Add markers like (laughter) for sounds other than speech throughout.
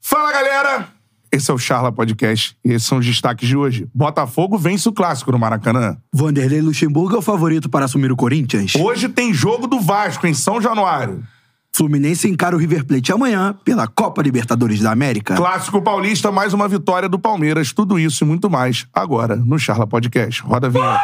Fala, galera! Esse é o Charla Podcast e esses são os destaques de hoje. Botafogo vence o clássico no Maracanã. Vanderlei Luxemburgo é o favorito para assumir o Corinthians. Hoje tem jogo do Vasco em São Januário. Fluminense encara o River Plate amanhã pela Copa Libertadores da América. Clássico paulista, mais uma vitória do Palmeiras. Tudo isso e muito mais agora no Charla Podcast. Roda a vinheta.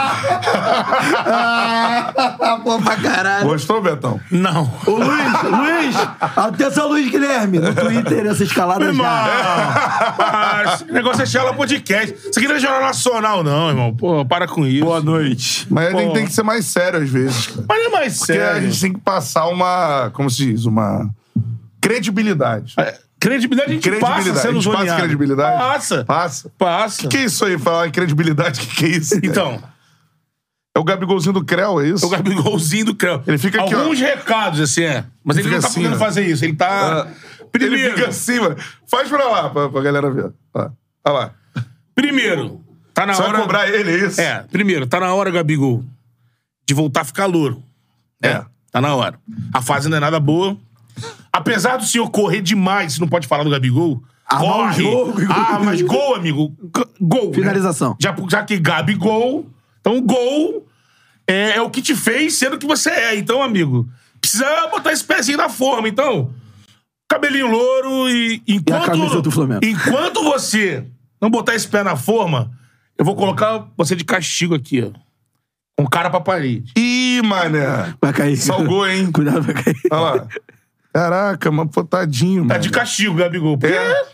(laughs) Ah, Pô, pra caralho. Gostou, Betão? Não. Ô, Luiz, Luiz, atenção, Luiz Guilherme, no Twitter, essa escalada Irmão, (laughs) já. ah, esse negócio é Charla Podcast. Isso aqui não é Jornal Nacional, não, irmão. Pô, para com isso. Boa noite. Mas tem, Pô. tem que ser mais sério às (laughs) vezes. cara. Mas é mais Porque a sério. gente tem que passar uma. Como se diz? Uma. Credibilidade. É, Credibilidade a gente Credibilidade. passa sendo a gente passa zoneado. credibilidade? Passa. Passa. Passa. Que isso aí? Falar em credibilidade, (laughs) que que é isso? Então, É o Gabigolzinho do Creu, é isso? o Gabigolzinho do Creu. Ele fica aqui, ó. Alguns recados, assim, é. Mas ele, Ele fica não tá assim, podendo ó. fazer isso. Ele tá... Ele Primeiro, fica assim, mano. Faz pra lá, pra, pra galera ver. Ó, Olha lá. primeiro, tá na Só hora... cobrar ele, é isso? É, primeiro, tá na hora, Gabigol, de voltar a ficar louro. É. Tá na hora. A fase não é nada boa. Apesar do senhor correr demais, você não pode falar do Gabigol. Armar um corre. jogo. Ah, mas gol, amigo. G- Gol. né? Finalização. Já, já que Gabigol. Então, gol é, é o que te fez sendo o que você é. Então, amigo, precisa botar esse pezinho na forma. Então, cabelinho louro e enquanto. camisa do Flamengo. Enquanto você não botar esse pé na forma, eu vou colocar você de castigo aqui, ó. Com cara pra parede. Ih, mané. Vai cair. Salgou, hein? (laughs) Cuidado, vai cair. Olha lá. Caraca, mano, pô, tadinho, Tá mano. de castigo, Gabigol. Porque É.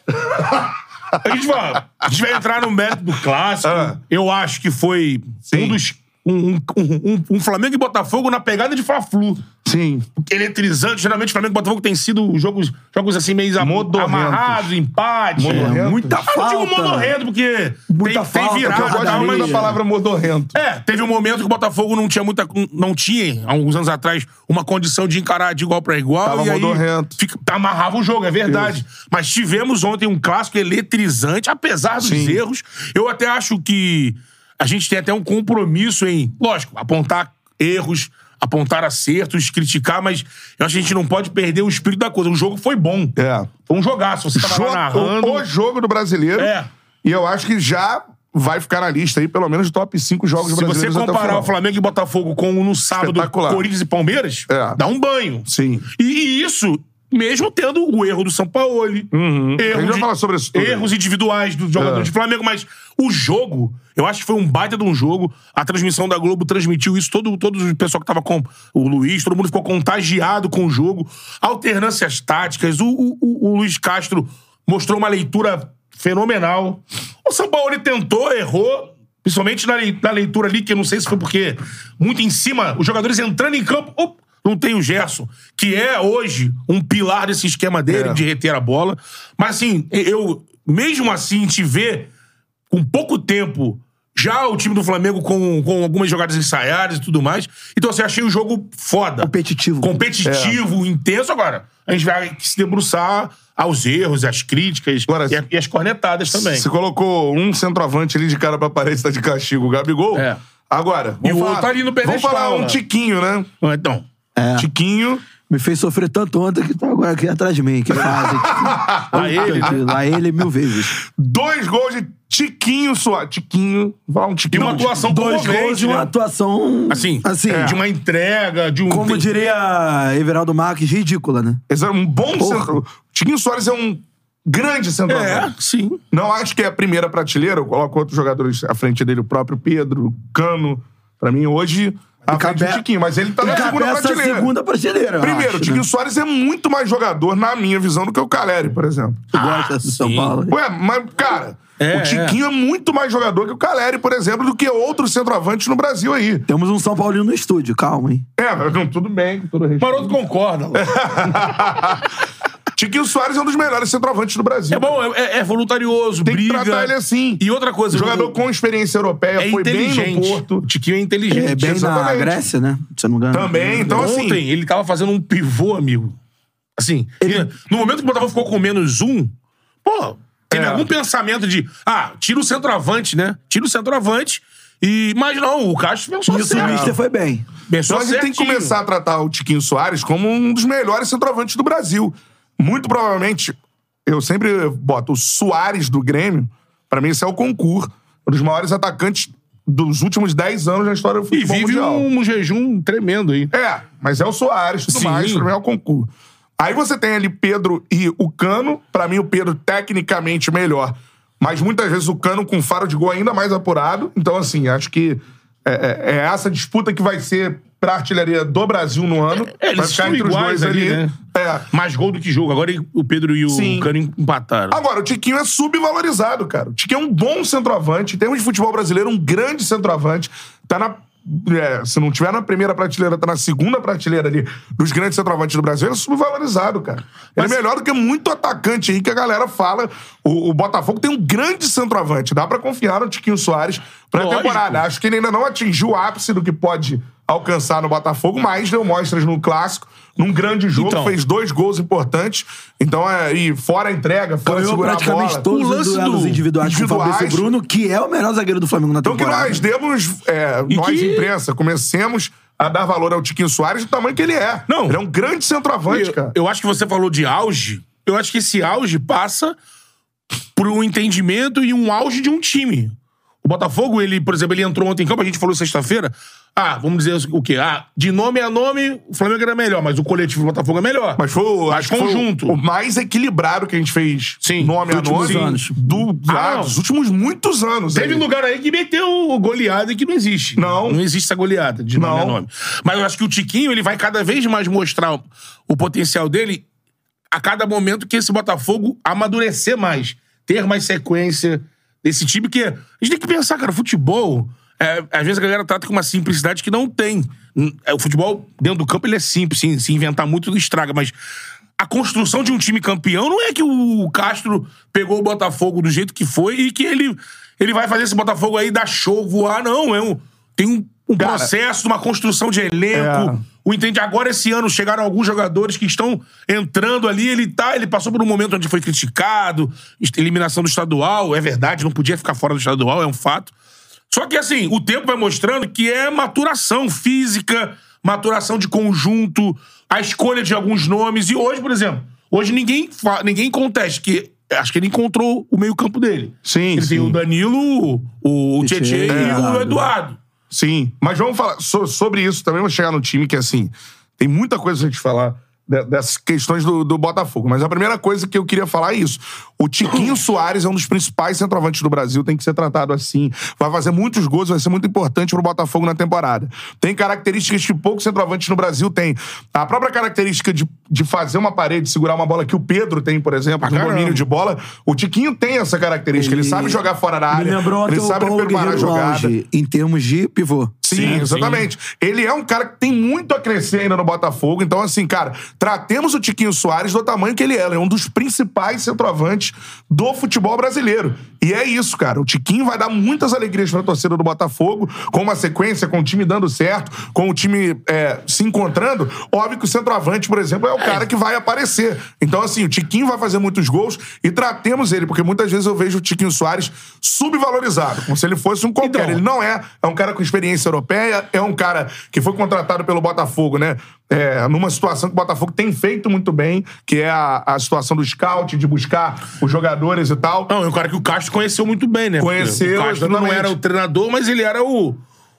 a, gente vai, a gente vai entrar no mérito do clássico. Ah. Eu acho que foi Sim. um dos. Um, um- um- um Flamengo e Botafogo na pegada de Fla-Flu. Sim. Eletrizante. Geralmente, Flamengo e Botafogo tem sido jogos, jogos assim, meio am- Modorrentos. amarrados, empate. Modorrento. Muita Ah, não digo falta. modorrento, porque Muita tem, falta, tem virada. Eu Ah, gosto tá, muito mas- da palavra modorrento. É, teve um momento que o Botafogo não tinha muita. Não tinha, há uns anos atrás, uma condição de encarar de igual pra igual. Tava e aí modorrento. fica- amarrava o jogo, é verdade. Mas tivemos ontem um clássico eletrizante, apesar dos Sim. erros. Eu até acho que a gente tem até um compromisso em, lógico, apontar erros, apontar acertos, criticar, mas eu acho que a gente não pode perder o espírito da coisa. O jogo foi bom. É. Foi um jogaço. Você tava Jogo- lá narrando. o jogo do brasileiro. É. E eu acho que já vai ficar na lista aí, pelo menos top 5 jogos Se você brasileiros. até comparar final. o Flamengo e Botafogo com o no sábado Espetacular. Corinthians e Palmeiras, É. dá um banho. Sim. E, e isso, mesmo tendo o erro do São Paulo, Uhum. A gente vai falar sobre isso tudo. erros individuais dos jogadores É. do Flamengo, mas o jogo, eu acho que foi um baita de um jogo. A transmissão da Globo transmitiu isso, todo, todo o pessoal que tava com o Luiz, todo mundo ficou contagiado com o jogo. Alternâncias táticas, o, o- o- o Luiz Castro mostrou uma leitura fenomenal. O São Paulo ele tentou, errou. Principalmente na, lei- na leitura ali, que eu não sei se foi porque muito em cima, os jogadores entrando em campo. op, não tem o Gerson, que é hoje um pilar desse esquema dele, É. de reter a bola. Mas assim, eu, mesmo assim, te ver com pouco tempo já o time do Flamengo com, com algumas jogadas ensaiadas e tudo mais. Então, assim, achei o jogo foda. Competitivo. É. Competitivo, intenso. Agora, a gente vai se debruçar aos erros, às críticas Agora, e, a- e às cornetadas também. Você colocou um centroavante ali de cara pra parede, tá de castigo, o Gabigol. É. Agora, E o vamos outro tá ali no Vamos pedestal, falar um né? tiquinho, né? Então, É. Tiquinho. Me fez sofrer tanto ontem que tá agora aqui atrás de mim. Que fase. (laughs) Lá ele, né? Lá ele mil vezes. Dois gols de Tiquinho Soares. Tiquinho. Vai um Tiquinho. E uma atuação Dois comovente, gols e uma né? atuação. assim, assim de uma entrega, de um... Como tem- diria Everaldo Marques, ridícula, né? Esse é um bom Porra. centro. Tiquinho Soares é um grande É, centroavante. sim. Não acho que é a primeira prateleira. Eu coloco outros jogadores à frente dele, o próprio Pedro, Cano. Pra mim, hoje, a frente do Cabe- Tiquinho. Mas ele tá na segunda Encabeça a prateleira. segunda prateleira. eu Primeiro, acho, o Tiquinho né? Soares é muito mais jogador, na minha visão, do que o Caleri, por exemplo. Tu gosta do São sim. Paulo. Ué, mas, cara, É, o Tiquinho é. muito mais jogador que o Caleri, por exemplo, do que outros centroavantes no Brasil aí. Temos um São Paulino no estúdio, calma, hein? É, mas não, tudo bem, com todo respeito. Maroto concorda. Lô. (laughs) É. Tiquinho Soares é um dos melhores centroavantes do Brasil. É bom, é- é, é voluntarioso, Tem que briga. tratar ele assim. E outra coisa, Jogador o- com experiência europeia, é foi bem inteligente. no Porto. O Tiquinho é inteligente. É bem na exatamente. Grécia, né? Se eu não me engano. Também, então assim... Ontem ele tava fazendo um pivô, amigo. Assim, ele- no momento que o Botafogo ficou com menos um, pô, teve É. algum pensamento de, ah, tira o centroavante, né? Tira o centroavante E, mas não, o Castro pensou Isso o certo. Mister foi bem. Pensou Então a gente tem que certinho. começar a tratar o Tiquinho Soares como um dos melhores centroavantes do Brasil. Muito provavelmente, eu sempre boto o Soares do Grêmio, pra mim esse é o concurso, um dos maiores atacantes dos últimos 10 anos na história do E futebol vive mundial. um, um jejum tremendo aí. É, mas é o Soares, tudo Sim. mais, pra mim é o concurso. Aí você tem ali Pedro e o Cano, Pra mim o Pedro tecnicamente melhor, mas muitas vezes o Cano com faro de gol é ainda mais apurado, então assim, acho que é, é- é essa disputa que vai ser pra artilharia do Brasil no ano, É, eles vai ficar são entre os iguais dois ali. ali, né? É. Mais gol do que jogo. Agora o Pedro e o Sim. Cano empataram. Agora, o Tiquinho é subvalorizado, cara. O Tiquinho é um bom centroavante, em termos de futebol brasileiro, um grande centroavante. Tá na. é, se não tiver na primeira prateleira, tá na segunda prateleira ali dos grandes centroavantes do Brasil, ele é subvalorizado, cara. Mas- Ele é melhor do que muito atacante aí que a galera fala. O, o Botafogo tem um grande centroavante. Dá pra confiar no Tiquinho Soares pra Lógico. temporada. Acho que ele ainda não atingiu o ápice do que pode alcançar no Botafogo, mas deu mostras no clássico, num grande jogo, Então. fez dois gols importantes. Então, é, e fora a entrega, fora Ganhou segurar a praticamente bola. todos O os lance duelos do- individuais, com o individuais. Fabrício Bruno, que é o melhor zagueiro do Flamengo na Então que temporada. nós demos, é, E nós que- imprensa, comecemos a dar valor ao Tiquinho Soares do tamanho que ele é. Não. Ele é um grande centroavante, eu, cara. eu acho que você falou de auge. Eu acho que esse auge passa por um entendimento e um auge de um time. O Botafogo, ele, por exemplo, ele entrou ontem em campo, a gente falou sexta-feira. Ah, vamos dizer o quê? Ah, de nome a nome, o Flamengo era melhor, mas o coletivo do Botafogo é melhor. Mas foi o, acho que foi o- conjunto. o mais equilibrado que a gente fez Sim. nome a Dos últimos nome anos. do- Ah, ah, não. dos últimos muitos anos. Teve aí. lugar aí que meteu goleada que não existe. Não. Não existe essa goleada de nome Não. a nome. Mas eu acho que o Tiquinho ele vai cada vez mais mostrar o- o potencial dele a cada momento que esse Botafogo amadurecer mais, ter mais sequência desse time, que a gente tem que pensar, cara, futebol, é, às vezes a galera trata com uma simplicidade que não tem. Hum, é, O futebol dentro do campo ele é simples, sim, se inventar muito estraga, mas a construção de um time campeão não é que o Castro pegou o Botafogo do jeito que foi e que ele, ele vai fazer esse Botafogo aí dar show, voar, não, é um tem um, um Cara, processo, uma construção de elenco, É. o entende agora esse ano chegaram alguns jogadores que estão entrando ali, ele tá, ele passou por um momento onde foi criticado, est- eliminação do estadual, é verdade, não podia ficar fora do estadual, é um fato. Só que assim, o tempo vai mostrando que é maturação física, maturação de conjunto, a escolha de alguns nomes e hoje, por exemplo, hoje ninguém fa- ninguém contesta que acho que ele encontrou o meio-campo dele. Sim, Ele sim. tem o Danilo, o, o Tietê, Tietchan e o Eduardo. Eduardo. é Sim. Mas vamos falar so- sobre isso também. Vamos chegar no time que, assim, tem muita coisa a gente falar de- dessas questões do, do Botafogo. Mas a primeira coisa que eu queria falar é isso. O (clears throat) Tiquinho Soares é um dos principais centroavantes do Brasil, tem que ser tratado assim. Vai fazer muitos gols, vai ser muito importante pro Botafogo na temporada. Tem características que poucos centroavantes no Brasil têm. A própria característica de, de fazer uma parede, segurar uma bola que o Pedro tem, por exemplo, no caramba. domínio de bola, o Tiquinho tem essa característica. Ele, Ele- sabe jogar fora da Me área, lembrou até ele o sabe Paulo preparar a Guerreiro jogada. Auge, em termos de pivô. Sim, Sim, exatamente. Ele é um cara que tem muito a crescer ainda no Botafogo. Então, assim, cara, tratemos o Tiquinho Soares do tamanho que ele é. Ele é um dos principais centroavantes do futebol brasileiro. E é isso, cara. O Tiquinho vai dar muitas alegrias pra torcida do Botafogo, com uma sequência, com o time dando certo, com o time é, se encontrando. Óbvio que o centroavante, por exemplo, é o cara que vai aparecer. Então, assim, o Tiquinho vai fazer muitos gols e tratemos ele, porque muitas vezes eu vejo o Tiquinho Soares subvalorizado, como se ele fosse um qualquer. Então, ele não é. É um cara com experiência europeia, é um cara que foi contratado pelo Botafogo, né? É, numa situação que o Botafogo tem feito muito bem, que é a, a situação do scout, de buscar os jogadores e tal. Não, é um cara que o Castro conheceu muito bem, né? Conheceu, O Castro não exatamente. era o treinador, mas ele era o,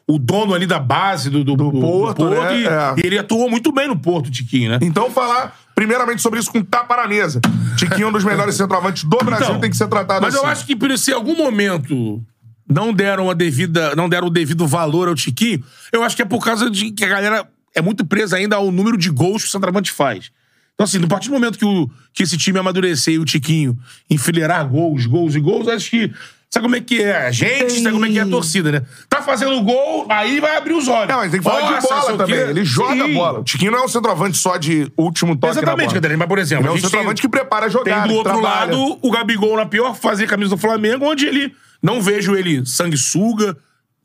o dono ali da base do, do, do- do Porto, né? e, É. e ele atuou muito bem no Porto, Tiquinho, né? Então, falar primeiramente sobre isso com tapa na mesa. Tiquinho é um dos melhores centroavantes do Brasil, tem que ser tratado Então, mas assim. eu acho que por- se em algum momento não deram a devida, não deram o devido valor ao Tiquinho, eu acho que é por causa de que a galera é muito presa ainda ao número de gols que o centroavante faz. Então, assim, a partir do momento que, o, que esse time amadurecer e o Tiquinho enfileirar gols, gols e gols, acho que. Sabe como é que é? A gente, sabe como é que é a torcida, né? Tá fazendo gol, aí vai abrir os olhos. Não, É, mas tem que falar Nossa, de sei bola o também. quê. Ele joga Sim. bola. O Tiquinho não é um centroavante só de último toque Exatamente, na bola. Catarina. Mas, por exemplo, Ele é a um gente centroavante tem- que prepara a jogada. Tem do que outro trabalha. lado o Gabigol na pior fase da camisa do Flamengo, onde ele não vejo ele sanguessuga,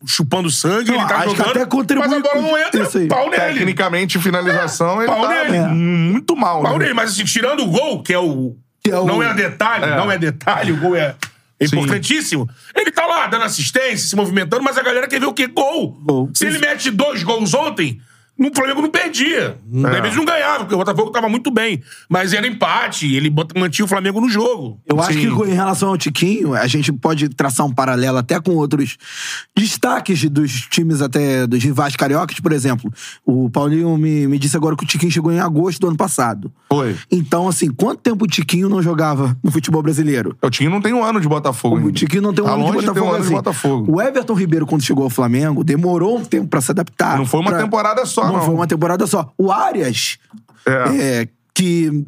chupando sangue, Não, ele tá acho que jogando. até contribui mas a bola não com entra, isso aí. pau nele. É, Tecnicamente, finalização, ele pau tá nele. muito mal. Pau né? nele, mas assim, tirando o gol, que é o. Que é o- Não é detalhe, não é detalhe, o gol é. É Sim. importantíssimo. Ele tá lá dando assistência, se movimentando, mas a galera quer ver o quê? Gol. Gol. Se ele mete dois gols ontem, no Flamengo não perdia. Às vezes não ganhava, porque o Botafogo tava muito bem. Mas era empate, ele bot- mantinha o Flamengo no jogo. Eu acho Sim. que em relação ao Tiquinho, a gente pode traçar um paralelo até com outros destaques dos times até dos rivais cariocas, por exemplo. O Paulinho me, me disse agora que o Tiquinho chegou em agosto do ano passado. Foi. Então, assim, quanto tempo o Tiquinho não jogava no futebol brasileiro? O Tiquinho não tem um ano de Botafogo ainda. O Tiquinho não tem um Tá ano longe de Botafogo. ter um ano assim. de Botafogo. O Everton Ribeiro, quando chegou ao Flamengo, demorou um tempo pra se adaptar. Não foi uma pra- temporada só, não. Não foi uma temporada só. O Arias, É. é, que.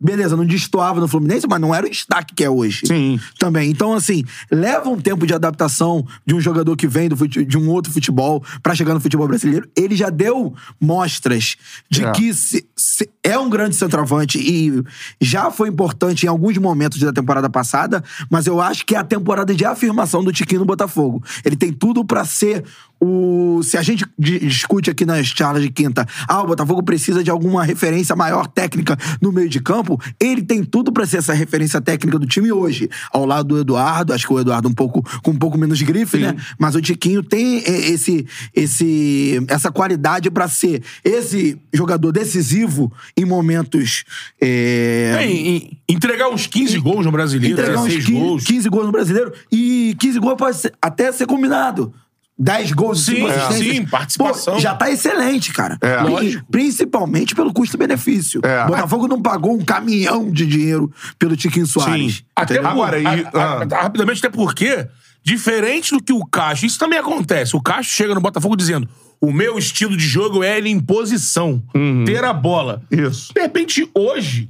Beleza, não destoava no Fluminense, mas não era o destaque que é hoje. Sim. Também. Então, assim, leva um tempo de adaptação de um jogador que vem do fute- de um outro futebol pra chegar no futebol brasileiro. Ele já deu mostras de É. que se- se é um grande centroavante e já foi importante em alguns momentos da temporada passada, mas eu acho que é a temporada de afirmação do Tiquinho no Botafogo. Ele tem tudo pra ser o. Se a gente di- discute aqui nas charlas de quinta, ah, o Botafogo precisa de alguma referência maior técnica no meio de campo, ele tem tudo pra ser essa referência técnica do time hoje. Ao lado do Eduardo, acho que o Eduardo um pouco, com um pouco menos grife, né? Mas o Tiquinho tem é, esse, esse, essa qualidade pra ser esse jogador decisivo em momentos. é, É, e- e entregar uns 15 gols no brasileiro, entregar uns 16 15 gols. 15 gols no brasileiro e 15 gols pode ser- até ser combinado. 10 gols, Sim, cinco assistências. sim, participação. Pô, já tá excelente, cara. É. E Lógico. principalmente pelo custo-benefício. É. Botafogo não pagou um caminhão de dinheiro pelo Tiquinho Soares. Sim. Até por, Agora, e- a- a- ah. rapidamente, até porque, diferente do que o Cacho, isso também acontece. O Cacho chega no Botafogo dizendo: o meu estilo de jogo é ele em posição, ter a bola. Uhum. Isso. De repente, hoje,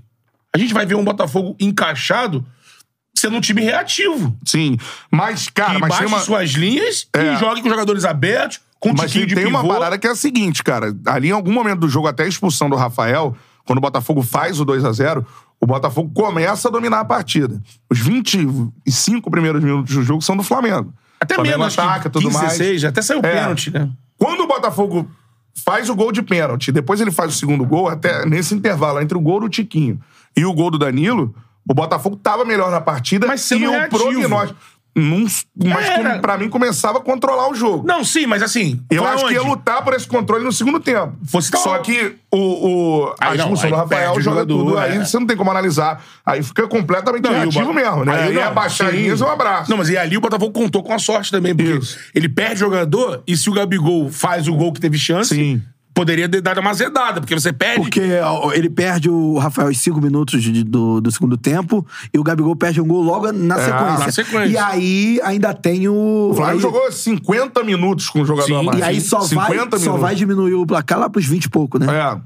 a gente vai ver um Botafogo encaixado sendo um time reativo. Sim. Mas, cara, que mas baixa tem uma... É. suas linhas e joga com jogadores abertos, com um Mas tiquinho tem, de tem pivô. uma parada que é a seguinte, cara. Ali, em algum momento do jogo, até a expulsão do Rafael, quando o Botafogo faz o 2 a 0 o Botafogo começa a dominar a partida. Os 25 primeiros minutos do jogo são do Flamengo. Até Flamengo menos, acho que ataca, tudo 15, mais. 16, até saiu É. pênalti, né? Quando o Botafogo faz o gol de pênalti, depois ele faz o segundo gol, até nesse intervalo entre o gol do Tiquinho e o gol do Danilo, o Botafogo tava melhor na partida Mas sendo e o reativo. É, prognóstico. Num- mas Era. como, pra mim começava a controlar o jogo. Não, sim, mas assim. Eu foi acho que é ia onde? lutar por esse controle no segundo tempo. Fosse tal- Só que o, o- a Aí não, expulsão aí do Rafael perde o joga jogador, tudo. é. Aí você não tem como analisar. Aí fica completamente Não, e o negativo Bo- mesmo, né? Aí, não, abaixar sim. isso é um abraço. Não, mas e ali o Botafogo contou com a sorte também, porque Isso. ele perde jogador e se o Gabigol faz o gol que teve chance, Sim. poderia ter dado uma zedada, porque você perde. Porque ó, ele perde o Rafael aos 5 minutos de- do, do segundo tempo e o Gabigol perde um gol logo na sequência. na sequência. E aí ainda tem o. o Flamengo aí- jogou 50 minutos com o jogador Sim, a mais. E aí só, vai, 50 só minutos. vai diminuir o placar lá pros 20 e pouco, né? É.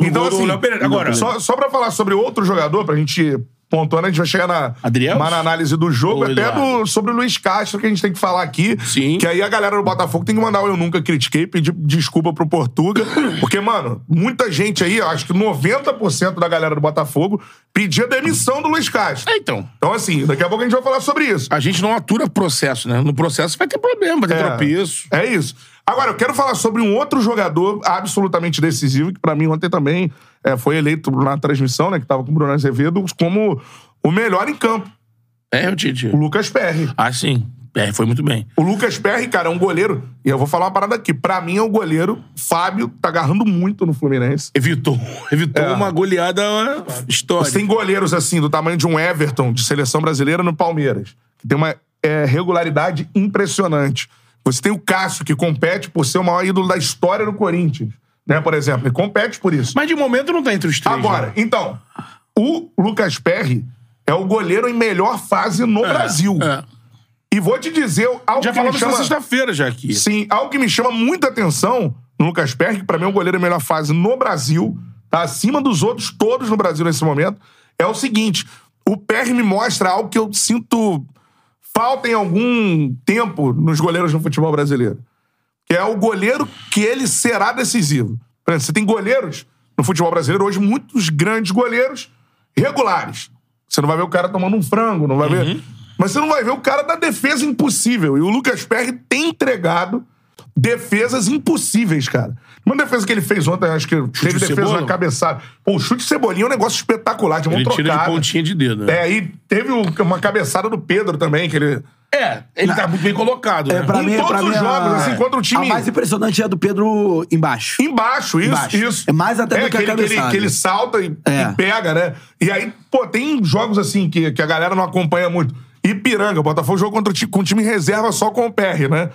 Então, gol do assim, Léo Pereira. Agora- só, só pra falar sobre outro jogador, pra gente pontuando, a gente vai chegar na, Adriel? mais na análise do jogo, Ou até Eduardo? do, sobre o Luiz Castro, que a gente tem que falar aqui. Sim. Que aí a galera do Botafogo tem que mandar o Eu Nunca Critiquei, pedir desculpa pro (coughs) Portuga. Porque, mano, muita gente aí, acho que 90% da galera do Botafogo pedia demissão do Luiz Castro. É, então. Então, assim, daqui a pouco a gente vai falar sobre isso. A gente não atura processo, né? No processo vai ter problema, vai ter tropeço. É isso. Agora, eu quero falar sobre um outro jogador absolutamente decisivo, que pra mim ontem também é, foi eleito na transmissão, né? Que tava com o Bruno Azevedo, como o melhor em campo, É, o Titi. o Lucas Perry. Ah, sim. É, foi muito bem. O Lucas Perry, cara, é um goleiro, e eu vou falar uma parada aqui. Pra mim é um goleiro, Fábio tá agarrando muito no Fluminense. Evitou. (laughs) Evitou É. uma goleada eh, Você histórica. tem goleiros assim, do tamanho de um Everton, de seleção brasileira, no Palmeiras, que tem uma é, regularidade impressionante. Você tem o Cássio, que compete por ser o maior ídolo da história do Corinthians, né, por exemplo, ele compete por isso. Mas de momento não tá entre os três. Agora, né? então, o Lucas Perry é o goleiro em melhor fase no É, Brasil. é. E vou te dizer algo Já que me falamos chama... na sexta-feira já aqui. Sim, algo que me chama muita atenção no Lucas Perry, que pra mim é o goleiro em melhor fase no Brasil, tá acima dos outros todos no Brasil nesse momento, é o seguinte, o Perry me mostra algo que eu sinto falta em algum tempo nos goleiros no futebol brasileiro que é o goleiro que ele será decisivo. Por exemplo, você tem goleiros no futebol brasileiro hoje, muitos grandes goleiros regulares. Você não vai ver o cara tomando um frango, não vai Uhum. ver. Mas você não vai ver o cara da defesa impossível. E o Lucas Perry tem entregado defesas impossíveis, cara. Uma defesa que ele fez ontem, acho que teve de defesa Cebola? na cabeçada. Pô, o chute de cebolinha é um negócio espetacular, de mão Ele tira de trocada. pontinha de dedo, né? É, aí teve o- uma cabeçada do Pedro também, que ele. É, ele tá muito bem colocado, É, né? pra Em mim, todos pra os mim, jogos, a... assim, contra o time- A mais impressionante é a do Pedro embaixo. Embaixo, isso, Embaixo. isso. É mais até do que a aquele ele- cabeçada. que ele salta e, É. e pega, né? E aí, pô, tem jogos assim que, que a galera não acompanha muito. Ipiranga, o Botafogo jogou contra o ti- com o time reserva só com o PR, né?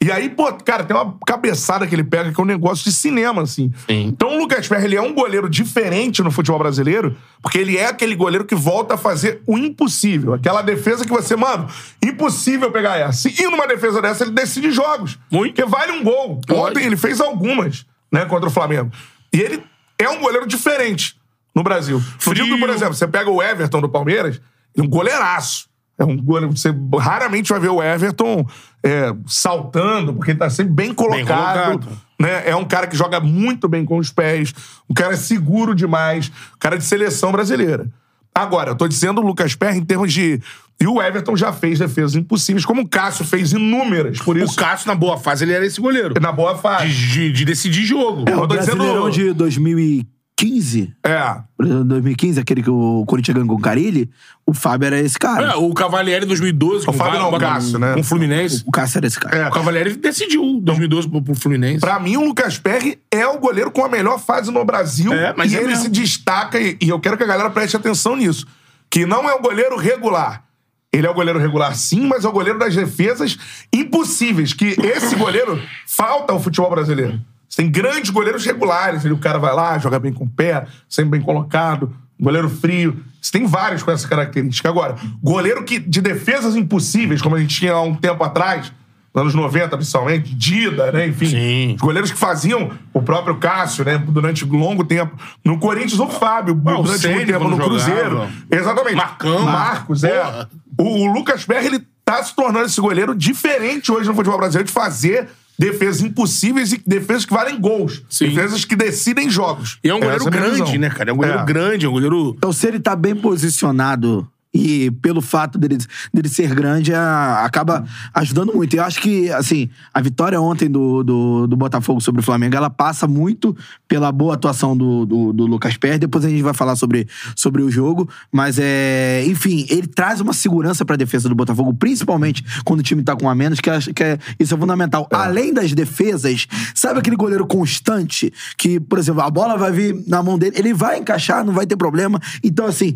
E aí, pô, cara, tem uma cabeçada que ele pega que é um negócio de cinema, assim. Então o Lucas Perry, ele é um goleiro diferente no futebol brasileiro, porque ele é aquele goleiro que volta a fazer o impossível. Aquela defesa que você, mano, impossível pegar essa. E numa defesa dessa, ele decide jogos. Muito. Porque vale um gol. Lógico. Ontem ele fez algumas, né, contra o Flamengo. E ele é um goleiro diferente no Brasil. Eu digo que, por Frio. exemplo, você pega o Everton do Palmeiras, ele é um goleiraço. É um goleiro, você raramente vai ver o Everton é, saltando, porque ele tá sempre bem colocado. colocado. Né? É um cara que joga muito bem com os pés, um cara seguro demais, um cara de seleção brasileira. Agora, eu tô dizendo o Lucas Perry em termos de. E o Everton já fez defesas impossíveis, como o Cássio fez inúmeras, por O isso. Cássio, na boa fase, ele era esse goleiro. Na boa fase. De, de- de decidir jogo. É, O Eu tô dizendo- Brasileirão de 2015, É. Brasileirão de 2015, aquele que o Corinthians ganhou com o Carilli, o Fábio era esse cara. É, o Cavalieri em 2012, com Fábio Vasco, não, o com- Cássio, né? Com o Fluminense. O Cássio era esse cara. É. O Cavalieri decidiu em 2012 pro, pro Fluminense. Pra mim, o Lucas Perry é o goleiro com a melhor fase no Brasil. É, mas e é ele mesmo. se destaca, e, e eu quero que a galera preste atenção nisso. Que não é o goleiro regular. Ele é o goleiro regular, sim, mas é o goleiro das defesas impossíveis. Que esse goleiro falta ao futebol brasileiro. Você tem grandes goleiros regulares. ele- O cara vai lá, joga bem com o pé, sempre bem colocado, goleiro frio. Você tem vários com essa característica. Agora, goleiro que de defesas impossíveis, como a gente tinha há um tempo atrás, nos anos 90, principalmente, Dida, né? Enfim, Sim. os goleiros que faziam, o próprio Cássio, né? Durante longo tempo. No Corinthians, o Fábio, Ah, o durante Ceni, muito tempo quando no Cruzeiro. jogava. Exatamente. Marcão. Marcos, é. Porra. O, o Lucas Berra, ele tá se tornando esse goleiro diferente hoje no futebol brasileiro de fazer defesas impossíveis e defesas que valem gols. Sim. Defesas que decidem jogos. E é um goleiro Essa a minha grande, visão. né, cara? É um goleiro É. grande, é um goleiro. Então, se ele tá bem posicionado e pelo fato dele, dele ser grande, a- acaba ajudando muito. E Eu acho que, assim, a vitória ontem do, do, do Botafogo sobre o Flamengo, ela passa muito pela boa atuação do, do, do Lucas Pérez. Depois a gente vai falar sobre, sobre o jogo. Mas, é, enfim, ele traz uma segurança pra defesa do Botafogo, principalmente quando o time tá com um a menos, que, acho que é, isso é fundamental. Além das defesas, sabe aquele goleiro constante que, por exemplo, a bola vai vir na mão dele, ele vai encaixar, não vai ter problema. Então, assim,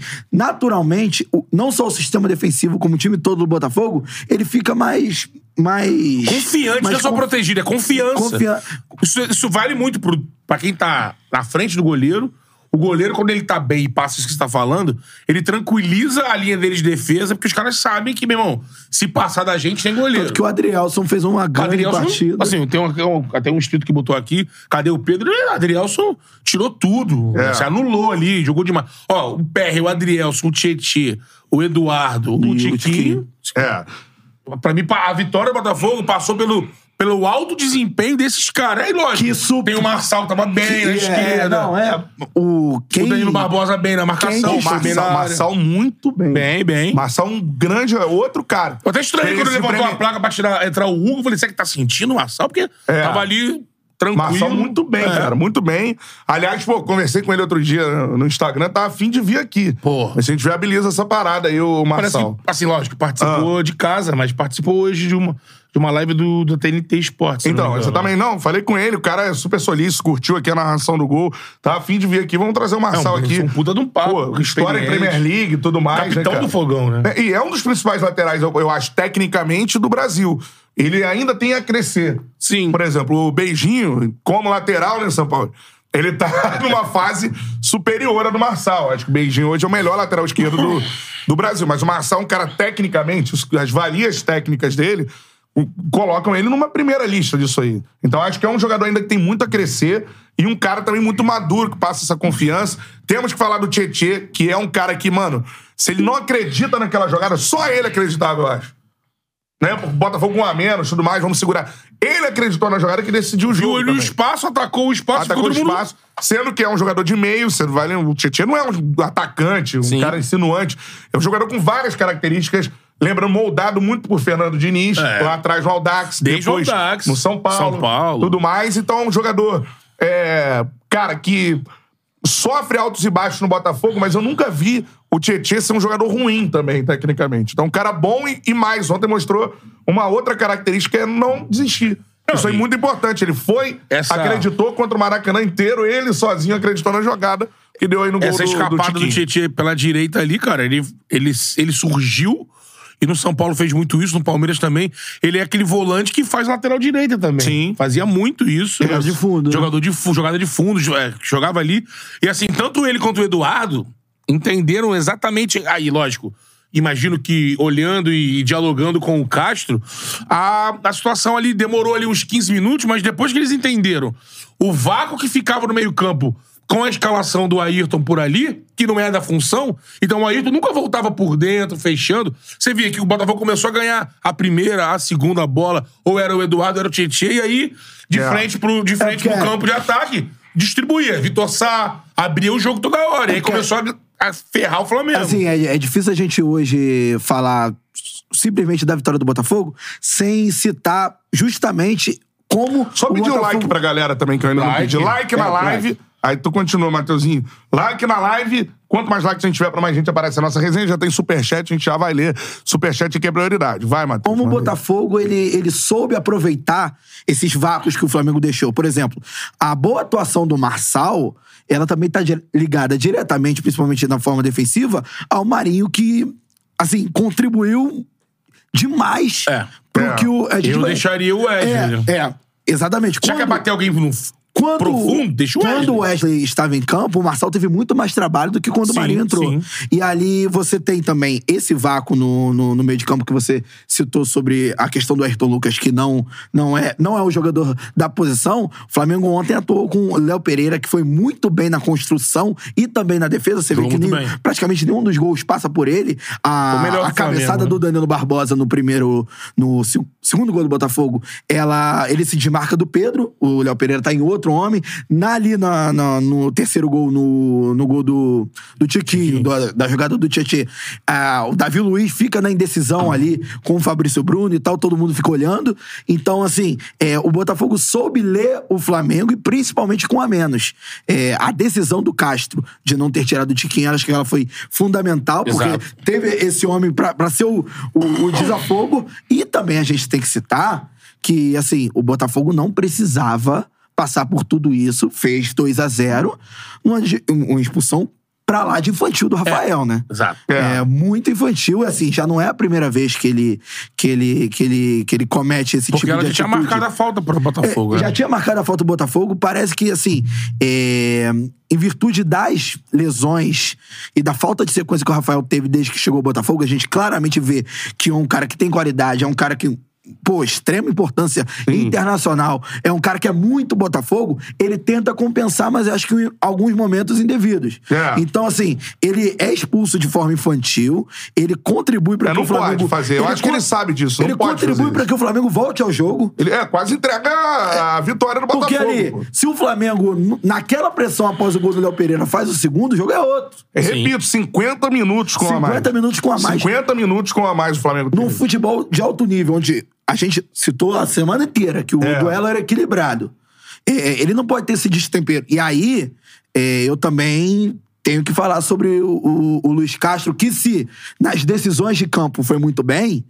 naturalmente, o- não só o sistema defensivo, como o time todo do Botafogo, ele fica mais. mais Confiante, não é só proteção. protegido, é confiança. Confia- Isso, isso vale muito pro, pra quem tá na frente do goleiro. O goleiro, quando ele tá bem e passa isso que você tá falando, ele tranquiliza a linha dele de defesa, porque os caras sabem que, meu irmão, se passar da gente, tem goleiro. Que o Adrielson fez uma grande Adrielson, partida. assim, tem um, tem um- até um inscrito que botou aqui, cadê o Pedro? E o Adrielson tirou tudo, É. se anulou ali, jogou demais. Ó, o PR, o Adrielson, o Tietê, o Eduardo, E o o Tiquinho. Tiquinho. É. Pra mim, pa- a vitória do Botafogo passou pelo, pelo alto desempenho desses caras. É lógico. Que super- Tem o Marçal, tava bem na É, esquerda. não, é. O, quem... O Danilo Barbosa bem na marcação. Quem Não, o Marçal, Marçal, Marçal muito bem. Bem, bem. Marçal um grande, outro cara. Eu até estranhei Tem quando esse levantou prêmio- a placa pra tirar, entrar o Hugo. Eu Falei, será que tá sentindo o Marçal? Porque É. tava ali (laughs) tranquilo. Marçal muito bem, É. cara, muito bem. Aliás, pô, conversei com ele outro dia no no Instagram, tá afim de vir aqui. Pô. Mas se a gente viabiliza essa parada aí, o Parece Marçal. que, assim, lógico, Ah. participou de casa, mas participou hoje de uma, de uma live do, do TNT Esportes. se não Então, me você engano. né? também não, falei com ele, o cara é super solícito, curtiu aqui a narração do gol, tá afim de vir aqui, vamos trazer o É um- Marçal aqui. Um puta de um papo. Pô, história em experiente. Premier League e tudo mais, né, Capitão cara? do fogão, né? É, E é um dos principais laterais, eu, eu acho, tecnicamente, do Brasil. Ele ainda tem a crescer. Sim. Por exemplo, o Beijinho, como lateral, né, São Paulo? Ele tá (laughs) numa fase superior à do Marçal. Acho que o Beijinho hoje é o melhor lateral esquerdo do, do Brasil. Mas o Marçal é um cara tecnicamente, os- as valias técnicas dele o- colocam ele numa primeira lista disso aí. Então acho que é um jogador ainda que tem muito a crescer e um cara também muito maduro que passa essa confiança. Temos que falar do Tietê, que é um cara que, mano, se ele não acredita naquela jogada, só ele acreditava, eu acho né? Botafogo com um a menos, tudo mais, vamos segurar. Ele acreditou na jogada que decidiu o Viu jogo. ali o também. espaço, atacou o espaço, Atacou o ficou todo mundo- espaço, sendo que é um jogador de meio, você vai lembrar, o Tietchan não é um atacante, um Sim. cara insinuante. É um jogador com várias características Lembra, moldado muito por Fernando Diniz, É. lá atrás no Aldax, Desde o depois Audax. no São Paulo, São Paulo. tudo mais. Então, é um jogador, é, cara, que sofre altos e baixos no Botafogo, mas eu nunca vi o Tietchan ser um jogador ruim também, tecnicamente. Então, um cara bom e, e mais. Ontem mostrou uma outra característica, é não desistir. Isso é e- muito importante. Ele foi, Essa- acreditou contra o Maracanã inteiro, ele sozinho acreditou na jogada que deu aí no gol Essa do, escapada do, Tiquinho. Tietchan pela direita ali, cara, ele, ele, ele surgiu. E no São Paulo fez muito isso, no Palmeiras também. Ele é aquele volante que faz lateral direita também. Sim. Fazia muito isso. Jogada de fundo, né? Jogador de fundo, jogada de fundo, jo- é, jogava ali. E assim, tanto ele quanto o Eduardo entenderam exatamente. Aí, lógico, imagino que olhando e dialogando com o Castro, a, a situação ali demorou ali uns 15 minutos, mas depois que eles entenderam o vácuo que ficava no meio-campo com a escalação do Ayrton por ali, que não é da função, então o Ayrton nunca voltava por dentro, fechando. Você via que o Botafogo começou a ganhar a primeira, a segunda bola, ou era o Eduardo, era o Tietchan, e aí, de É. frente pro, de frente porque- pro campo de ataque, distribuía. Vitor Sá abria o jogo toda hora, e aí começou a, a ferrar o Flamengo. É Assim, é, é difícil a gente hoje falar s- simplesmente da vitória do Botafogo sem citar justamente como. Só o pedir o Botafogo... like pra galera também, que eu ainda não Like. pedi. Like É, na like. live. Aí tu continua, Mateuzinho. Like na live. Quanto mais likes a gente tiver pra mais gente aparece a nossa resenha, já tem superchat, a gente já vai ler. Superchat aqui é prioridade. Vai, Matheus. Como o Manda aí. Botafogo ele, ele soube aproveitar esses vácuos que o Flamengo deixou. Por exemplo, a boa atuação do Marçal, ela também está ligada diretamente, principalmente na forma defensiva, ao Marinho que, assim, contribuiu demais É. pro É. que o. A Eu deixaria o Wesley. tipo, É, é, exatamente. Já quer Quando- bater alguém no f- Quando, profundo, deixa o Wesley. quando o Wesley estava em campo, o Marçal teve muito mais trabalho do que quando Sim, o Marinho entrou. sim. E ali você tem também esse vácuo no, no, no meio de campo que você citou sobre a questão do Ayrton Lucas, que não, não, é, não é o jogador da posição. O Flamengo ontem atuou com o Léo Pereira, que foi muito bem na construção e também na defesa. Você vê Jogou que muito nem- bem. praticamente nenhum dos gols passa por ele. Foi o melhor A, a do Flamengo, cabeçada né? do Danilo Barbosa no primeiro. no se- segundo gol do Botafogo, ela, ele se desmarca do Pedro. O Léo Pereira tá em outro homem. Na, ali na, na- no terceiro gol, no, no gol do, do Tiquinho, do- da jogada do Tietchan, ah, o Davi Luiz fica na indecisão ali com o Fabrício Bruno e tal, todo mundo fica olhando. Então, assim, é, o Botafogo soube ler o Flamengo e principalmente com a menos. É, a decisão do Castro de não ter tirado o Tiquinho, acho que ela foi fundamental, porque Exato. teve esse homem pra pra ser o, o, o desafogo. E também a gente tem que citar que, assim, o Botafogo não precisava passar por tudo isso. Fez 2 a 0 uma, de- um, uma expulsão pra lá de infantil do Rafael, né? Exato. É. É. muito infantil, assim, já não é a primeira vez que ele, que ele, que ele, que ele comete esse Porque tipo ela de já tinha atitude. marcado a falta pro Botafogo. É, né? Já tinha marcado a falta do Botafogo. Parece que, assim, é, em virtude das lesões e da falta de sequência que o Rafael teve desde que chegou ao Botafogo, a gente claramente vê que é um cara que tem qualidade, é um cara que. Pô, extrema importância internacional. É um cara que é muito Botafogo. Ele tenta compensar, mas eu acho que em alguns momentos indevidos. É. Então, assim, ele é expulso de forma infantil. Ele contribui para É, que não o Flamengo... pode fazer. Eu acho que ele sabe disso. Não Ele pode contribui fazer para isso. que o Flamengo volte ao jogo. Ele é, quase entrega a a vitória do Porque Botafogo. ali, pô. se o Flamengo, n- naquela pressão após o gol do Léo Pereira, faz o segundo, o jogo é outro. É, Repito, 50 minutos com a mais. 50 minutos com a mais. 50 minutos com a mais o Flamengo. Num teve. futebol de alto nível, onde a gente citou a semana inteira que o É. duelo era equilibrado. É, ele não pode ter esse destempero. E aí, é, eu também tenho que falar sobre o, o- o Luiz Castro, que se nas decisões de campo foi muito bem.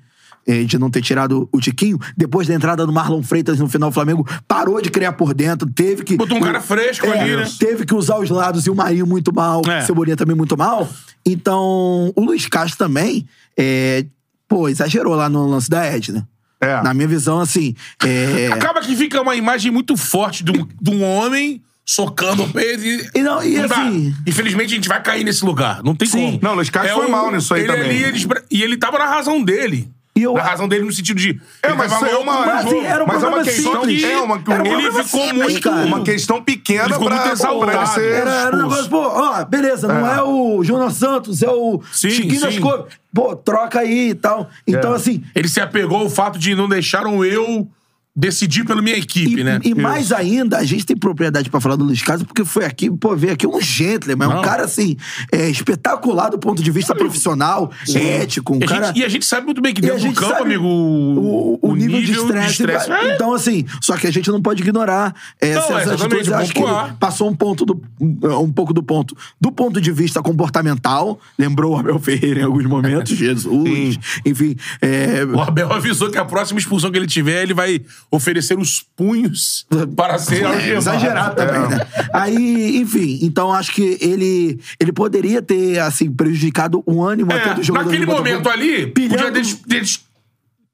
é, De não ter tirado o Tiquinho, depois da entrada do Marlon Freitas no final, o Flamengo parou de criar por dentro, teve que. Botou um cara fresco É, ali, né? Teve que usar os lados e o Marinho muito mal, É. o Cebolinha também muito mal. Então, o Luiz Castro também, é, pô, exagerou lá no lance da Edna. É. Na minha visão, assim, é, Acaba que fica uma imagem muito forte de um, de um homem socando o peito e. E não, e dá. assim- Infelizmente a gente vai cair nesse lugar. Não tem como. É Não, Luiz Castro foi mal nisso aí ele também. ali, ele espre- e ele tava na razão dele. E eu- na razão dele no sentido de. É, ele mas isso tava é louco, uma- mas mas assim, era um Mas é uma problema questão simples. de- é uma- Era um ele problema ficou simples, muito- cara. Uma questão Ele pequena ficou muito pra, pra ele exaltado. ser Era, era um expulso. negócio, pô, ó, beleza, não É. é, o Júnior Santos, é o Sim, Chiquinho das sim. É. Cores. Pô, troca aí e tal. Então, assim, Ele se apegou ao fato de não deixaram eu decidir pela minha equipe, E, né? e mais ainda, a gente tem propriedade pra falar do Luiz Castro, porque foi aqui, pô, veio aqui um gentleman, Não. um cara assim, é, espetacular do ponto de vista profissional, ético, um E a, cara. gente, e a gente sabe muito bem que e a dentro do gente campo, sabe amigo, o, o nível, de estresse. é- Então, assim, só que a gente não pode ignorar é, Não, essas é, exatamente, atitudes. Eu acho que ele pontuar. passou um ponto do, um pouco do ponto. Do ponto de vista comportamental, lembrou o Abel Ferreira em alguns (laughs) momentos, Jesus. Enfim, é, (laughs) O Abel avisou que a próxima expulsão que ele tiver, ele vai oferecer os punhos para ser É, algemado. exagerado também, É. né? Aí, enfim, então acho que ele, ele poderia ter, assim, prejudicado o ânimo até do É, jogador. naquele momento ali, Pilhando- podia ter des, des-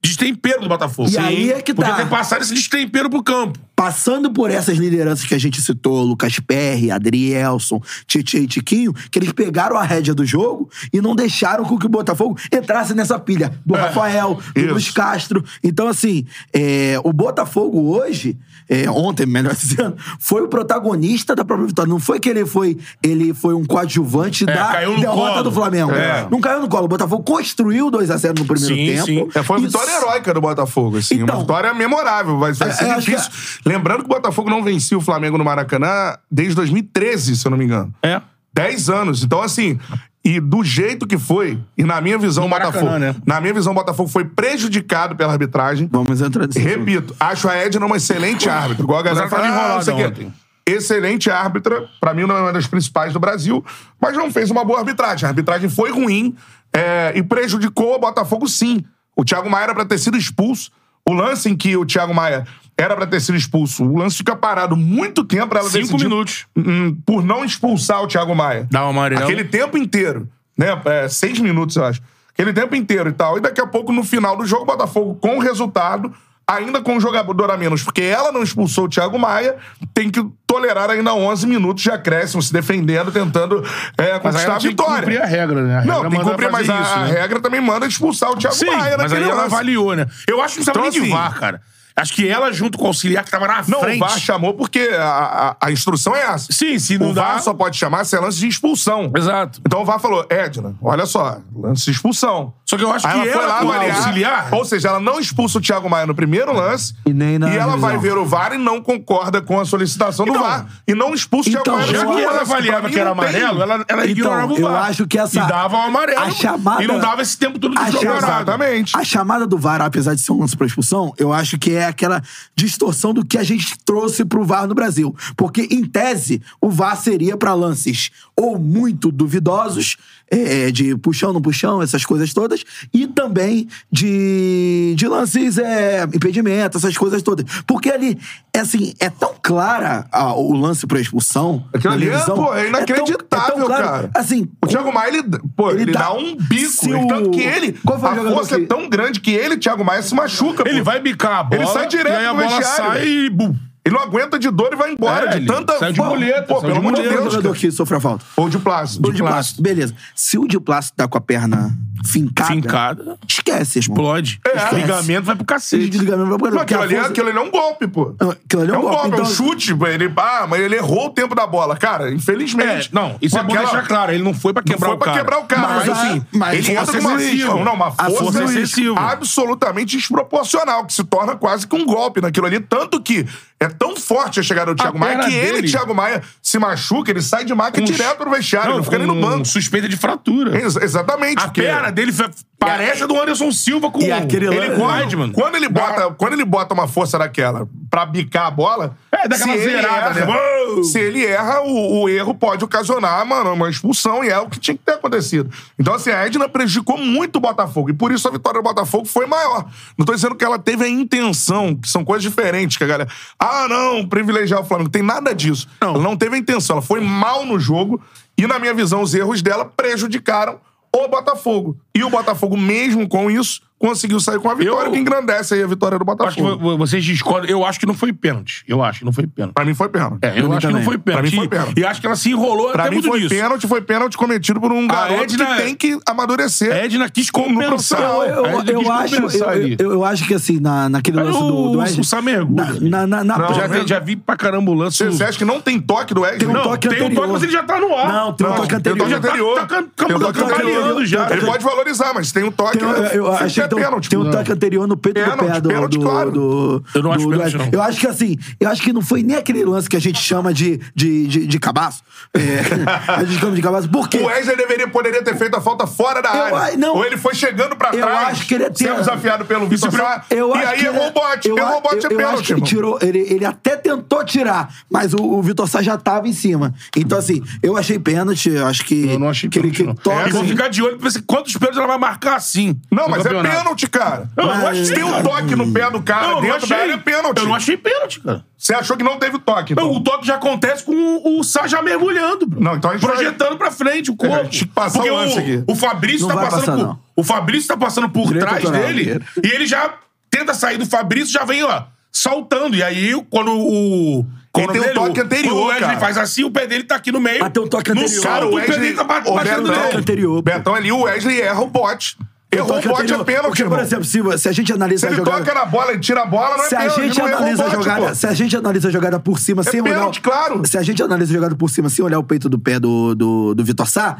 destempero do Botafogo. E aí é que tá. Podia ter passado esse destempero pro campo. Passando por essas lideranças que a gente citou, Lucas Perry, Adrielson, Tietchan e Tiquinho, que eles pegaram a rédea do jogo e não deixaram com que o Botafogo entrasse nessa pilha do É, Rafael, do isso. Luiz Castro. Então, assim, é, o Botafogo hoje, é, ontem, melhor (laughs) dizendo, foi o protagonista da própria vitória. Não foi que ele foi, ele foi um coadjuvante É, da caiu no derrota colo. do Flamengo. É. Não caiu no colo. O Botafogo construiu 2x0 no primeiro Sim, tempo. sim. É, foi uma E vitória heróica do Botafogo, assim. Então- uma vitória memorável. Vai, vai É, ser eu acho que difícil. Lembrando que o Botafogo não vencia o Flamengo no Maracanã desde 2013, se eu não me engano. É. 10 anos. Então, assim, e do jeito que foi, e na minha visão, o Maracanã, Botafogo. né? Na minha visão, o Botafogo foi prejudicado pela arbitragem. Vamos entrar nesse assunto. Repito, acho a Edna uma excelente árbitra. Igual a galera Mas ela fala, tava ah, não sei o quê. enrolada ontem. Excelente árbitra, pra mim não é uma das principais do Brasil, mas não fez uma boa arbitragem. A arbitragem foi ruim é, e prejudicou o Botafogo, sim. O Thiago Maia era pra ter sido expulso. O lance em que o Thiago Maia era pra ter sido expulso, o lance fica parado muito tempo pra ela Cinco decidir minutos. hum, por não expulsar o Thiago Maia. Dá uma amarelo. Aquele tempo inteiro, né? É, seis minutos, eu acho. Aquele tempo inteiro e tal. E daqui a pouco, no final do jogo, o Botafogo com o resultado, ainda com o jogador a menos, porque ela não expulsou o Thiago Maia, tem que tolerar ainda 11 minutos de acréscimo, se defendendo, tentando é, Mas conquistar aí ela a tinha que cumprir vitória. a regra, né? A Não, tem regra que manda cumprir, mas fazer a, isso, a né? regra também manda expulsar o Thiago Sim, Maia mas aí naquele ela lance. avaliou, né? Eu acho que não precisava Então, nem de assim- VAR, cara. Acho que ela, junto com o auxiliar que tava na Não, frente... o VAR chamou porque a, a- a instrução é essa. Sim, se não o dá... VAR só pode chamar se é lance de expulsão. Exato. Então o VAR falou, Edna, olha só, lance de expulsão. Só que eu acho Aí que ela foi ela, lá com o avaliar, auxiliar... Ou seja, ela não expulsa o Thiago Maia no primeiro lance. É. E nem na ela revisão. vai ver o VAR e não concorda com a solicitação do Então, VAR. E não expulsa o então, Thiago Maia no Já segundo que ela lance, pra avaliava mim que era não tem- amarelo, ela, ela Então, ignorava o eu VAR. acho que essa- E dava o amarelo. a chamada- E não dava esse tempo todo A de jogo chamada- parado. Exatamente. A chamada do VAR, apesar de ser um lance pra expulsão, eu acho que é aquela distorção do que a gente trouxe pro VAR no Brasil. Porque, em tese, o VAR seria pra lances ou muito duvidosos, é, é, de puxão, não puxão, essas coisas todas, e também de, de lances é, impedimento, essas coisas todas. Porque ali, é assim, é tão clara a- o lance pra expulsão. Aquilo na ali é, televisão, pô, é tão- inacreditável, cara. Assim, O Thiago Maia, ele, pô, ele, Ele dá, dá- um bico. Se ele- o- Tanto que ele, Qual foi o a jogador força que- é tão grande que ele, Thiago Maia, se machuca. Ele pô. vai bicar a bola. Ele sai direto e aí a do bola vestiário. sai e bum. Ele não aguenta de dor e vai embora. É, de ele tanta... saiu de Pô, muleta, Pô, saiu pelo de amor de muleta, o Deus, um jogador cara. que sofreu a falta. Ou de plástico. Ou de plástico. Beleza. Se o de plástico tá com a perna fincada, Fincada. esquece, irmão. Explode. É. Ligamento vai pro Ele cacete. desliga mesmo pra Não, porque a aquilo, ali, é- força- aquilo ali é um golpe, pô. Aquilo ali É um golpe, Então, é um chute, pô, ele, ah, mas ele errou o tempo da bola. Cara, infelizmente. É, não, isso Com é bom aquela- deixar claro. Ele não foi pra Não quebrar foi o pra cara. quebrar o cara, mas, Mas a- assim, mas ele força entra com uma excessiva. força, não, uma A força, é força excessiva. absolutamente desproporcional, que se torna quase que um golpe naquilo ali. Tanto que é tão forte a chegada do Thiago Maia perna que ele, dele- Thiago Maia, se machuca, ele sai de maca Com- direto pro vestiário, não, não fica nem no com banco. Suspeita de fratura. Ex- exatamente. A porque- perna dele fa- parece a do Anderson Silva com E aquele ele lance- com o Weidman. Quando ele, bota, quando ele bota uma força daquela pra bicar a bola. É, dá aquela se ele zerada, erra- né? Uou! Se ele erra, o, o erro pode ocasionar, mano, uma expulsão e é o que tinha que ter acontecido. Então, assim, a Edna prejudicou muito o Botafogo e por isso a vitória do Botafogo foi maior. Não tô dizendo que ela teve a intenção, que são coisas diferentes, que a galera. Ah, não, privilegiar o Flamengo. Tem nada disso. Ela não teve a intenção. Ela foi mal no jogo e, na minha visão, os erros dela prejudicaram o Botafogo. E o Botafogo, mesmo com isso, conseguiu sair com a vitória, Eu- que engrandece aí a vitória do Eu Acho que Botafogo. vo- vocês discordam. Eu acho que não foi pênalti. Eu acho que não foi pênalti. Pra mim foi pênalti. É, eu mim acho que não também. foi Pra mim pênalti. foi pênalti. E e acho que ela se enrolou Pra até mim muito Ah, foi nisso. pênalti, foi pênalti cometido por um garoto Edna- que tem que amadurecer. A Edna quis compensar. profissional. Eu, eu, A Edna quis eu acho, eu, compensar ali. eu, eu acho que assim, na, naquele Era lance o- do, do o Wesley- Samergo. Na, na, na, na é Não, Já, né? já vi pra caramba o lance. Você, você acha que não tem toque do Edna? Tem um Não, toque tem um anterior. toque, mas ele já tá no ar. Não, tem um Não, toque tem anterior. toque Já tá- anterior. tá cam- Tem um toque cambaleando anterior. já. Ele pode valorizar, mas tem um toque. Tem um- eu Você achei quer tem, um- pênalti. tem um Não. taque anterior no peito do Pênalti, pé do, pênalti, do, claro. do- Eu não acho do- do- pênalti, não. Eu acho que assim, eu acho que não foi nem aquele lance que a gente chama de, de, de, de cabaço. É, (laughs) a gente chama de cabaço. Por quê? O Wesley deveria, poderia ter feito a falta fora da Eu área. a- não. Ou ele foi chegando pra Eu trás, acho que ele é sendo ter- desafiado pelo Vitor Sá, Eu e acho aí que errou ele- o bote. eu Errou a- o bote, eu- é eu acho pênalti, que ele irmão. tirou, ele, ele até tentou tirar, mas o, o Vitor Sá já tava em cima. Então, assim, eu achei pênalti, eu acho que. Eu não achei que ele que pênalti, toca. E vou assim, É, ficar de olho pra ver se quantos pênaltis ela vai marcar assim. Não, mas é campeonato. pênalti, cara. eu achei, Se tem um cara. toque no pé do cara Não, eu não dentro da achei. área, é pênalti. Eu não achei pênalti, cara. Você achou que não teve toque, então? Não, o toque já acontece com o, o Sá já mergulhando, bro. Não, então a gente Projetando pra frente o corpo. É, tinha que passar Porque o lance aqui. o Fabrício Não tá vai passando passar, por, não. O Fabrício tá passando por Direito trás autoral. dele e ele já tenta sair do Fabrício, já vem, ó, saltando. E aí, quando o... Quando tem um dele, toque o- anterior, quando o Wesley cara. faz assim, o pé dele tá aqui no meio. Ah, tem um toque No anterior. salto, Cara, o o pé dele Wesley... tá ba- o batendo Betão- toque nele. anterior, pô. Betão ali, o Wesley erra o bote. Errou o toque bote, é anterior. pênalti, Porque, irmão. por exemplo, se, você- se a gente Se analisa ele a jogada. toca na bola, ele tira a bola, não é se a pênalti, gente não errou o analisa a bote, jogada, pô. É se a gente analisa a jogada por cima, sem olhar, pênalti, o- claro. se a gente analisa a jogada por cima, sem olhar o peito do pé do, do, do Vitor Sá,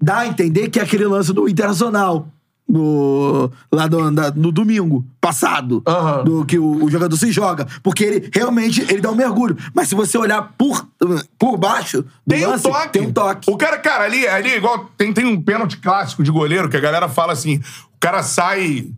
dá a entender que é aquele lance do Internacional. No, lá do, da- no domingo passado, Aham. do que o, o jogador se joga, porque ele realmente ele dá um mergulho, mas se você olhar por, por baixo do Tem lance, um toque. tem um toque. O cara, cara, ali, ali é igual. Tem, tem um pênalti clássico de goleiro que a galera fala assim: o cara sai.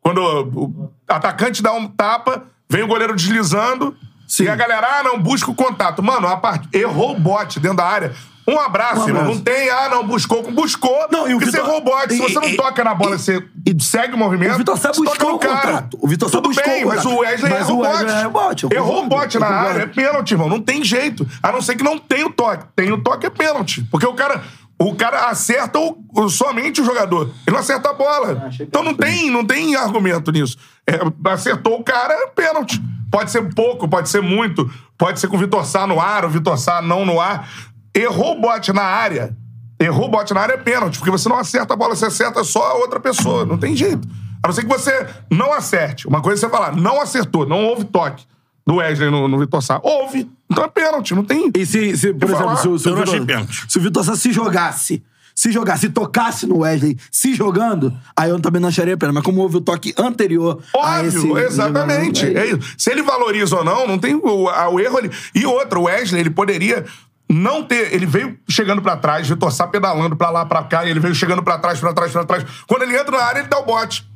Quando o atacante dá um tapa, vem o goleiro deslizando. Sim. E a galera, ah, não, busca o contato. Mano, a part... errou o bote dentro da área. Um abraço, Um irmão. abraço. Não tem, ah, não, buscou. Buscou. Não, e o porque Vitor- você errou o bote. Se e- você não e- toca na bola, e- você segue o movimento. O Vitor Sá você toca buscou no o cara. contrato. O Vitor Sá Tudo buscou bem, o mas contrato. o Wesley Mas errou o o Wesley bote. errou o bote, eu Errou o concordo, bote eu na concordo. área. É pênalti, irmão. Não tem jeito. A não ser que não tenha o toque. Tem o toque, é pênalti. Porque o cara. O cara acerta o- o- somente o jogador. Ele não acerta a bola. achei Então não tem, não tem argumento nisso. É, acertou o cara, é pênalti. Pode ser pouco, pode ser muito. Pode ser com o Vitor Sá no ar, o Vitor Sá não no ar. Errou o bote na área. Errou o bote na área é pênalti, porque você não acerta a bola, você acerta só a outra pessoa. Não tem jeito. A não ser que você não acerte. Uma coisa é você falar, não acertou, não houve toque do Wesley no, no Vitor Sá. Houve. Então é pênalti, não tem. E se, se, por Eu exemplo, falar, se, o- se eu o não Vitor, achei pênalti. se o Vitor Sá se jogasse, se jogasse, tocasse no Wesley se jogando, aí eu também não acharia pênalti. Mas como houve o toque anterior a esse... né? Óbvio, exatamente. jogador, É aí- isso. Se ele valoriza ou não, não tem o, a- o erro ali. E outra, o Wesley, ele poderia não ter. Ele veio chegando pra trás, Vitor Sá pedalando pra lá, pra cá, e ele veio chegando pra trás, pra trás, pra trás. Quando ele entra na área, ele dá o bote.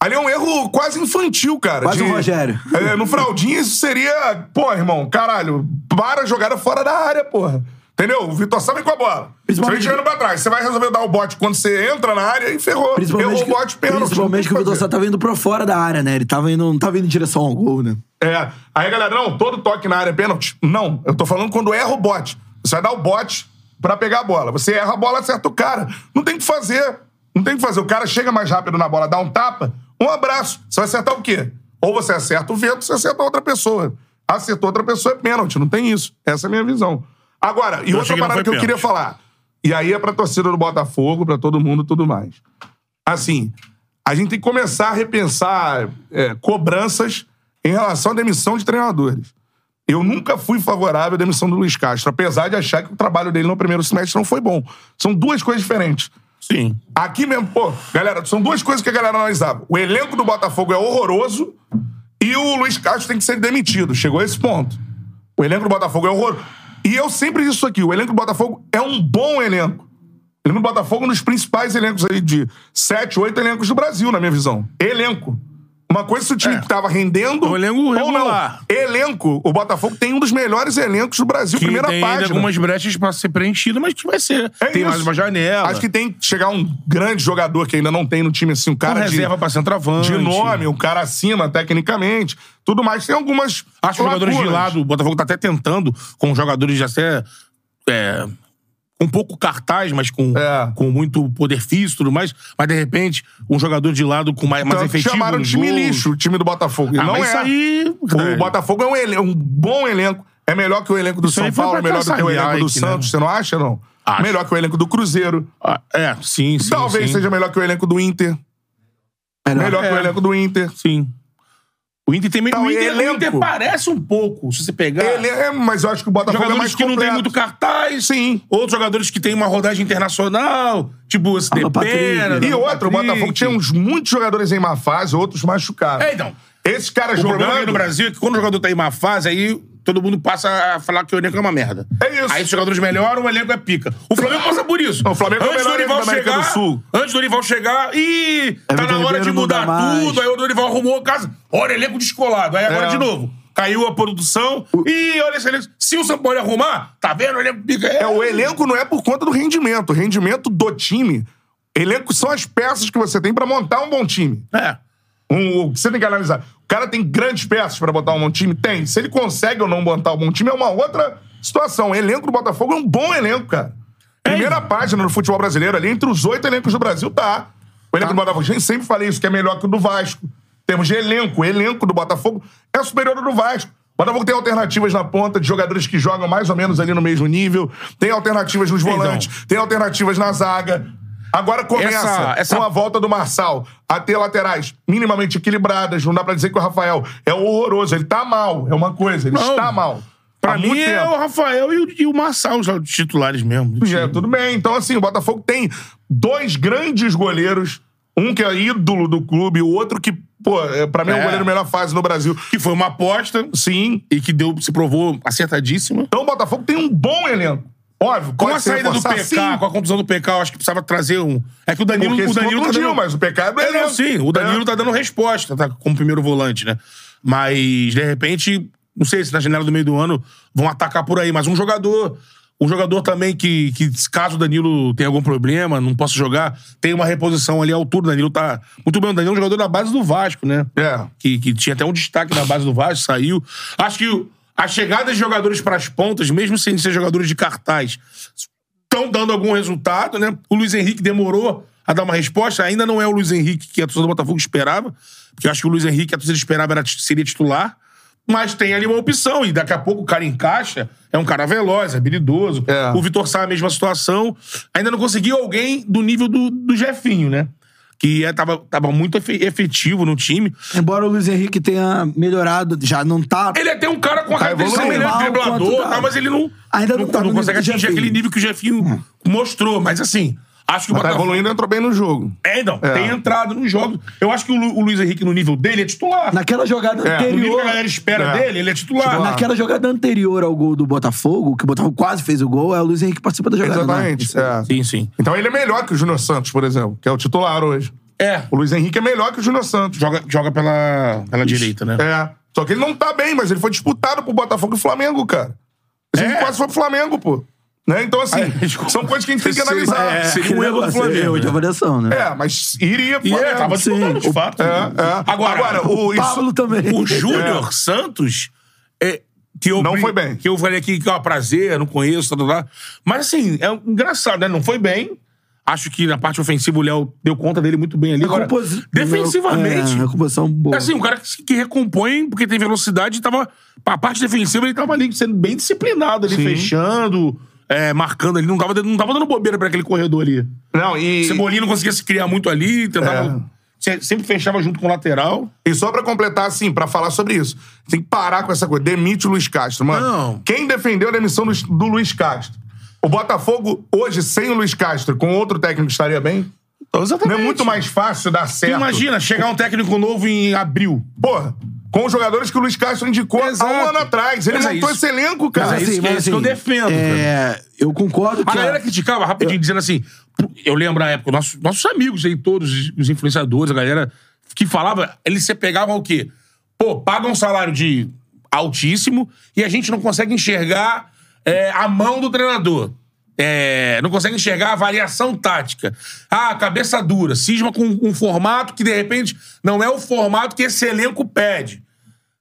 Ali é um erro quase infantil, cara. Quase o Rogério. É, no fraldinho, isso seria. Pô, irmão, caralho, para a jogada fora da área, porra. Entendeu? O Vitor Sá vem com a bola. Você vem Principalmente- chegando pra trás. Você vai resolver dar o bote quando você entra na área e ferrou. Principalmente, Errou o que, bote, pênalti. não principalmente tem que o Vitor fazer. Sá tava indo pra fora da área, né? Ele tava indo, não tava indo em direção ao gol, né? É. Aí, galera, não, todo toque na área é pênalti? Não. Eu tô falando quando erra o bote. Você vai dar o bote pra pegar a bola. Você erra a bola, acerta o cara. Não tem o que fazer. Não tem o que fazer. O cara chega mais rápido na bola, dá um tapa, um abraço. Você vai acertar o quê? Ou você acerta o vento, você acerta outra pessoa. Acertou outra pessoa é pênalti. Não tem isso. Essa é a minha visão. Agora, e Eu achei outra que não parada foi que eu pênalti. queria falar. E aí é pra torcida do Botafogo, pra todo mundo e tudo mais assim, a gente tem que começar a repensar é, cobranças em relação à demissão de treinadores. Eu nunca fui favorável à demissão do Luiz Castro, apesar de achar que o trabalho dele no primeiro semestre não foi bom. São duas coisas diferentes. Sim. Aqui mesmo, pô, galera, são duas coisas que a galera analisava. O elenco do Botafogo é horroroso e o Luiz Castro tem que ser demitido. Chegou a esse ponto. O elenco do Botafogo é horroroso. E eu sempre disse isso aqui: o elenco do Botafogo é um bom elenco. O elenco do Botafogo é um dos principais elencos aí de sete, oito elencos do Brasil, na minha visão. Elenco. Uma coisa é se o time tava rendendo. É um elenco ou não. regular. Elenco. O Botafogo tem um dos melhores elencos do Brasil, Que primeira tem ainda página. algumas brechas pra ser preenchida, mas que vai ser. É tem isso. mais uma janela. Acho que tem que chegar um grande jogador que ainda não tem no time, assim, um um cara de, reserva pra centroavante. de nome, um cara acima tecnicamente, tudo mais. Tem algumas. Acho que jogadores de lacunas. lado, o Botafogo tá até tentando, com jogadores de até. É, um pouco cartaz, mas com, É. com muito poder físico e tudo mais. Mas de repente, um jogador de lado com mais, mais Tanto que efetivo. chamaram o nos time gols. lixo, o time do Botafogo. E Ah, não mas é. isso aí. O Botafogo é um, ele- um bom elenco. É melhor que o elenco do Isso São aí foi Paulo, pra melhor do que o caçar elenco do like, né? Santos, você não acha, não? Acho. Melhor que o elenco do Cruzeiro. Ah, é, sim, sim. Talvez sim. seja melhor que o elenco do Inter. Melhor que o É. elenco do Inter. Sim. O Inter tem meio. Então, o, Inter, elenco. o Inter parece um pouco, se você pegar. Ele é, mas eu acho que o Botafogo é Jogadores mais que não tem completo. muito cartaz. Sim. Outros jogadores que tem uma rodagem internacional, tipo esse Alan De Pena, Patrick. E Alan outro, o Patrick. Botafogo tinha uns muitos jogadores em má fase, outros machucados. É, então. Esses caras O problema aqui jogando. no Brasil é que quando o jogador tá em má fase, aí todo mundo passa a falar que o elenco é uma merda. É isso. Aí os jogadores melhoram, o elenco é pica. O Flamengo passa por isso. O Flamengo é o antes melhor Dorival elenco da América chegar, do Sul. Antes do Dorival chegar, ih, tá Everton na hora Ribeiro de não mudar dá mais. tudo. Aí o Dorival arrumou a casa. Olha, elenco descolado. Aí agora É. de novo. Caiu a produção. Ih, olha esse elenco. Se o São Paulo arrumar, tá vendo? O elenco pica. É, o elenco não é por conta do rendimento. O rendimento do time. Elenco são as peças que você tem pra montar um bom time. É. Um- o que você tem que analisar. O cara tem grandes peças pra botar um bom time? Tem. Se ele consegue ou não montar um bom time, é uma outra situação. O elenco do Botafogo é um bom elenco, cara. É Primeira página no futebol brasileiro ali, entre os oito elencos do Brasil, tá. O elenco do Botafogo, gente, sempre falei isso, que é melhor que o do Vasco. Temos de elenco, o elenco do Botafogo é superior ao do Vasco. O Botafogo tem alternativas na ponta de jogadores que jogam mais ou menos ali no mesmo nível, tem alternativas nos Então. volantes, tem alternativas na zaga. Agora começa Essa- essa com a volta do Marçal a ter laterais minimamente equilibradas. Não dá pra dizer que o Rafael é horroroso. Ele tá mal, é uma coisa. Ele Não. está mal. Pra Há mim muito é tempo. o Rafael e o, e o Marçal, os titulares mesmo. do É, time. tudo bem. Então, assim, o Botafogo tem dois grandes goleiros. Um que é ídolo do clube, o outro que, pô, é, pra mim é o É. goleiro melhor fase no Brasil. Que foi uma aposta Sim. e que deu, se provou acertadíssima. Então o Botafogo tem um bom elenco. Óbvio, Com pode a se saída do reforçar, PK, sim, com a condução do PK, eu acho que precisava trazer um. É que o Danilo. porque o esse Danilo clube não tá tinha, dando- mas o PK é do É, não, elenco. sim. O Danilo tá dando resposta, tá? Como primeiro volante, né? Mas, de repente, não sei se na janela do meio do ano vão atacar por aí, mas um jogador. Um jogador também que, que, caso o Danilo tenha algum problema, não possa jogar, tem uma reposição ali à altura. O Danilo tá. Muito bem, o Danilo é um jogador da base do Vasco, né? É. que, que tinha até um destaque na base do Vasco, saiu. Acho que o- a chegada de jogadores para as pontas, mesmo sem ser jogadores de cartaz, estão dando algum resultado, né? O Luiz Henrique demorou a dar uma resposta, ainda não é o Luiz Henrique que a torcida do Botafogo esperava, porque eu acho que o Luiz Henrique a torcida esperava era, seria titular, mas tem ali uma opção, e daqui a pouco o cara encaixa, é um cara veloz, habilidoso. É. O Vitor Sá, a mesma situação. Ainda não conseguiu alguém do nível do, do Jefinho, né? Que é, tava, tava muito efe- efetivo no time. Embora o Luiz Henrique tenha melhorado, já não tá. Ele é até um cara com a Tá característica evoluindo. ele é Mal driblador, quanto tá. tá, mas ele não, Ainda não não, tá no não consegue nível do atingir aquele Jefinho. nível que o Jefinho mostrou. Mas assim, acho que o Tá Botafogo... evoluindo, entrou bem no jogo. É, então, É. tem entrado nos jogos. Eu acho que o, Lu- o Luiz Henrique, no nível dele, é titular. Naquela jogada É, no nível anterior. que a galera espera É. dele, ele é titular. Titular. Naquela jogada anterior ao gol do Botafogo, que o Botafogo quase fez o gol, é o Luiz Henrique que participa da jogada. né? Exatamente. é. Sim, sim. Então ele é melhor que o Júnior Santos, por exemplo, que é o titular hoje. É. O Luiz Henrique é melhor que o Júnior Santos. Joga, joga pela, pela direita, né? É. Só que ele não tá bem, mas ele foi disputado pro Botafogo e Flamengo, cara. Ele É. quase foi pro Flamengo, pô. Né? Então, assim, Ai, desculpa. são coisas que a gente tem que Sim, analisar. é. É, Seria um erro do Flamengo, É, de né? avaliação, né? mas iria pro E é, Flamengo. tava disputando, de sim. fato. É, é. Agora, o, O isso- Pablo (laughs) também. O Júnior Santos é. Que eu É. Não foi bem. Que eu falei aqui que é um prazer, não conheço, tá, tá, tá. Mas assim, é engraçado, né? Não foi bem. Acho que na parte ofensiva o Léo deu conta dele muito bem ali. A Agora, É composi- defensivamente. É, a composição boa. É assim, um cara que, que recompõe porque tem velocidade e tava. A parte defensiva ele tava ali sendo bem disciplinado ali, Sim. fechando, é, marcando ali. Não tava, dando- não tava dando bobeira pra aquele corredor ali. Não, e, Cebolinha não conseguia se criar muito ali, tentava. se- Sempre fechava junto com o lateral. e só pra completar, assim, pra falar sobre isso, tem que parar com essa coisa. Demite o Luiz Castro, mano. Não. Quem defendeu a demissão do, do Luiz Castro? O Botafogo, hoje, sem o Luiz Castro, com outro técnico, estaria bem? Não é muito mais fácil dar Então, Tu certo. imagina chegar um técnico novo em abril. Porra, com os jogadores que o Luiz Castro indicou Exato. há um ano atrás. Ele Mas é montou isso. esse elenco, Mas cara. é isso que- é isso que eu defendo, assim, É, eu concordo que. A galera criticava rapidinho, dizendo assim. Eu lembro a época, nossos, nossos amigos aí, todos os influenciadores, a galera que falava, eles se pegavam ao quê? Pô, paga um salário de altíssimo e a gente não consegue enxergar é, a mão do treinador. É, não consegue enxergar a variação tática. Ah, cabeça dura, cisma com um formato que, de repente, não é o formato que esse elenco pede.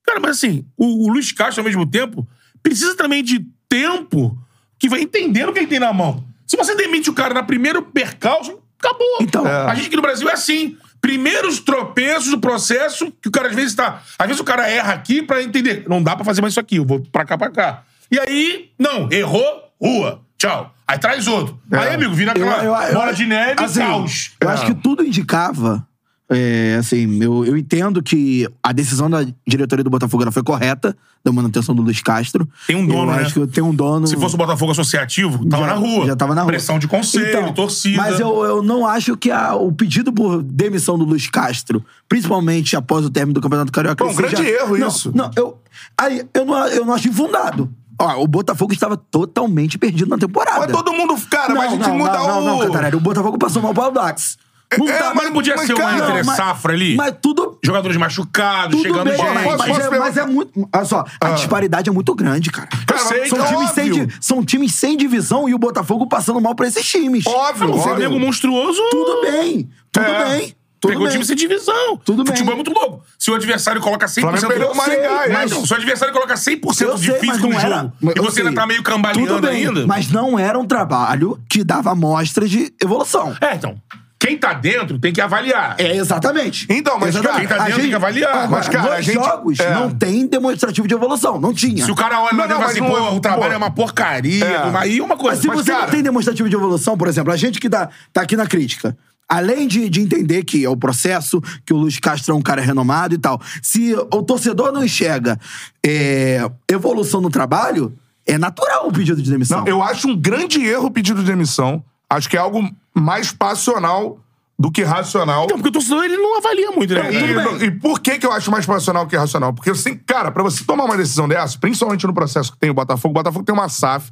Cara, mas assim, o, o Luiz Castro, ao mesmo tempo, precisa também de tempo que vai entendendo o que ele tem na mão. Se você demite o cara na primeira percalço, acabou. Então. É. a gente aqui no Brasil é assim. Primeiros tropeços do processo, que o cara às vezes tá. Às vezes o cara erra aqui pra entender. Não dá pra fazer mais isso aqui, eu vou pra cá, pra cá. E aí, não, errou, rua. Tchau. Aí traz outro. Aí, amigo, vira aquela É. Eu- eu- eu- bola é de neve assim, e caos. Eu acho que tudo indicava. É, assim, eu, eu entendo que a decisão da diretoria do Botafogo ela foi correta, da manutenção do Luiz Castro. Tem um dono, eu né? Acho que tem um dono. Se fosse o Botafogo associativo, tava Já- na rua. Já tava na rua. Pressão de conselho, Então, torcida. Mas eu, eu não acho que a- o pedido por demissão do Luiz Castro, principalmente após o término do Campeonato Carioca... Pô, um ele grande erro não, isso. Não, eu, aí, eu, não, eu não acho infundado. Ó, o Botafogo estava totalmente perdido na temporada. é- Mas todo mundo, cara, não, mas a gente não, muda não, o. não, não, Cantarelli, O Botafogo passou mal para o Dax. Não É, tá- mas não podia mas, ser uma cara, entre mas- safra ali? Mas tudo... Jogadores machucados, Tudo chegando bem, gente. mas, mas é, mas é muito. Olha só, a disparidade é muito grande, cara. Cara, sei, são, é times sem, óbvio. di- são times sem divisão e o Botafogo passando mal pra esses times. Óbvio, O óbvio. Flamengo monstruoso. é Tudo bem, tudo É. bem. Tudo pegou bem. time sem divisão. Tudo bem. Futebol é muito louco. Se o adversário coloca 100% Flamengo perdeu Eu o Maringá, sei, é. mas não, então, se o adversário coloca 100% Eu de sei, mas físico no não era- jogo mas e eu você ainda sei. tá meio Tudo cambaleando bem, ainda. mas não era um trabalho que dava amostras de evolução. É, então. Quem tá dentro tem que avaliar. É, exatamente. Então, mas, cara, Exatamente. quem tá A dentro tem que avaliar. Agora, Mas, cara, a nos gente- jogos é. não tem demonstrativo de evolução. Não tinha. Se o cara olha Não, não, lá dentro e fala assim, mas não pô, é- o trabalho pô. é uma porcaria. É. não vai- Aí é uma coisa. Mas se Mas, você cara, não tem demonstrativo de evolução, por exemplo, a gente que dá, tá aqui na crítica, além de, de entender que é o processo, que o Luiz Castro é um cara renomado e tal, se o torcedor não enxerga é, evolução no trabalho, é natural o pedido de demissão. Não, eu acho um grande erro o pedido de demissão. Acho que é algo mais passional do que racional. Então, porque o torcedor ele não avalia muito, né? Ele- tudo E, e por que, que eu acho mais passional que racional? Porque, assim, cara, pra você tomar uma decisão dessa, principalmente no processo que tem o Botafogo, o Botafogo tem uma SAF,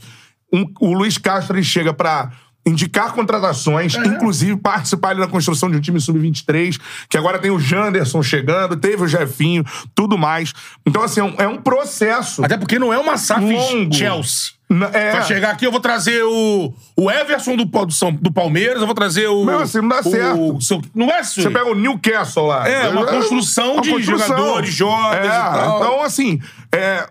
um- o Luiz Castro ele chega pra indicar contratações, inclusive participar ali na construção de um time sub-23, que agora tem o Janderson chegando, teve o Jefinho, tudo mais. Então, assim, é um, é um processo. Até porque não é uma SAF Longo. Chelsea. N- é. Vai chegar aqui, eu vou trazer o, o Everson do, Pau- do, São, do Palmeiras, eu vou trazer o. Não, assim, não dá o- certo. seu- não é, Você senhor? pega o Newcastle lá. É, uma construção de jogadores, jovens É, e tal. Então, assim, é,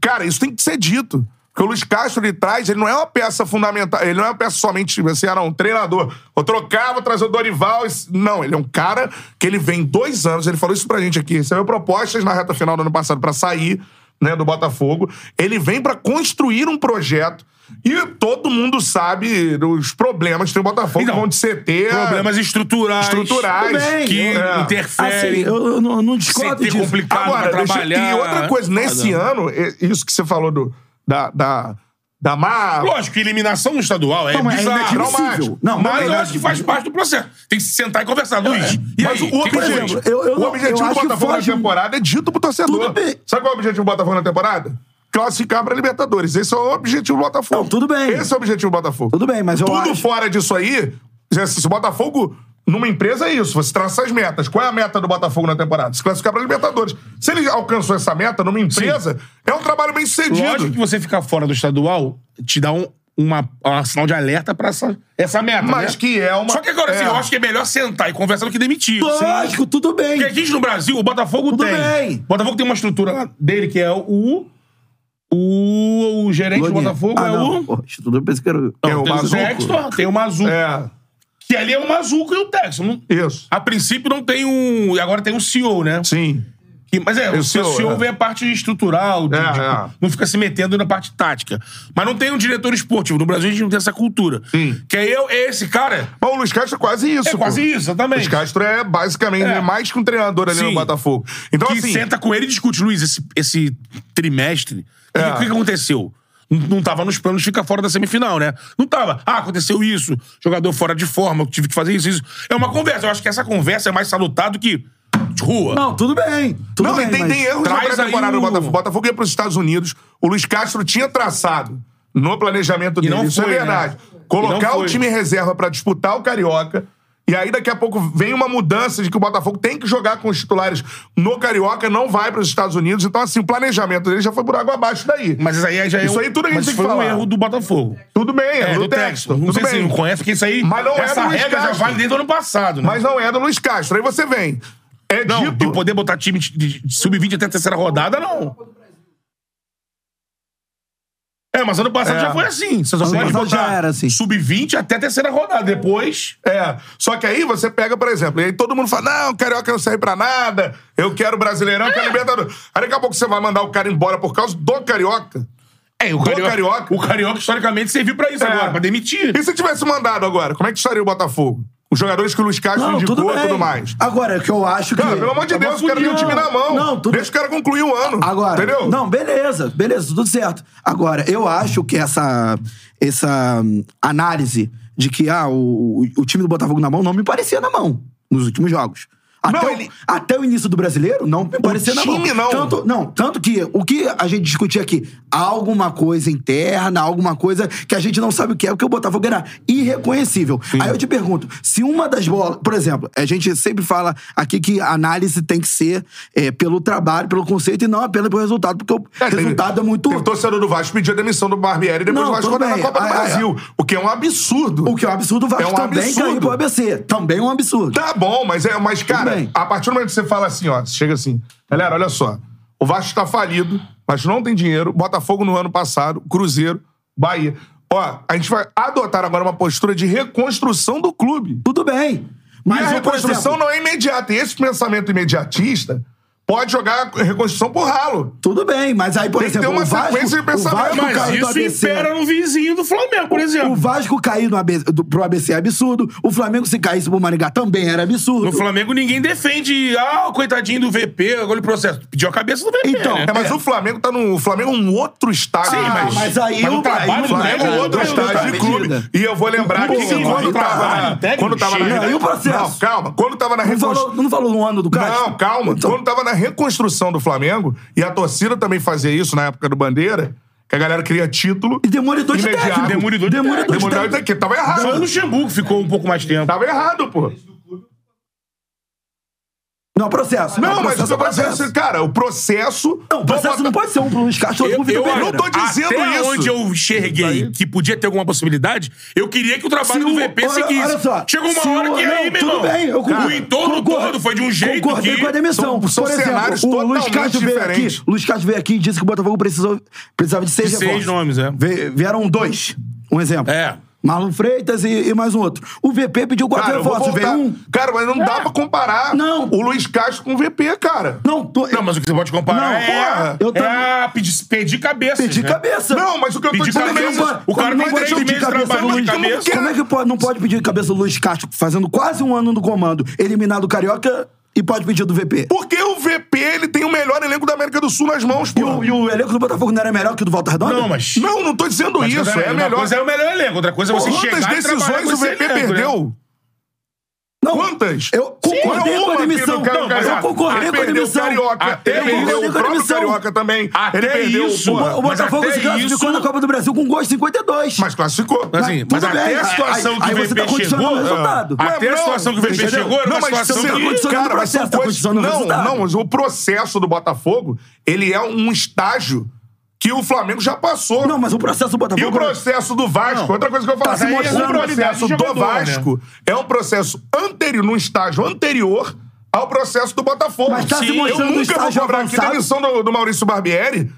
cara, isso tem que ser dito. Porque o Luiz Castro, ele traz, ele não é uma peça fundamental, ele não é uma peça somente, assim, ah, não, um treinador. Vou trocar, vou trazer o Dorival. esse- Não, ele é um cara que ele vem dois anos, ele falou isso pra gente aqui, recebeu propostas na reta final do ano passado pra sair, né, do Botafogo. Ele vem pra construir um projeto e todo mundo sabe os problemas que tem o Botafogo, Então, vão de CT... Problemas estruturais. Estruturais. Tudo bem. Que É. Assim, interferem. eu, eu não, eu não discordo CT disso. complicado pra deixa- trabalhar. E outra coisa, nesse ano, e- isso que você falou do, da, da, da má. Lógico, que eliminação no estadual é Não, mas é bizarro. inadmissível. traumático. Não, mas mas eu é- acho que faz parte do processo. Tem que se sentar e conversar, Luiz. E Mas aí, o que que a gente- objetivo, eu- eu o não- objetivo eu do acho que Botafogo foge- na temporada é dito pro torcedor. Tudo bem. Sabe qual é o objetivo do Botafogo na temporada? Classificar pra Libertadores. Esse é o objetivo do Botafogo. Não, tudo bem. Esse é o objetivo do Botafogo. Tudo bem, mas eu Tudo acho- fora disso aí, se se o Botafogo. Numa empresa é isso, você traça as metas. Qual é a meta do Botafogo na temporada? Se classificar para Libertadores. Se ele alcançou essa meta numa empresa, é um trabalho bem Lógico sucedido. que você ficar fora do estadual te dá um, uma, um sinal de alerta pra essa, essa meta. Mas né? que é uma. Só que agora, assim, é. eu acho que é melhor sentar e conversar do que demitir. Lógico, tudo bem. Porque aqui no Brasil, o Botafogo Tudo tem. bem. O Botafogo tem uma estrutura lá dele que é o. O, o gerente do Lodinha. Botafogo Ah, é não. o. Pô, isso tudo eu penso que era... É o tem Mazuco. Textor, tem o Mazuco. É, Que ali é o Mazuco e o Textor. Não- isso. A princípio não tem um. E agora tem um CEO, né? Sim. Que- mas é, o o CEO, CEO, é. vê a parte estrutural, de- É, de- é. não fica se metendo na parte tática. Mas não tem um diretor esportivo. No Brasil a gente não tem essa cultura. Sim. Que é eu, é esse cara. Mas o Luiz Castro é quase isso. É quase pô. isso, exatamente. Luiz Castro é basicamente É. mais que um treinador ali Sim. no Botafogo. Então, que assim. senta com ele e discute, Luiz, esse, esse trimestre, o É. que, que aconteceu? Não, não tava nos planos de ficar fora da semifinal, né? Não tava. Ah, aconteceu isso, jogador fora de forma, eu tive que fazer isso, isso. É uma conversa. Eu acho que essa conversa é mais salutar do que de rua. Não, tudo bem. Tudo não, bem, e tem, mas- tem erros na Traz pré-temporada aí do o- Botafogo. O Botafogo ia para os Estados Unidos. O Luiz Castro tinha traçado no planejamento dele. não Isso foi, é verdade. né? E Colocar não o foi. time reserva para disputar o Carioca. E aí, daqui a pouco, vem uma mudança de que o Botafogo tem que jogar com os titulares no Carioca, não vai para os Estados Unidos. Então, assim, o planejamento dele já foi por água abaixo daí. Mas isso aí já é Isso um- aí tudo a gente mas tem que foi um falar. erro do Botafogo. Tudo bem, é, do texto. Textor. Não Tudo sei se bem. não conhece, porque isso aí. Mas não é essa do Luiz regra já Castro. vale desde o ano passado, né? Mas não é do Luiz Castro. Aí você vem. É não, dito. de poder botar time de, de- de sub-20 até a terceira rodada, não. É, mas ano passado É. já foi assim. Você só Ano pode passado já botar era assim. sub-20 até a terceira rodada. Depois. É. Só que aí você pega, por exemplo, e aí todo mundo fala: não, o carioca não serve pra nada, eu quero brasileirão, eu quero libertador. Aí daqui a pouco você vai mandar o cara embora por causa do carioca. É, o Carioca- O Carioca, historicamente, serviu pra isso É. agora, pra demitir. E se tivesse mandado agora, como é que estaria o Botafogo? Os jogadores que o Luiz Castro Não, indicou tudo e bem. tudo mais. Agora, o que eu acho Cara, que... pelo amor de Eu Deus, vou o cara tem o fudir. time na mão. Não, tudo Deixa o cara concluir o ano. Agora, Entendeu? não, beleza, beleza, tudo certo. Agora, eu acho que essa, essa hum, análise de que ah, o, o- o time do Botafogo na mão não me parecia na mão nos últimos jogos. Até, Não, o, ele- até o início do brasileiro, não me parecia na mão. time não. Tanto, não, tanto que o que a gente discutia aqui, alguma coisa interna, alguma coisa que a gente não sabe o que é, porque o Botafogo era irreconhecível. Aí eu te pergunto, se uma das bolas, por exemplo, a gente sempre fala aqui que a análise tem que ser é, pelo trabalho, pelo conceito e não apenas pelo resultado, porque o É, teve- resultado é muito Teve torcedor do Vasco pedir a demissão do Barbieri e depois Não, o Vasco tudo rodar na bem. Copa do Ah, é, Brasil. O que é um absurdo. o que é um absurdo, o Vasco É um também absurdo. caiu pro ABC, também é um absurdo. Tá bom, mas é, mas cara, bem. a partir do momento que você fala assim, ó, você chega assim, galera, olha só, o Vasco tá falido, mas não tem dinheiro, Botafogo no ano passado, Cruzeiro, Bahia. Ó, a gente vai adotar agora uma postura de reconstrução do clube. Tudo bem. e Mas a eu, por reconstrução exemplo, não é imediata. E esse pensamento imediatista pode jogar a reconstrução por ralo. tudo bem, mas aí por Tem que ter exemplo, uma o Vasco, sequência de o pensamento. Vasco Mas caiu Mas do isso tá ABC. impera no vizinho do Flamengo, por O exemplo. Vasco cair no ABC, do, pro ABC é absurdo. O Flamengo, se caísse pro Maringá, também era absurdo. No Flamengo ninguém defende. Ah, o coitadinho do VP, agora ele processo. Pediu a cabeça do VP. Então, né? É, mas o Flamengo tá num. O Flamengo é um outro estágio. Sim, né? mas- mas aí mas o o trabalho aí o O Flamengo é um Flamengo- outro Não, não, estágio não, de não, clube. E eu vou lembrar Pô, que quando não, tava, não, na, quando tava na não, e o processo? Não, calma. Quando tava na Não reconstrução. falou, Então- não falou no ano do Castro? Não, calma. Quando tava na reconstrução do Flamengo, e a torcida também fazia isso na época do Bandeira, que a galera queria título. E demolidor de Imediato. técnico. Demolidor de um demolidor técnico. de Tá Demorou técnico. daqui. Tava errado. Só o Luxemburgo ficou um pouco mais tempo. Tava errado, pô. Não, processo. Não, mas o processo que eu tô dizendo é assim, cara, o processo. Não, o processo do não pode ser um pro Luiz Castro outro pro Vitor eu Pereira. não tô dizendo até isso. onde eu enxerguei que podia ter alguma possibilidade, eu queria que o trabalho Se do o- VP olha- seguisse. olha só, Chegou uma se hora o- que é não, aí, meu tudo irmão. bem, eu o concordo. entorno Concordo. todo foi de um jeito Concordei que... com a demissão. são- são Por exemplo, cenários o Luiz totalmente Castro veio diferentes. aqui, o Luiz Castro veio aqui e disse que o Botafogo precisou, precisava de seis De seis reforços. nomes, é. Ve- Vieram dois, um exemplo. É. Marlon Freitas e, e mais um outro. O VP pediu quatro Cara, eu vou reforços, veio voltar. um. Cara, mas não dá pra comparar Não. o Luiz Castro com o VP, cara. Não, tô, Não, mas o que você pode comparar Não, é... porra, eu tam- é pedir, pedir cabeça. perdi né? cabeça. Não, mas o que eu tô Pedir dizendo é cabeça. isso. O cara Como tem é que três eu- meses trabalhando Luiz de cabeça. Como é que pode- não pode pedir cabeça do Luiz Castro, fazendo quase um ano no comando, eliminado o Carioca e pode pedir do VP? Porque o VP ele tem o melhor elenco da América do Sul nas mãos, E pô. o, e o elenco do Botafogo não era melhor que o do Volta Redonda? Não, mas... Não, não tô dizendo mas, isso. galera, É uma melhor. coisa é o melhor elenco, outra coisa é você Quantas chegar e trabalhar decisões com o esse VP elenco, né? perdeu? Não. Quantas? Eu concordei com a demissão. Não, Não, mas eu concordei com a perdeu o demissão. Carioca. Até ele isso. perdeu o Eu concordei com a próprio demissão. Carioca também. Até ele perdeu isso, porra. O Mas Botafogo até se classificou isso- na Copa do Brasil com gol de 52. Mas classificou. Mas, assim, mas tudo até bem. a situação Aí- que aí o você VP tá condicionando chegou. o resultado. Ah, até a não, situação que o VP entendeu? chegou era uma Não, mas situação você tá que- condicionando Cara, o mas são processo, tá coisas- condicionando o não, resultado. Não, não, mas o processo do Botafogo, ele é um estágio que o Flamengo já passou. Não, mas o processo do Botafogo... E o processo do Vasco, outra coisa que eu falo, Tá se assim, mostrando o processo qualidade de do jogador, né? Vasco é um processo anterior, num estágio anterior ao processo do Botafogo. Mas tá se mostrando um eu nunca vou estágio cobrar aqui da avançado. demissão do, do Maurício Barbieri,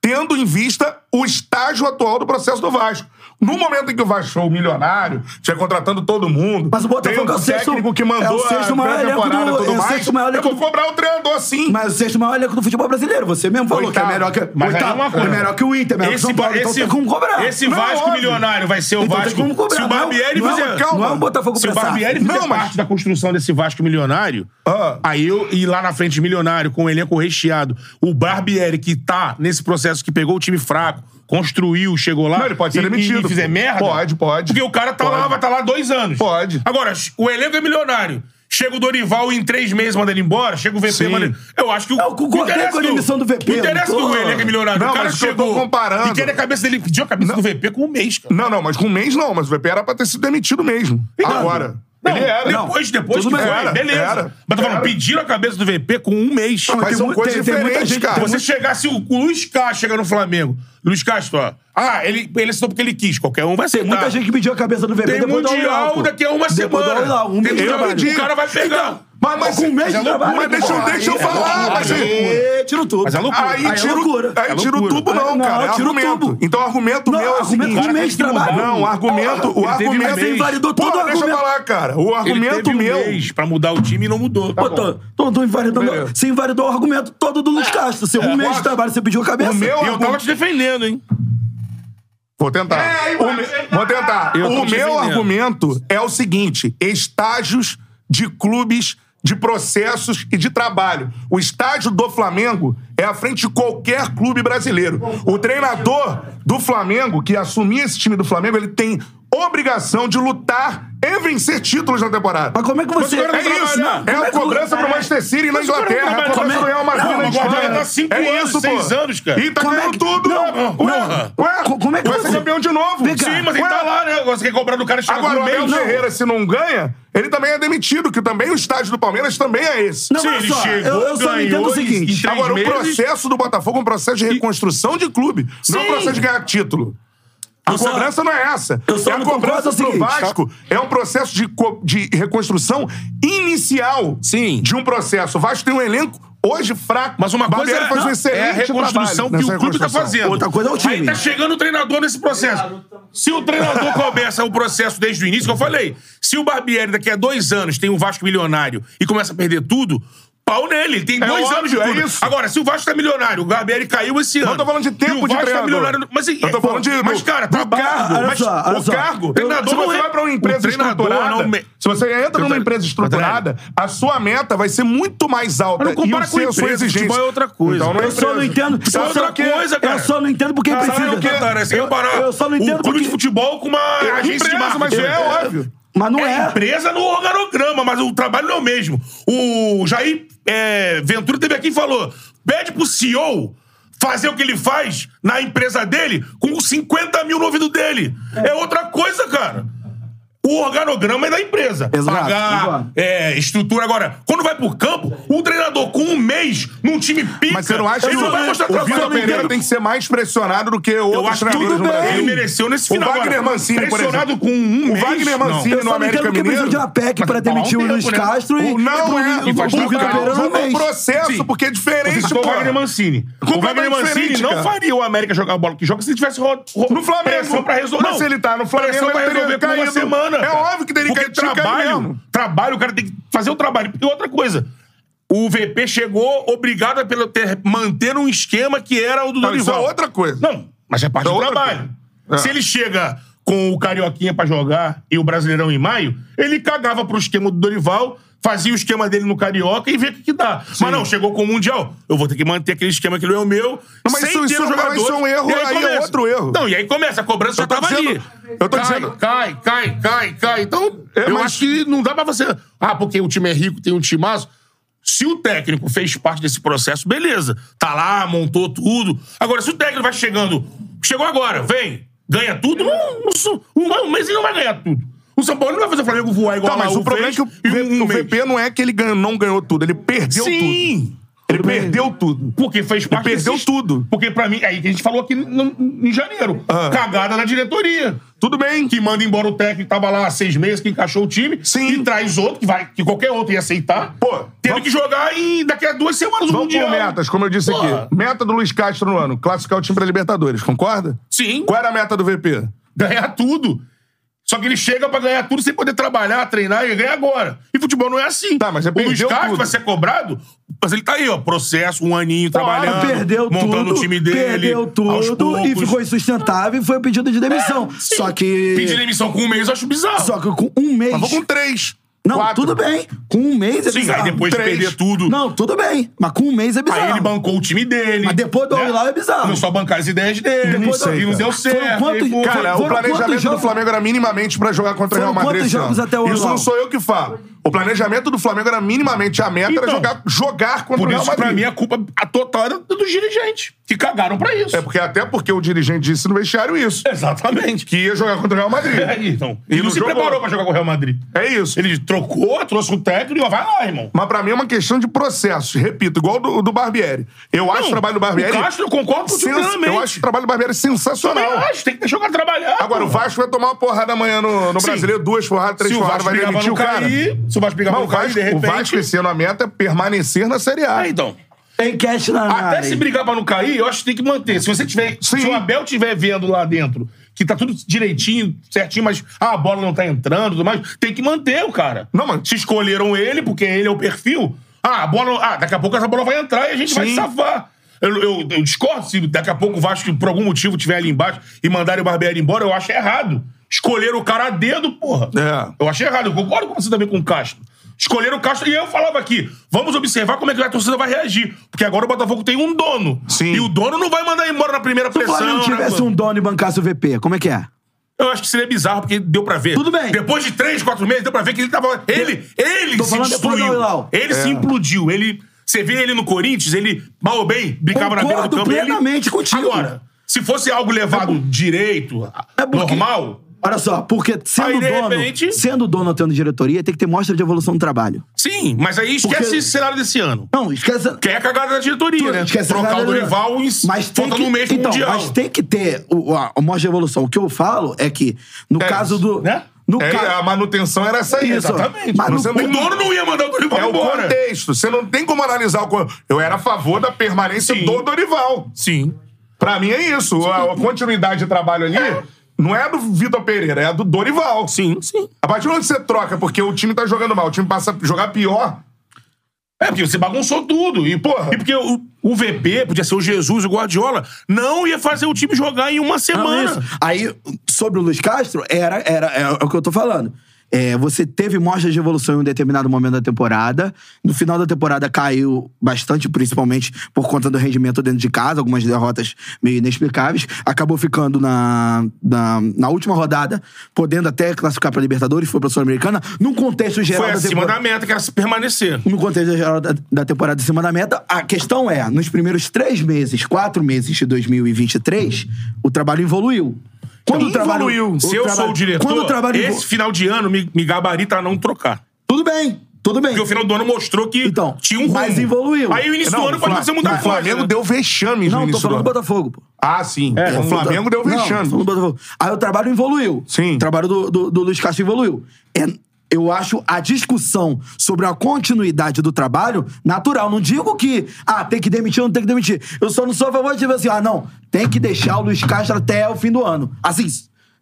tendo em vista o estágio atual do processo do Vasco. No momento em que o Vasco foi o milionário, tinha contratando todo mundo, Mas o Botafogo tem um é o sexto- técnico que é o mandou sexto a maior elenco pré-temporada e do- tudo é o mais, sexto maior eu elenco vou do- cobrar o treinador sim. Mas o sexto maior elenco do futebol brasileiro. Você mesmo falou Oitavo. que é melhor que... Mas aí é oitavo. uma coisa. É melhor que o Inter, é melhor que o Esse, São Paulo. esse, então tem como cobrar. esse Não, Vasco óbvio. milionário vai ser o Então tem Vasco. como cobrar. Se Não o é o- Barbieri não é o- fizer. calma. não é o Botafogo Se o pressado. Barbieri fizer Não, mas- parte da construção desse Vasco milionário, Ah. aí eu ir lá na frente milionário, com o elenco recheado, o Barbieri que tá nesse processo que pegou o time fraco, construiu, chegou lá. Não, ele pode ser e- e- demitido, E fizer pô. merda. Pode, pode. Porque o cara tá Pode. lá, vai estar lá dois anos. Pode. Agora, o elenco é milionário. Chega o Dorival em três meses manda ele embora, chega o VP Sim. É, manda ele. Eu acho que o. Eu concordei interessa com a do- demissão do VP, Não interessa não tô- do elenco é milionário. Não, o cara mas o que eu chegou tô comparando- E queria a cabeça dele, pediu a cabeça do VP com um mês, cara. Não, não, mas com um mês não, mas o VP era pra ter sido demitido mesmo. Não. Agora. Não, ele era. Depois, depois que Tudo foi, bem, era, beleza. era, Mas tô falando, era. pediram a cabeça do VP com um mês. Mas tem são mu- coisas tem- tem muita diferentes, gente- cara. tem você chegar, se o Luiz Castro chegar no Flamengo, Luiz Castro, ó, ah, ele, ele assinou porque ele quis, qualquer um vai ser. Tem muita gente que pediu a cabeça do VP Tem depois do mundial Aulau, daqui a uma Depois semana. do Aulau, um Tem mês de mundial trabalho. de- o cara vai pegar. mas, mas, Com um mês mas de é loucura, trabalho, mas deixa, eu- porra, deixa eu aí é falar. loucura, mas aí é- E tiro tudo. Mas é loucura. Aí, é tira, loucura. o, aí É tira o loucura. tubo, não, Aí não, cara. É tira o argumento. tubo. Então, o argumento Não, meu é o argumento seguinte. de um mês de trabalho. Não, o argumento. o Ele teve um argumento. mês. Invalidou todo Pô, o Deixa eu argumento. falar, cara. O Ele argumento teve um meu. mês pra mudar o time e não mudou. Pô, tô, tô, tô invalidando. Beleza. É. Você invalidou o argumento todo do Luiz Castro. Seu um mês pode. é de trabalho, você pediu a cabeça. O meu- E eu tava te defendendo, hein? Vou tentar. É, O me- Vou tentar. Eu tô o te meu vendendo. argumento é o seguinte: estágios de clubes, de processos e de trabalho. O estágio do Flamengo é à frente de qualquer clube brasileiro. O treinador do Flamengo, que assumir esse time do Flamengo, ele tem obrigação de lutar e vencer títulos na temporada. Mas como é que Mas você. agora É não isso, trabalhar. é Como é a que- cobrança pro Manchester City na Mas o cara Inglaterra, trabalha- a cobrança Como do é- Real Madrid Não, na mas o cara Espanha. tá cinco é anos, isso, pô. seis anos, cara. E tá Como é ganhando que- tudo. Não, Ué, não. ué, Co- como é que vai você- ser campeão de novo. Vem cá. Sim, mas ele Ué, tá lá, né? Você quer cobrar do cara chegar é um Agora, o no meio Abel Ferreira, se não ganha, ele também é demitido, que também o estádio do Palmeiras também é esse. Não, Sim, mas ele olha só, chegou, eu, eu só não ganhou entendo o e- e seguinte. três Agora, o meses- processo do Botafogo é um processo de reconstrução de clube, não é um Sim. processo de ganhar título. A Eu só- cobrança não é essa. eu só é a não concordo cobrança com o pro seguinte, tá? Vasco é um processo de, co- de reconstrução inicial Sim. de um processo. O Vasco tem um elenco hoje fraco. Mas uma coisa Barbeiro é, faz um não, excelente é a reconstrução trabalho que nessa o clube tá reconstrução. fazendo. Outra coisa é o time. Aí tá chegando o treinador nesse processo. Se o treinador começa o processo desde o início, que eu falei, se o Barbieri daqui a dois anos tem um Vasco milionário e começa a perder tudo, pau nele. Ele tem É dois óbvio, anos de é clube. isso. Agora, se o Vasco tá milionário, o Barbieri caiu esse ano. Não Então tô falando de tempo e o de Vasco tá treinador. milionário. Mas, Eu tô falando de- Mas, cara, do trabalho. cargo. Olha Mas só, olha o só. cargo, Eu- se treinador não você é- vai pra uma o empresa treinador estruturada, não me- se você entra numa Doutor- empresa estruturada, a sua meta vai ser muito mais alta. Mas não compara e o com seu- empresa, sua exigência. futebol é outra coisa. Então, não é Eu só não empresa. entendo. Isso é eu só- outra coisa, cara. Eu só não entendo porque Caralho, precisa. Ah, o é, quê? Eu, eu só não entendo o clube porque. de futebol com uma agência de empresa, marketing. mas é óbvio. Mas não É é. empresa no organograma, mas o trabalho não é o mesmo. O Jair é, Ventura teve aqui e falou: pede pro CEO fazer o que ele faz na empresa dele com 50 mil no ouvido dele. É, outra coisa, cara. O organograma é da empresa. Exato, Pagar, concordo. é, estrutura. Agora, quando vai pro campo, o treinador com um mês num time pica. Mas você não acha ele que não vai mostrar o Vitor trabalho Pereira tem que ser mais pressionado do que eu outros acho que treinadores tudo no bem. Brasil? Ele mereceu nesse O final. Wagner agora. Mancini, por Pressionado exemplo. com um O mês. Wagner não. Mancini Eu no só não América entendo porque precisa Mineiro. um de uma PEC pra demitir o tempo, Luiz né? Castro e. O não é. E E pro, faz pro, tudo Vitor caro. Pereira no Vamos pro mês. processo, Sim. porque é diferente, Ficou o pô. Wagner Mancini. O Wagner Completamente Mancini diferente, não cara. faria o América jogar a bola que joga se ele tivesse ro- ro- No Flamengo. pressão pra resolver. Mas se ele tá no Flamengo, pressão ele pra teria resolver com uma caído. semana. É cara. óbvio que teria Porque caído, tinha caído trabalho, mesmo. trabalho, o cara tem que fazer o trabalho. E outra coisa, o VP chegou obrigado a pelo ter, manter um esquema que era o do Não, isso Dorival. é outra coisa. Não, mas é parte Isso é do outra trabalho. coisa. É. Se ele chega com o Carioquinha pra jogar e o Brasileirão em maio, ele cagava pro esquema do Dorival, fazia o esquema dele no Carioca e vê o que, que dá. Mas não, chegou com o Mundial. Eu vou ter que manter aquele esquema que não é o meu. Não, mas sem isso- ter isso- o jogador. mas isso é um erro, E aí é começa. outro erro. Não, e aí começa, a cobrança já tô tava dizendo- ali. eu tô cai, dizendo- Cai, cai, cai, cai. Então, É, eu mas- acho que não dá pra você. Ah, porque o time é rico, tem um timaço. Se o técnico fez parte desse processo, beleza. Tá lá, montou tudo. Agora, se o técnico vai chegando, chegou agora, vem, ganha tudo, não, não- um, um mês ele não vai ganhar tudo. O São Paulo não vai fazer o Flamengo voar igual Tá, mas lá, o problema é fez que o, e V- um o mês. VP não é que ele ganhou- não ganhou tudo, ele perdeu tudo. Sim! Ele perdeu tudo. Porque fez parte perdeu desses- tudo. Porque pra mim, aí que a gente falou aqui no- em janeiro. Ah. Cagada na diretoria. Tudo bem. Que manda embora o técnico que tava lá há seis meses, que encaixou o time. Sim. E traz outro, que, vai, que qualquer outro ia aceitar. Pô, um Teve vamos- que jogar em, daqui a duas semanas o Vamos por Mundial. metas, como eu disse Pô. aqui. Meta do Luiz Castro no ano, classificar o time pra Libertadores, concorda? Sim. Qual era a meta do VP? Ganhar tudo. Só que ele chega pra ganhar tudo sem poder trabalhar, treinar e ganha agora. E futebol não é assim. Tá, mas é o Luiz perdeu Castro tudo. vai ser cobrado, mas ele tá aí, ó. Processo, um aninho trabalhando, perdeu montando tudo, o time dele. perdeu aos tudo e poucos. ficou insustentável e foi o pedido de demissão. É, Sim. só que. Pedir demissão com um mês eu acho bizarro. Só que com um mês. Mas vou com três. Não, quatro. tudo bem. Com um mês é Sim, bizarro. aí depois três. de perder tudo. Não, tudo bem. Mas com um mês é bizarro. Aí ele bancou o time dele. Né? Mas depois do Al-Hilal é Ah. bizarro. Não só bancar as ideias dele. Depois do- e não deu certo. Foram quantos- e pô, Cara, Cara, É, Foram o planejamento quantos do jogos? Flamengo era minimamente pra jogar contra o Real Foram Madrid. quantos esse jogos ano. até o Isso Orlando? não sou eu que falo. O planejamento do Flamengo era minimamente a meta era Então, jogar, jogar contra o por Real isso, que, Madrid. pra mim, a culpa a total era dos dirigentes, que cagaram pra isso. É porque até porque o dirigente disse no vestiário isso, Exatamente. que ia jogar contra o Real Madrid. É, então, E ele não, não se jogou. preparou pra jogar com o Real Madrid. É isso. Ele trocou, trouxe um técnico e ó, vai lá, irmão. Mas pra mim é uma questão de processos. Repito, igual do, do Barbieri. Eu acho o trabalho do Barbieri. O Castro, eu concordo com o sens- plenamente. Eu acho o trabalho do Barbieri Também sensacional. acho, tem que deixar o cara trabalhar. Agora, o pô. Vasco vai tomar uma porrada amanhã no, no Sim. brasileiro, duas porradas, três se o porradas, Vasco vai brigava demitir não o cara. cair, se o Vasco brigava Mas o não cair, Vasco, de o repente... Vasco esse ano a meta é permanecer na Série A. Ah, então. Tem cash na Até área. se brigar pra não cair, eu acho que tem que manter. Se você tiver. Sim. Se o Abel tiver vendo lá dentro que tá tudo direitinho, certinho, mas ah, a bola não tá entrando e tudo mais, tem que manter o cara. Não, mas- Se escolheram ele, porque ele é o perfil, ah, a bola. Ah, daqui a pouco essa bola vai entrar e a gente vai Sim. se safar. Eu, eu- eu discordo se daqui a pouco o Vasco, por algum motivo, estiver ali embaixo e mandarem o Barbieri embora, eu acho errado. Escolheram o cara a dedo, porra. É. Eu achei errado. Eu concordo com você também com o Castro. Escolheram o Castro e eu falava aqui, vamos observar como é que a torcida vai reagir. Porque agora o Botafogo tem um dono. Sim. E o dono não vai mandar embora na primeira Se o pressão. Flamengo né, tivesse mano? um dono e bancasse o VP, como é que é? Eu acho que seria bizarro, porque deu pra ver. Tudo bem. Depois de três, quatro meses, deu pra ver que ele tava. Ele, ele Tô se falando depois do destruiu. Al-Hilal. Ele se implodiu. Ele. Você vê ele no Corinthians, ele mal ou bem brincava na beira do Concordo campo. ele- plenamente contigo. É Agora, se fosse algo levado direito, porque- normal, Olha só, porque sendo Aí, de dono, repente- sendo dono ou tendo diretoria, tem que ter mostra de evolução do trabalho. sim. Mas aí esquece Porque- esse cenário desse ano. Não, esquece. Que é a cagada da diretoria, né? esquece a Trocar galera- o Dorival em mas tem falta que, no mês pro então, mundial. Mas tem que ter o, a, a mostra de evolução. O que eu falo é que, no É caso isso, do. né? No É, caso. a manutenção era essa aí, Isso. exatamente. Mas Você não- O dono não né? ia mandar o Dorival É o embora. contexto. Você não tem como analisar o. co- Eu era a favor da permanência Sim. do Dorival. Sim. Pra mim é isso. A, a continuidade de trabalho ali não é a do Vitor Pereira, é a do Dorival. Sim, sim. A partir do momento que você troca, porque o time tá jogando mal, o time passa a jogar pior. É, porque você bagunçou tudo. E, porra, e porque o, o VP, podia ser o Jesus, o Guardiola, não ia fazer o time jogar em uma Não, semana. isso. Aí, sobre o Luiz Castro, era, era, é o que eu tô falando. É, você teve mostras de evolução em um determinado momento da temporada. No final da temporada caiu bastante, principalmente por conta do rendimento dentro de casa, algumas derrotas meio inexplicáveis. Acabou ficando na, na, na última rodada, podendo até classificar pra Libertadores, foi pra Sul-Americana, num contexto geral Foi da acima temporada da meta, que era se permanecer. no contexto geral da, da temporada em cima da meta, a questão é, nos primeiros três meses, quatro meses de 2023, o trabalho evoluiu. Quando o trabalho Evoluiu. Então, Se eu sou o diretor, quando o trabalho esse evolu- final de ano me, me gabarita a não trocar. tudo bem, tudo bem. Porque o final do ano mostrou que Então, tinha um rumo. mas evoluiu. Aí o início do ano pode Fla- fazer muita mas coisa. O Flamengo né? deu vexames no Não, tô início falando do do ano. Botafogo, pô. Ah, sim. o Tô Flamengo deu falando- Não, tô falando vexames. do Botafogo. Aí o trabalho evoluiu. Sim. O trabalho do, do, do Luiz Castro evoluiu. É, eu acho a discussão sobre a continuidade do trabalho natural. Não digo que, ah, tem que demitir ou não tem que demitir. Eu só não sou a favor de dizer assim, ah, não, tem que deixar o Luiz Castro até o fim do ano. Assim,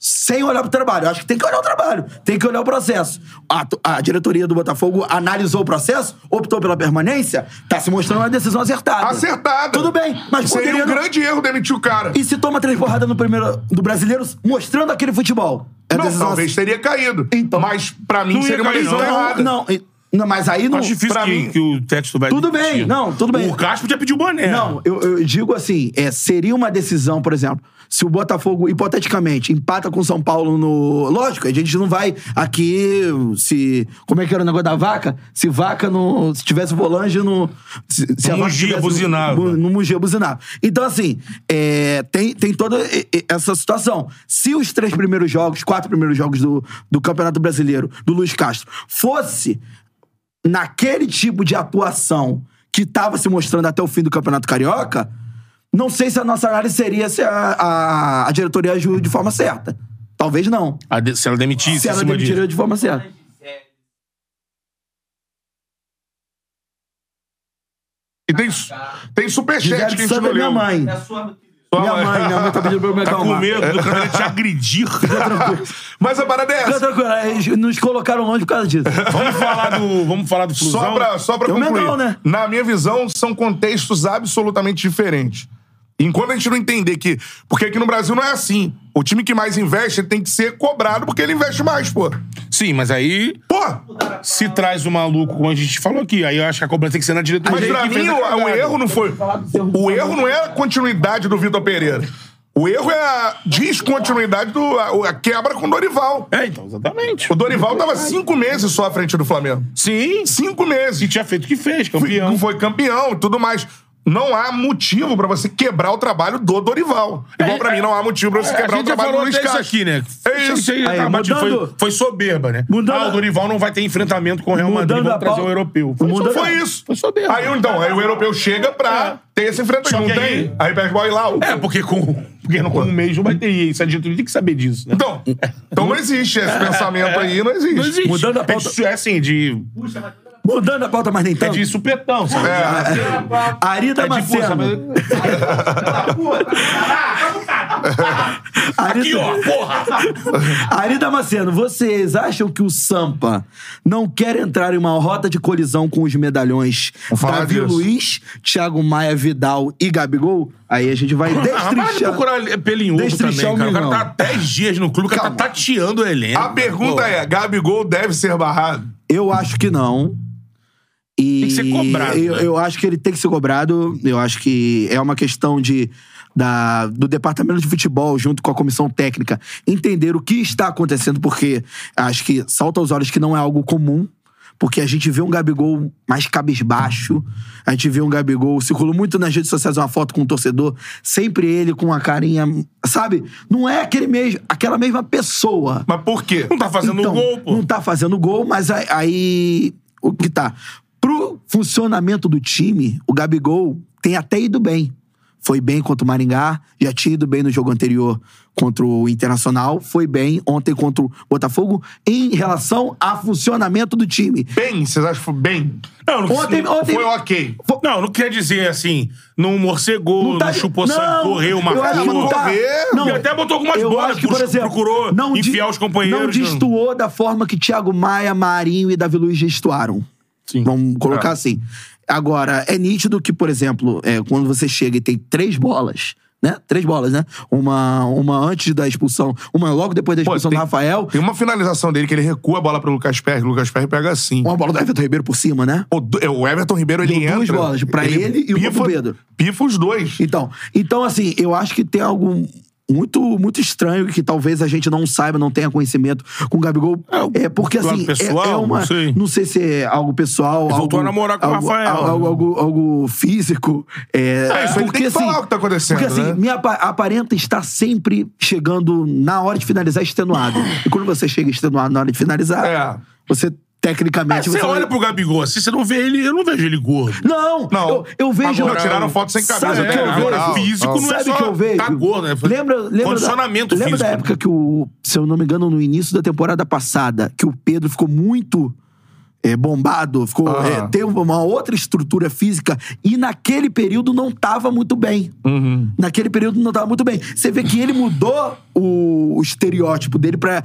sem olhar pro trabalho. Eu acho que tem que olhar o trabalho, tem que olhar o processo. A, to- a diretoria do Botafogo analisou o processo, optou pela permanência, tá se mostrando uma decisão acertada. Acertada. Tudo bem, mas Seria poderia um não- grande erro demitir o cara. e se toma três porradas no primeiro do brasileiro, mostrando aquele futebol. É não, decisão tá talvez assim. teria caído. Então. mas pra mim Não ia seria uma cair, decisão não. errada. não, não, e- não, mas aí não. Acho difícil pra que, mim. que o texto vai Tudo bem, discutir. não, tudo bem. O Castro podia pedir o boné. Não, eu, eu digo assim: é, seria uma decisão, por exemplo, se o Botafogo, hipoteticamente, empata com o São Paulo no. Lógico, a gente não vai aqui se. Como é que era o negócio da vaca? Se vaca no. Se tivesse volange no. Se, se a No vaca Mugia tivesse- buzinava. bu- no Mugia buzinava. Então, assim, é, tem, tem toda e- e- essa situação. Se os três primeiros jogos, quatro primeiros jogos do, do Campeonato Brasileiro, do Luiz Castro, fosse naquele tipo de atuação que estava se mostrando até o fim do Campeonato Carioca, não sei se a nossa análise seria se a, a, a diretoria agiu de forma certa. Talvez não. A de- se ela demitisse, Se em ela cima disso. demitiria de forma certa. E tem, tem superchat que Gisele a gente Santa não é minha leu. mãe. Sua Minha mãe, minha mãe tá pedindo pra eu me Tá com acalmar. medo do cara (laughs) te agredir. Mas a parada é essa. Fica tranquila, eles nos colocaram longe por causa disso. vamos falar do. Vamos falar do Flusão. Só pra, só pra Tem o concluir. Mengão, né? Na minha visão, são contextos absolutamente diferentes. Enquanto a gente não entender que. Porque aqui no Brasil não é assim. O time que mais investe ele tem que ser cobrado porque ele investe mais, pô. Sim, mas aí Pô! se traz o maluco, como a gente falou aqui, aí eu acho que a cobrança tem que ser na diretoria. Mas pra que fez mim, a o, o cagada. erro não foi. O erro não é a continuidade do Vitor Pereira. O erro é a descontinuidade do. a- a quebra com o Dorival. É, então, exatamente. O Dorival É tava cinco meses só à frente do Flamengo. Sim, sim. Cinco meses. E tinha feito o que fez, campeão. Não foi campeão e tudo mais. Não há motivo pra você quebrar o trabalho do Dorival. Igual pra mim, não há motivo pra você É, a quebrar o gente já trabalho do falou Luiz até isso Castro. aqui, né? É isso. aí, Aí, tá batido. mudando- foi, foi soberba, né? Mudando- ah, o Dorival não vai ter enfrentamento com o Real Madrid, Mudando vamos a trazer pau- o europeu. Foi, Mudando- soberba. Foi isso. Foi soberba. Aí, então, aí o europeu chega pra ter esse Só enfrentamento. que Não aí- tem. Aí pega o Ilau. É, porque com, porque com um mês não vai ter isso. A diretoria tem que saber disso, né? Então, então não existe esse pensamento aí, não existe. É. Não existe. Mudando a É pauta- de- É, assim, de, (laughs) Mudando a pauta, mas nem é tanto. tá de supetão. Sabe? Arida É de força, (laughs) Damasceno. mas- Aqui, ó, (laughs) porra! tá- Ari Damasceno, vocês acham que o Sampa não quer entrar em uma rota de colisão com os medalhões Vamos falar Davi disso. Luiz, Thiago Maia, Vidal e Gabigol? Aí a gente vai Ah, vai destrinchar. procurar pelo em ovo também, Destrinchar o cara. O cara Mengão. tá 10 dias no clube, o cara tá Calma. tateando o elenco. A pergunta é: Gabigol deve ser barrado? Eu acho que não. E Tem que ser cobrado, Eu, né? eu acho que ele tem que ser cobrado. Eu acho que é uma questão de. Da, do departamento de futebol, junto com a comissão técnica, entender o que está acontecendo, porque acho que salta aos olhos que não é algo comum, porque a gente vê um Gabigol mais cabisbaixo, a gente vê um Gabigol, circulou muito nas redes sociais uma foto com um torcedor, sempre ele com uma carinha, sabe? Não é aquele mesmo, aquela mesma pessoa. Mas por quê? Não tá fazendo Então, gol, pô. Não tá fazendo gol, mas aí, aí o que tá? Pro funcionamento do time, o Gabigol tem até ido bem. Foi bem contra o Maringá, já tinha ido bem no jogo anterior contra o Internacional, foi bem ontem contra o Botafogo em relação a funcionamento do time. Bem, vocês acham que foi bem? Não, não, Ontem, ontem Foi ok. não, não quer dizer assim, não morcegou, não, tá- chupou sangue, não, eu correu, acho marcou. que não tá- correr, não, e até botou algumas eu bolas, acho que, por pux- exemplo, procurou não di- enfiar os companheiros. né? Não destoou da forma que Thiago Maia, Marinho e Davi Luiz destoaram. Sim. Vamos colocar É. assim. Agora, é nítido que, por exemplo, é, quando você chega e tem três bolas, né? Três bolas, né? Uma, uma antes da expulsão, uma logo depois da Pô, expulsão tem- do Rafael, Tem uma finalização dele que ele recua a bola pro Lucas Perry, o Lucas Perry pega assim. uma bola do Everton Ribeiro por cima, né? O, do- é, o Everton Ribeiro, ele Deu entra... duas bolas, pra ele e uma pro Pedro. Pifa os dois. Então, então assim, eu acho que tem algo muito muito estranho que talvez a gente não saiba, não tenha conhecimento com o Gabigol. É, porque lado assim, é- pessoal, é, uma, não sei. se é algo pessoal, algo, voltou a namorar com o algo, Rafael. Ah, Algo, algo- algo físico, é, É, isso ele tem porque que assim, falar o que tá acontecendo, porque assim, né? me apa- aparenta estar sempre chegando na hora de finalizar extenuado. E quando você chega extenuado na hora de finalizar, É. você tecnicamente Ah, É, Você você olha pro Gabigol assim, você não vê ele, eu não vejo ele gordo. Não, Não. eu, eu vejo. Agora, tiraram foto sem camisa, Sabe o né? que eu Na vejo? moral. Físico não é Sabe só o que eu vejo? tá gordo, né? Lembra, lembra Condicionamento da, Lembra da físico. época que o, se eu não me engano, no início da temporada passada, que o Pedro ficou muito é, bombado, ficou Aham. é, teve uma outra estrutura física e naquele período não tava muito bem. Uhum. Naquele período não tava muito bem. Você vê que ele mudou o, o estereótipo dele para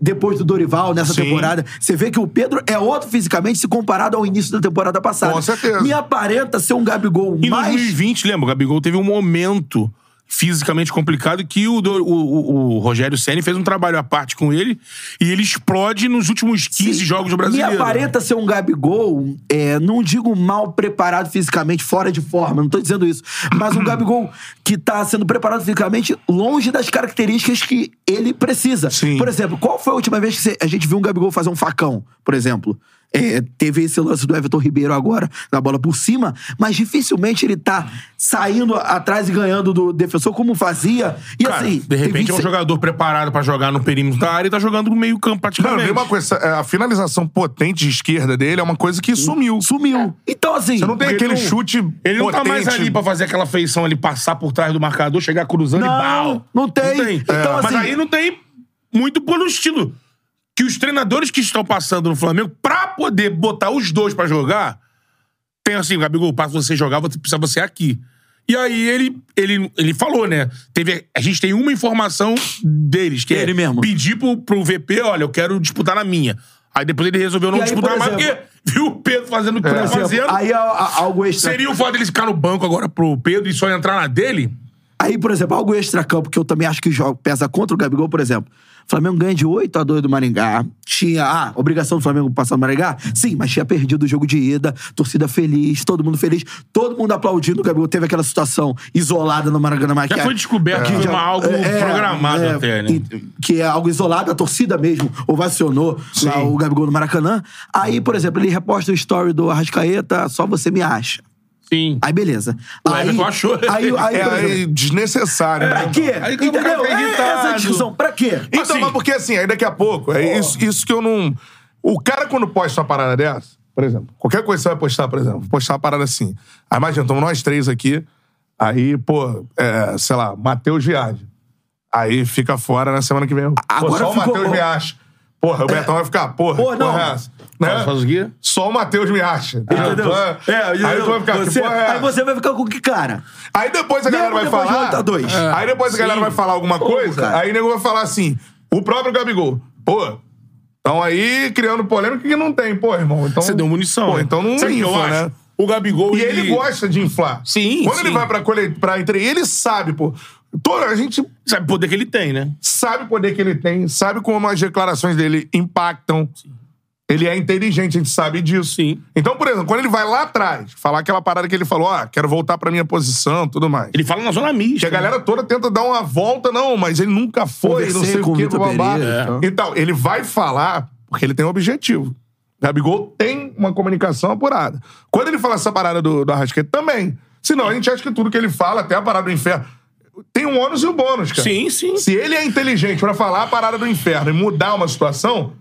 depois do Dorival nessa Sim. temporada. Você vê que o Pedro é outro fisicamente se comparado ao início da temporada passada. Com certeza. Me aparenta ser um Gabigol Em mais 2020, lembra? O Gabigol teve um momento fisicamente complicado que o, do- o- o- o Rogério Ceni fez um trabalho à parte com ele e ele explode nos últimos 15 Sim. jogos do brasileiro. né? Me aparenta ser um Gabigol, é, não digo mal preparado fisicamente, fora de forma, não tô dizendo isso. (clears throat) Mas um Gabigol que tá sendo preparado fisicamente longe das características que ele precisa. Sim. Por exemplo, qual foi a última vez que cê- a gente viu um Gabigol fazer um facão, por exemplo? É, teve esse lance do Everton Ribeiro agora, na bola por cima, mas dificilmente ele tá saindo atrás e ganhando do defensor como fazia. E Cara, assim, de repente é um jogador. jogador preparado pra jogar no perímetro da área e tá jogando no meio campo Não, praticamente. tem uma coisa, essa- a finalização potente de esquerda dele é uma coisa que sumiu. Sumiu. Então, assim. Você não tem Porque aquele ele não- chute Ele não tá mais potente. ali pra fazer aquela feição ali, passar por trás do marcador, chegar cruzando e Não, bal. não tem. Então, É. Mas assim- aí não tem muito pelo estilo. Que os treinadores que estão passando no Flamengo, pra poder botar os dois pra jogar, tem assim, Gabigol, pra você jogar, você precisa você aqui. E aí ele, ele, ele falou, né? Teve, a gente tem uma informação deles, que Ele é mesmo. pedir pro, pro VP, olha, eu quero disputar na minha. Aí depois ele resolveu não E aí, por disputar mais, exemplo- É. porque viu o Pedro fazendo o que tava Por exemplo, fazendo. assim, Aí a- a- algo extra. Seria o fato dele ficar no banco agora pro Pedro e só entrar na dele? Aí, por exemplo, algo extra-campo que eu também acho que joga, pesa contra o Gabigol, por exemplo. O Flamengo ganha de 8 a 2 do Maringá. Tinha, ah, obrigação do Flamengo passar no Maringá? Sim, mas tinha perdido o jogo de ida, torcida feliz, todo mundo feliz, todo mundo aplaudindo. O Gabigol teve aquela situação isolada no Maracanã. mas Já que é- foi descoberto que que foi uma- algo programado é, até, né? e- que é algo isolado, a torcida mesmo ovacionou lá o Gabigol no Maracanã. Aí, por exemplo, ele reposta o story do Arrascaeta, só você me acha. Sim. Aí, beleza. O aí, Everton achou. Aí, aí, É, por exemplo, é desnecessário. né? Pra quê? Aí acabou Entendeu? que é É essa acreditado. discussão. Pra quê? Então, Assim- mas porque assim, aí daqui a pouco, é isso, isso que eu não. O cara, quando posta uma parada dessa, por exemplo, qualquer coisa que você vai postar, por exemplo, postar uma parada assim. Aí imagina, estamos nós três aqui, aí, pô, é, sei lá, Matheus Viagem. Aí fica fora na semana que vem. Pô, Agora só o ficou- Matheus Viagem. Porra, o Betão vai ficar, porra, Pô, porra não. é essa? né? Faz o quê? Só o Matheus me acha. Entendeu? Então, É, aí entendeu? tu vai ficar, que você, porra é aí essa? você vai ficar com que cara? Aí depois a Mesmo galera vai depois de falar. lutar dois. É. Aí depois a galera Sim. vai falar alguma coisa, cara. aí o nego vai falar assim: o próprio Gabigol, pô. Estão aí criando polêmica que não tem, pô, irmão. Então, Você deu munição. né? Pô, então não Sabe o que eu infla, acho? né? O Gabigol. E ele gosta de inflar. Sim, Quando ele sim. vai pra, cole... pra entrevista, ele sabe, pô. Toda a gente Sabe o poder que ele tem, né? sabe o poder que ele tem, sabe como as declarações dele impactam. Ele é inteligente, a gente sabe disso. Sim. Então, por exemplo, quando ele vai lá atrás, falar aquela parada que ele falou, ó, quero voltar pra minha posição, tudo mais. Ele fala na zona Que mista. né? a galera toda tenta dar uma volta, não, mas ele nunca foi, Conversei não sei com o o que, Vitor babá. É. Pereira, então. Então, ele vai falar porque ele tem um objetivo. Gabigol tem uma comunicação apurada. Quando ele fala essa parada do, do Arrasqueta, também. Senão a gente acha que tudo que ele fala, até a parada do inferno, tem um ônus e um bônus, cara. Sim, sim. Se ele é inteligente pra falar a parada do inferno e mudar uma situação,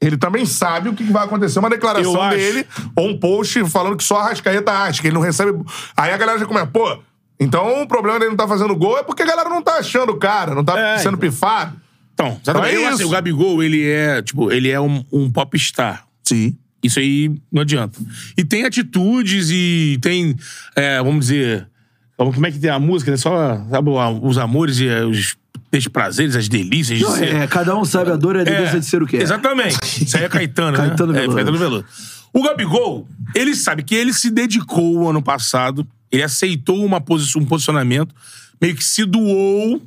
ele também sabe o que vai acontecer. Uma Eu declaração acho. dele ou um post falando que só a Rascaeta acha, que ele não recebe. Aí a galera já começa, pô, então o problema dele não tá fazendo gol é porque a galera não tá achando o cara, não tá É, sendo então. pifado. Então, exatamente. Então é Eu acho isso. que o Gabigol, ele é, tipo, ele é um, um popstar. Sim. Isso aí não adianta. E tem atitudes e tem, é, vamos dizer, como como é que tem a música, né? Só, sabe, os amores e eh, os desprazeres, as delícias de Não, ser. é, cada um sabe a dor e a delícia de ser o que é. Exatamente. Isso aí é Caetano, né? Caetano Veloso. É, Caetano Veloso. O Gabigol, ele sabe que ele se dedicou ano passado, ele aceitou uma posi um posicionamento, meio que se doou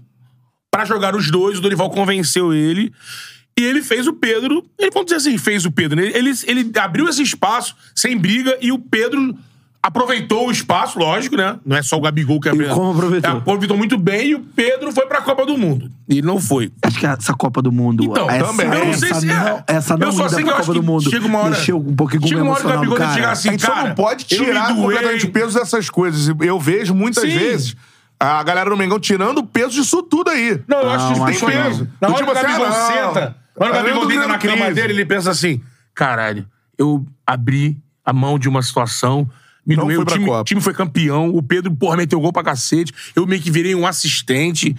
pra jogar os dois, o Dorival convenceu ele. E ele fez o Pedro, ele vamos dizer assim, fez o Pedro, né? ele, ele abriu esse espaço sem briga e o Pedro aproveitou o espaço, lógico, né? Não é só o Gabigol que abriu. como aproveitou? É, aproveitou muito bem e o Pedro foi pra Copa do Mundo. E ele não foi. Acho que é essa Copa do Mundo. Então, essa, também. Essa Eu não sei se é. não, essa não Eu só ida sei que pra eu acho Copa do que Mundo. chega uma hora- Mexeu um pouco com o chega meu uma hora que o emocional, Gabigol tem que cara. chegar assim. a gente só cara, Então não pode eu me tirar doei. completamente o peso dessas coisas. E Eu vejo muitas Sim. vezes a galera do Mengão tirando o peso disso tudo aí. Não, eu acho que Não, acho que isso tem não. peso. Do Na hora que tipo o assim, Gabigol ah, não. senta, na hora que o Eu Gabigol tô deita tendo na cama crise. dele, ele pensa assim, caralho, eu abri a mão de uma situação, me Não doeu, fui o pra time, Copa. o time foi campeão, o Pedro, porra, meteu gol pra cacete, eu meio que virei um assistente,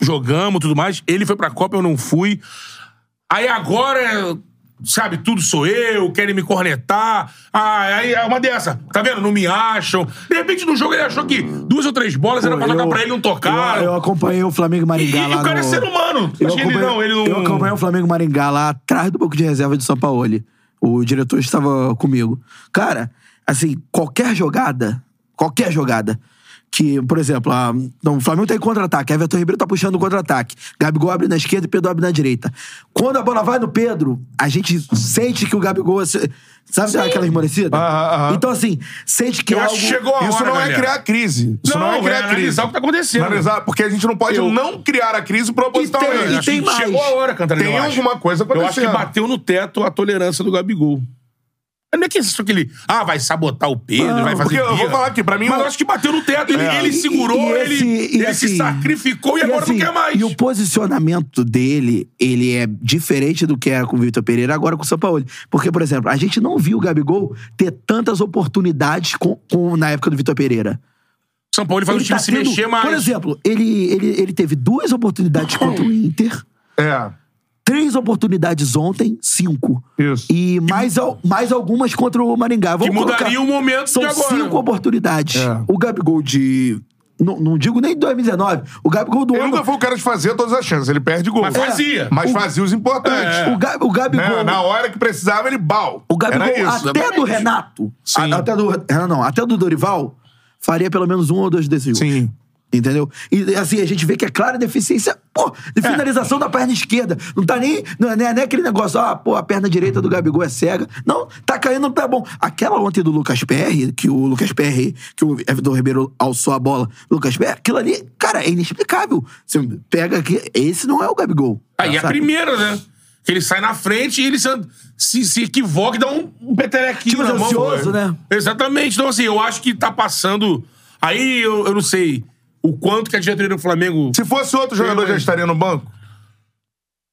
jogamos, tudo mais, ele foi pra Copa, eu não fui. Aí agora, sabe, tudo sou eu, querem me cornetar. Ah, aí é uma dessa. Tá vendo? Não me acham. De repente, no jogo, ele achou que duas ou três bolas era pra Eu- tocar pra ele, não tocaram. Eu, eu acompanhei o Flamengo e E, Maringá e lá o cara é no- ser humano. Eu Acho que ele acompanhei- não, ele não. Eu acompanhei o Flamengo e Maringá lá atrás do banco de reserva de São Paulo. O diretor estava comigo. Cara, assim, qualquer jogada, qualquer jogada, que, por exemplo, a- não, o Flamengo tá em contra-ataque, Everton Ribeiro tá puxando o contra-ataque, Gabigol abre na esquerda e Pedro abre na direita. Quando a bola vai no Pedro, a gente sente que o Gabigol... assim, Sabe aquela esmorecida? Aham, aham. Então, assim, sente que Eu acho algo... que chegou a Isso hora, não é galera. criar crise. Isso não, Não, é criar é crise. analisar o que tá acontecendo. Analisar, porque a gente não pode Eu- não criar a crise E propositalmente. tem- e tem mais. Chegou a hora, Cantarina. Tem eu acho. alguma coisa Eu acho que acontecendo. bateu no teto a tolerância do Gabigol. Não é que só que ele. Ah, vai sabotar o Pedro, vai fazer. porque eu vou birra. falar aqui, pra mim, Mas o- eu acho que bateu no teto. Ele, É. ele segurou, E- e esse- ele, e ele se assim- sacrificou e, agora assim, não quer mais. E o posicionamento dele, ele é diferente do que era com o Vitor Pereira, agora com o Sampaoli. Porque, por exemplo, a gente não viu o Gabigol ter tantas oportunidades com, com- na época do Vitor Pereira. São Paulo faz o time tá se tendo- mexer mais. Por exemplo, ele, ele, ele teve duas oportunidades contra o Inter, É. três oportunidades ontem, cinco. Isso. E mais, al- mais algumas contra o Maringá. que Vamos mudaria colocar- o momento são de agora. né? cinco oportunidades. É. O Gabigol de. Não, não digo nem de 2019. O Gabigol do Ele ano. nunca foi o cara de fazer todas as chances. Ele perde gol. Mas fazia. É. Mas fazia os importantes. O, Ga- o Gabigol. Né? Na hora que precisava, ele bal. O Gabigol, Era isso. até do Renato. Sim. a- até do Renato, não, até do Dorival, faria pelo menos um ou dois desses gols. Sim. Entendeu? E assim, a gente vê que é clara a deficiência, pô, de finalização da perna esquerda. Não tá nem. Não é, não é nem aquele negócio, ah, pô, a perna direita do Gabigol é cega. Não, tá caindo, não tá bom. Aquela ontem do Lucas Perry, que o Lucas Perry, que o Everton Ribeiro alçou a bola, Lucas Perry, aquilo ali, cara, é inexplicável. Você pega aqui, esse não é o Gabigol. Aí é a sabe? primeira, né? Que ele sai na frente e ele se, se, se equivoca e dá um, um petelequinho Tipo na mão. ansioso, velho. né? Exatamente. Então, assim, eu acho que tá passando. Aí eu, eu não sei o quanto que a diretoria do Flamengo. Se fosse outro jogador, já estaria no banco?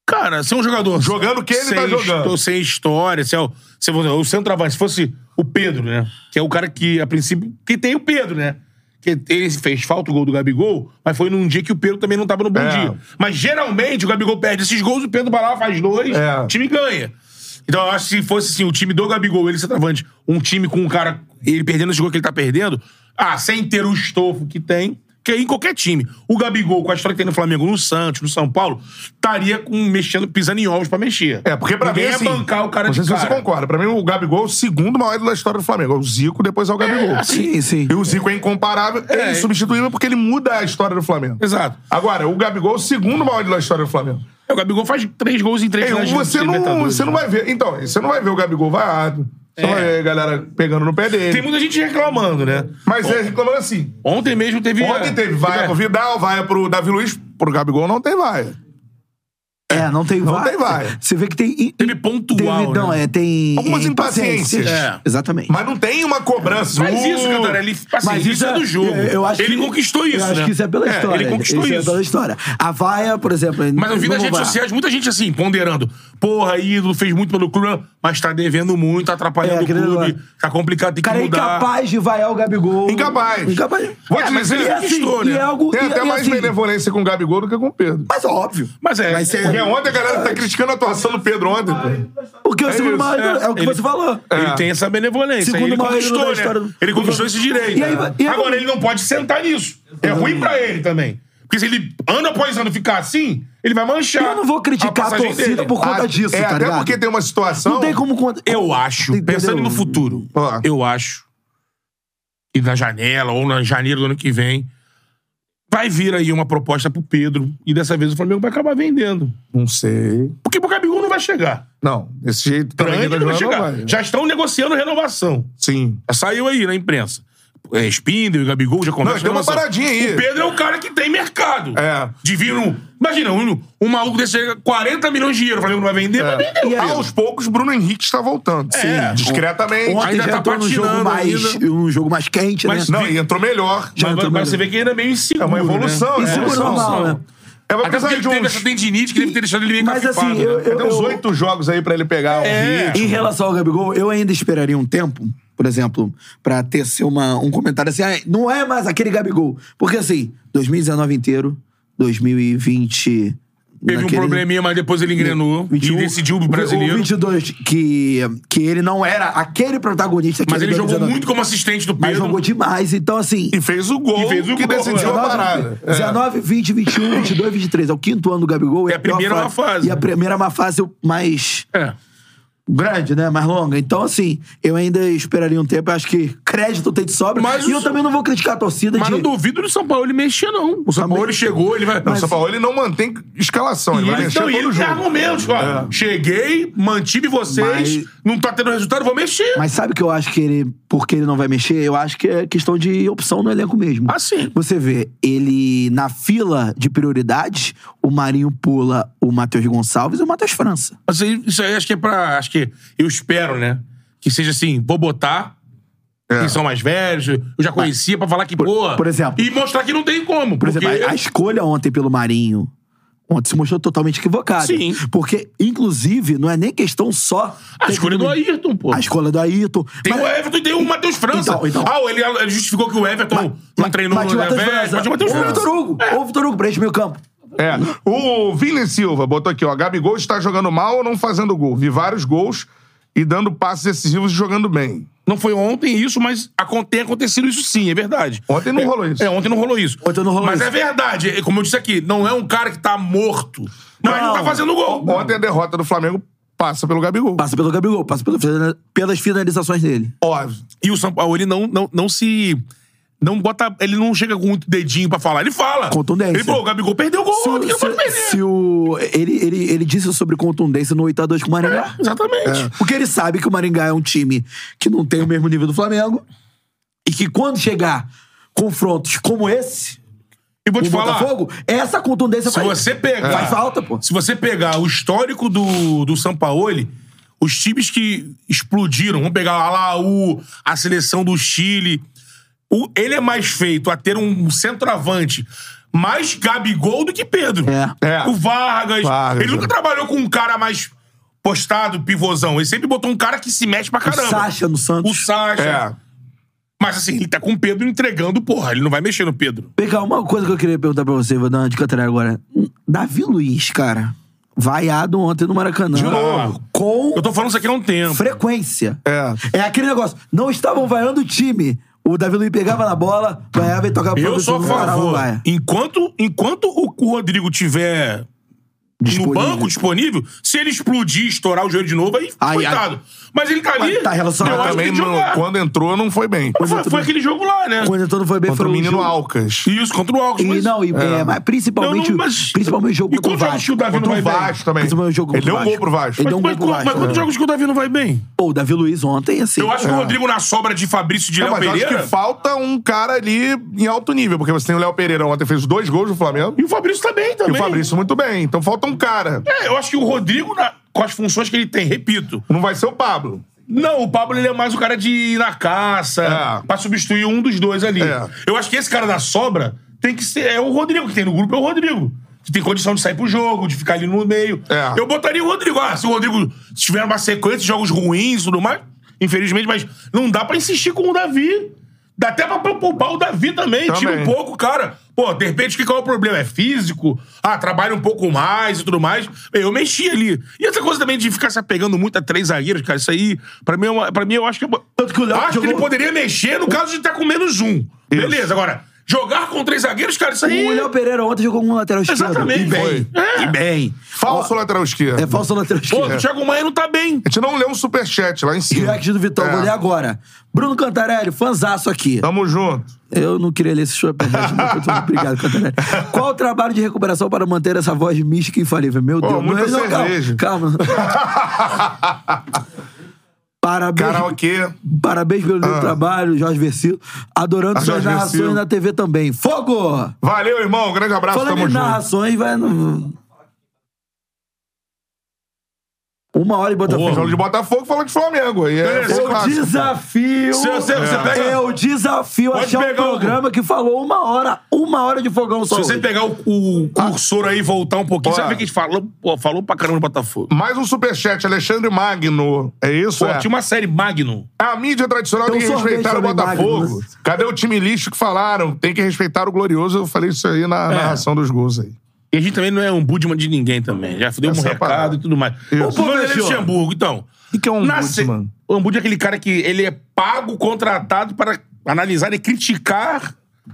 Cara, ser um jogador. Jogando o que ele sem tá jogando. his- Sem história, se é o, se é o centroavante. Se fosse o Pedro, né? Que é o cara que, a princípio. Que tem o Pedro, né? Que ele fez falta o gol do Gabigol, mas foi num dia que o Pedro também não tava no bom É. dia. Mas geralmente o Gabigol perde esses gols, o Pedro vai lá, faz dois, É. o time ganha. Então eu acho que se fosse assim, o time do Gabigol, ele centroavante, um time com um cara, ele perdendo esse gol que ele tá perdendo, ah, sem ter o estofo que tem, que é em qualquer time. O Gabigol, com a história que tem no Flamengo, no Santos, no São Paulo, estaria com, mexendo, pisando em ovos pra mexer. É, porque pra Ninguém mim, ia assim, bancar o cara Não sei de se você cara. concorda. Pra mim, o Gabigol é o segundo maior ídolo da história do Flamengo. É o Zico, depois é o Ah, Gabigol. Sim, sim. E o Zico é incomparável, é, É. insubstituível, porque ele muda a história do Flamengo. Exato. Agora, o Gabigol é o segundo maior ídolo da história do Flamengo. É, O Gabigol faz três gols em três Ei, é finais de É, você, não, Libertadores, você não né? vai ver. Então, você não vai ver o Gabigol vaiado. Você É. não vai ver a galera pegando no pé dele. Tem muita gente reclamando, né? Mas é reclamando assim. Ontem mesmo teve. é, Ontem teve vaia pro Vidal, vaia pro Davi Luiz. Pro Gabigol não tem vaia. É, não tem Não tem VAR. Você vê que tem. Teve pontual, Teve, não, né? é, tem. Algumas é, impaciências. É. Exatamente. Mas não tem uma cobrança. Faz Uh, isso, Cantarelli. Assim, Mas isso, é do jogo. eu- eu acho ele que- conquistou Eu isso. acho né? que isso é pela história. Ele conquistou isso. isso. é pela história. A vaia, por exemplo. Mas eu vi nas vamos redes lá. sociais muita gente assim, ponderando. Porra, ídolo, fez muito pelo clube, mas tá devendo muito, tá É, atrapalhando o aquele clube. negócio. Tá complicado, tem O cara que é mudar. incapaz de vaiar o Gabigol. Incapaz. Incapaz. Vou É, te mas dizer, ele E assim, conquistou, né? e é algo, tem e- até e mais assim, benevolência com o Gabigol do que com o Pedro. Mas óbvio. Mas é. Mas é- Porque ontem a galera tá criticando a atuação do Pedro ontem. pô. Porque o É segundo isso, maior ídolo- é, o que ele- você falou. É. Ele tem essa benevolência. Segundo ele maior ídolo conquistou, da né? história do- Ele conquistou esse direito. E aí, né? e aí- Agora, ele não pode sentar nisso. É ruim pra ele também. Porque se ele, ano após ano, ficar assim, ele vai manchar. Eu não vou criticar a passagem torcida dele. por conta Ah, disso, é, tá até ligado? porque tem uma situação. Não tem como... conta- Eu acho, Entendeu? pensando no futuro, Ah. eu acho que na janela ou na janeiro do ano que vem vai vir aí uma proposta pro Pedro e dessa vez o Flamengo vai acabar vendendo. Não sei. Porque pro Gabigol não vai chegar. Não, desse jeito também Grande que tá não vai jogando, não chegar. vai. Já estão negociando renovação. Sim. Já Saiu aí na imprensa. É, Spindle e Gabigol já Não, conversam. tem uma renovação. paradinha aí. O Pedro é o cara que tem mercado. É. De vir um... Imagina, um, um maluco desse chega 40 milhões de euros. O Flamengo não vai É. vender, vai vender. E aí- Tá, Aos poucos, Bruno Henrique está voltando. Sim. Discretamente. Ontem ainda já tá entrou num jogo patinando mais... ainda. Um jogo mais quente, Mas- né? Não, e entrou melhor. Já Mas, entrou mas você melhor. vê que ainda é meio inseguro, É uma evolução, né? é. Isso é evolução. normal, né? É uma Até porque precisar ele de teve uns, essa tendinite que deve ter deixado ele meio Mas, encafifado, assim, eu- né? tem uns eu- oito jogos aí pra ele pegar um É. ritmo. Em relação ao Gabigol, eu ainda esperaria um tempo, por exemplo, pra ter seu uma, um comentário assim, ah, não é mais aquele Gabigol. Porque assim, 2019 inteiro, 2020... Teve naquele- um probleminha, mas depois ele engrenou 21, e decidiu o O um, brasileiro. 22, que, que ele não era aquele protagonista que Mas ele jogou 19, muito como assistente do Pedro. Mas jogou demais, então assim. E fez o gol E assim, fez o que gol, decidiu a 19, parada. É. 19, 20, 21, 22, 23. É o quinto ano do Gabigol. É a primeira uma má fase. E a primeira é uma fase mais É. grande, né? Mais longa. Então, assim, eu ainda esperaria um tempo. Eu acho que crédito tem de sobra. Mas e o- eu também não vou criticar a torcida Mas de... não duvido do São Paulo ele mexer, não. O São Também- Paulo ele chegou, ele vai. Não, o São Paulo ele não mantém escalação. Ele assim. E vai ele, mexer então, e todo ele tem jogo. argumentos, ó. Cheguei, mantive vocês, É. Mas- não tá tendo resultado, vou mexer. Mas sabe que eu acho que ele, porque ele não vai mexer, eu acho que é questão de opção no elenco mesmo. Ah, sim. Você vê, ele na fila de prioridades, o Marinho pula o Matheus Gonçalves e o Matheus França. Mas aí- isso aí acho que é pra. Acho que. Eu espero, né? Que seja assim, vou botar. É. Quem são mais velhos, eu já conhecia pra falar que, porra. por exemplo- E mostrar que não tem como. Por exemplo, porque- a, a escolha ontem pelo Marinho. Ontem se mostrou totalmente equivocada. Sim. Porque, inclusive, não é nem questão só. A escolha é do Ayrton, pô. A escolha do Ayrton. Tem Mas- o Everton e tem o Matheus França. Então, então. Ah, ele, ele justificou que o Everton não treinou mas no de Matheus Everton, França. É. mas de Matheus Ou o França. Vitor Hugo. Ou o Vitor Hugo pra este meio campo. É. O Vini Silva botou aqui, ó. Gabigol está jogando mal ou não fazendo gol? Vi vários gols e dando passes decisivos e jogando bem. Não foi ontem isso, mas acon- tem acontecido isso sim, é verdade. Ontem não É, rolou isso. É, ontem não rolou isso. Ontem não rolou mas isso. é verdade, é, como eu disse aqui, não é um cara que tá morto. Não, ele não tá Não. fazendo gol. Ontem a derrota do Flamengo passa pelo Gabigol. Passa pelo Gabigol, passa pelo- pelas finalizações dele. Óbvio. E o São Paulo, ele não, não, não se... Não bota... Ele não chega com muito dedinho pra falar. Ele fala. Contundência. Ele falou, o Gabigol perdeu o gol Se, ontem, que não pode o- perder. se- se o. Ele, ele, ele disse sobre contundência no 8x2 com o Maringá. É. Exatamente. Porque ele sabe que o Maringá é um time que não tem o mesmo nível do Flamengo. E que quando chegar confrontos como esse, E vou com te o falar... Botafogo, essa contundência Se faz, você pegar. faz falta, pô. Se você pegar o histórico do, do Sampaoli, os times que explodiram, vamos pegar a Laú, a seleção do Chile. o- ele é mais feito a ter um centroavante mais Gabigol do que Pedro. É. É. O Vargas. Vargas, ele nunca é. trabalhou com um cara mais postado, pivôzão. Ele sempre botou um cara que se mexe pra caramba. O Sacha no O Santos. Sacha. É. Mas assim, ele tá com o Pedro entregando, porra. Ele não vai mexer no Pedro. Vem cá, uma coisa que eu queria perguntar pra você, vou dar uma de cantar agora. Davi Luiz, cara. vaiado ontem no Maracanã. De novo. Com Eu tô falando isso aqui há um tempo. frequência. É. É aquele negócio. Não estavam vaiando o time. O Davi Luiz pegava na bola, vaiava e tocava pro Eu sou a professor, não parava, favor. vaia. Enquanto, enquanto o o Rodrigo tiver no Disponível. banco disponível, se ele explodir, estourar o joelho de novo, aí Ai, coitado. Mas ele tá Mas ali. tá relacionado eu acho que Também, tem que não- jogar. quando entrou, não foi bem. Mas foi, foi aquele jogo lá, né? Quando entrou não foi bem, Contra foi o menino jogo- Alcas. Isso, contra o Alcos. E mas- não, e, é, mas principalmente, Não, não, mas- principalmente o jogo E contra o quantos jogos que Vasco. o Davi não Contra vai o bem? Vasco também. Mas o jogo Ele deu um contra o gol pro Vasco. Ele Mas, deu um mas, gol pro mas Vasco. quantos né? jogos que o Davi não vai bem? Pô, o Davi Luiz ontem, assim... Eu acho que o Rodrigo na sobra de Fabrício de É, Léo mas eu acho que Pereira. falta um cara ali em alto nível, porque você tem o Léo Pereira ontem, fez dois gols no Flamengo. E o Fabrício também, E também. o Fabrício muito bem. Então falta um cara. É, eu acho que o Rodrigo, na- com as funções que ele tem, repito. Não vai ser o Pablo. Não, o Pablo ele é mais o cara de ir na caça, É. pra substituir um dos dois ali. É. Eu acho que esse cara da sobra tem que ser. É o Rodrigo que tem no grupo, é o Rodrigo. Que tem condição de sair pro jogo, de ficar ali no meio. É. Eu botaria o Rodrigo. Ah, se o Rodrigo tiver uma sequência de jogos ruins e tudo mais, infelizmente, mas não dá pra insistir com o Davi. Dá até pra poupar o Davi também. Também. Tira um pouco, cara. Pô, de repente, o que que é o problema? É físico? Ah, trabalha um pouco mais e tudo mais. Bem, Eu mexi ali. E essa coisa também de ficar se apegando muito a três zagueiros, cara, isso aí, pra mim, é uma- pra mim eu acho que é. bo- Tanto que o Léo acho que jogou- ele poderia mexer no caso de estar com menos um. Beleza, agora, jogar com três zagueiros, cara, isso aí. O Léo Pereira ontem jogou com um lateral esquerdo. Exatamente. E bem. Foi. É. E bem. Falso lateral esquerdo. É falso lateral Pô, esquerdo. o Thiago Maia não tá bem. A gente não leu um superchat lá em cima. React do Vitão, É. vou ler agora. Bruno Cantarelli, fanzaço aqui. Tamo junto. Eu não queria ler esse superchat, mas muito obrigado, Cantarelli. Qual o trabalho de recuperação para manter essa voz mística e infalível? Meu Deus, muita meu- não, cerveja. (laughs) calma. calma. Parabéns. Karaokê. Parabéns pelo meu trabalho, Jorge Versilo. Adorando Ah, suas Jorge narrações Versilo. na TV também. Fogo! Valeu, irmão. Grande abraço. Falando Tamo em junto. narrações, vai. no- Uma hora e Botafogo. Falando de Botafogo, falando de Flamengo. Aí é, É, foi eu Eu clássico. desafio. Se você- você pega- Eu desafio Pode achar um pegar um- programa que falou uma hora, uma hora de fogão só. Se você hoje. pegar o, o cursor aí e voltar um pouquinho, Ó. você vai ver que a gente falou, pô, falou pra caramba do Botafogo. Mais um superchat. Alexandre Magno. É isso? Pô, é. tinha uma série Magnum. A mídia tradicional Tem tem que um sorvete respeitar o sobre Botafogo. Magno, né? Cadê o time lixo que falaram? Tem que respeitar o glorioso. Eu falei isso aí na narração dos gols aí. E a gente também não é um budman de ninguém também. Já deu um Essa é a parada. recado e tudo mais. Isso. O povo é Professor. Luxemburgo, então. O que é um Na se- ombudsman? O Hambúrguer é aquele cara que ele é pago, contratado para analisar e criticar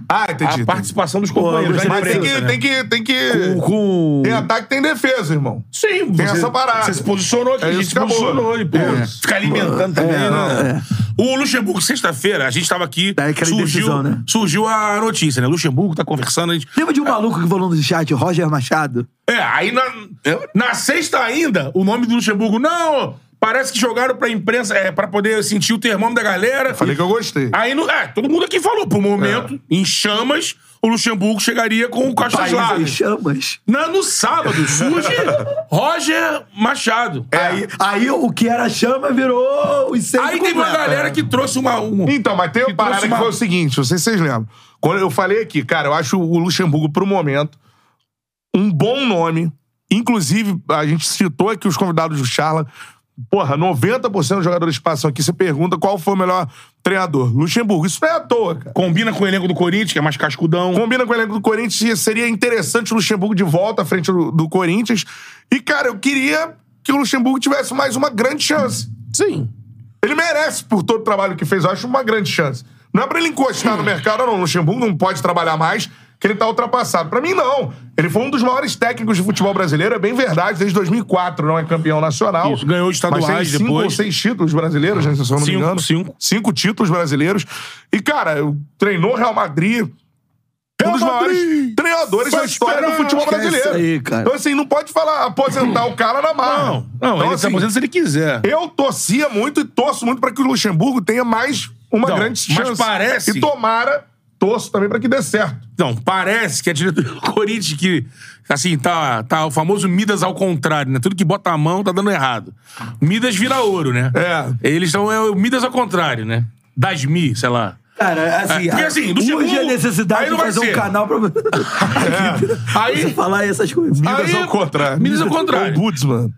Ah, entendi. a entendi. participação dos eu companheiros. da gostei Mas tem imprensa, que, né? tem que, tem que... Com- com- Tem ataque, tem defesa, irmão. Sim, Tem essa parada. Você se posicionou aqui, É a gente isso, se acabou. posicionou e, pô, É. ficar alimentando também, não, né? O Luxemburgo, sexta-feira, a gente tava aqui. É Daí aquela surgiu, indecisão, né? surgiu a notícia, né? Luxemburgo tá conversando, a gente. Lembra de um maluco que falou no chat, Roger Machado? É, aí na, na sexta ainda, o nome do Luxemburgo, não, parece que jogaram pra imprensa, é, pra poder sentir o termômetro da galera. Falei É. que eu gostei. Aí, no, é, todo mundo aqui falou, por um momento, em chamas, o Luxemburgo chegaria com o Costas País em Largas. chamas. Na, no sábado (laughs) surge Roger Machado. É, Aí, aí o que era chama virou os seis É. Aí teve uma é? completa. galera que trouxe uma. Um, Então, mas tem uma Que parada trouxe que uma- foi o seguinte, não sei se vocês lembram. Quando eu falei aqui, cara, eu acho o Luxemburgo, pro momento, um bom nome. Inclusive, a gente citou aqui os convidados do Charla. Porra, 90% dos jogadores que passam aqui, você pergunta qual foi o melhor treinador. Luxemburgo, isso não é à toa, cara. combina com o elenco do Corinthians, que é mais cascudão. Então, Combina com o elenco do Corinthians, seria interessante o Luxemburgo de volta à frente do, do Corinthians. E, cara, eu queria que o Luxemburgo tivesse mais uma grande chance. Sim. Ele merece por todo o trabalho que fez, eu acho uma grande chance. Não é pra ele encostar no mercado, não. O Luxemburgo não pode trabalhar mais, que ele tá ultrapassado. Pra mim, não. Ele foi um dos maiores técnicos de futebol brasileiro, é bem verdade, desde 2004, não é campeão nacional. Isso, ganhou estaduais Mas tem cinco depois. ou seis títulos brasileiros, né, se eu não Cinco, me engano. cinco. Cinco títulos brasileiros. E, cara, eu- treinou o Real Madrid, um dos Real maiores Madrid! treinadores da Vai história do esperar, futebol esquece brasileiro. aí, cara. Então, assim, não pode falar aposentar o cara na marra. Não, não, então, ele se assim, aposenta se ele quiser. eu torcia muito e torço muito pra que o Luxemburgo tenha mais uma Não, grande mas chance. parece- E tomara, torço também pra que dê certo. Então, parece que a diretoria do Corinthians que, assim, tá, tá o famoso Midas ao contrário, né? Tudo que bota a mão tá dando errado. Midas vira ouro, né? É. Eles estão, é o Midas ao contrário, né? Das Mi, sei lá. Cara, assim, É, porque, assim, do hoje Luxemburgo, a necessidade aí de não vai fazer um ser. canal pra É. você (laughs) Aí, falar essas coisas. Midas ao contrário. Midas ao contrário. Ombudsman.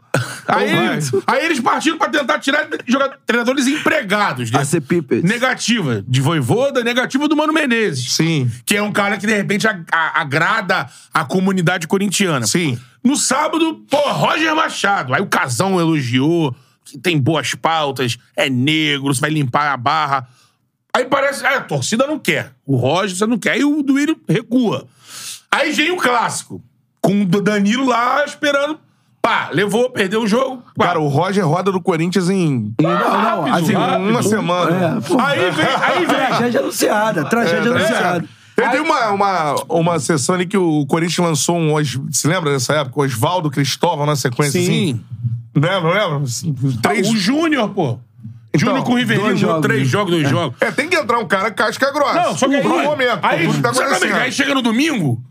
aí, Vai. aí eles partiram pra tentar tirar jogadores, treinadores empregados, né? A ser pipes. Negativa de Voivoda, negativa do Mano Menezes. Sim. Que é um cara que, de repente, a- a- agrada a comunidade corintiana. Sim. No sábado, pô, Roger Machado. Aí o Casão elogiou, que tem boas pautas, é negro, você vai limpar a barra. Aí parece, ah, a torcida não quer. O Roger você não quer. E o Duílio recua. Aí vem o clássico, com o Danilo lá esperando. Pá, levou, perdeu o jogo. pá. Cara, o Roger roda do Corinthians em Não, não, assim, uma semana. É, pô. Aí vem, aí vem. (laughs) Tragédia anunciada, É, tá tragédia anunciada. Eu tenho uma, uma, uma sessão ali que o Corinthians lançou um. Os, se lembra dessa época? Osvaldo Cristóvão na sequência, assim? Lembra, lembra? Assim, Três. Ah, O Júnior, pô. Júnior com o Riverino, dois jogou jogos, três né? jogos, dois jogos. É, tem que entrar um cara casca grossa. Tá Não, só que aí, Pro momento. Aí, pô, tá sabe, acontecendo. amigo, aí chega no domingo,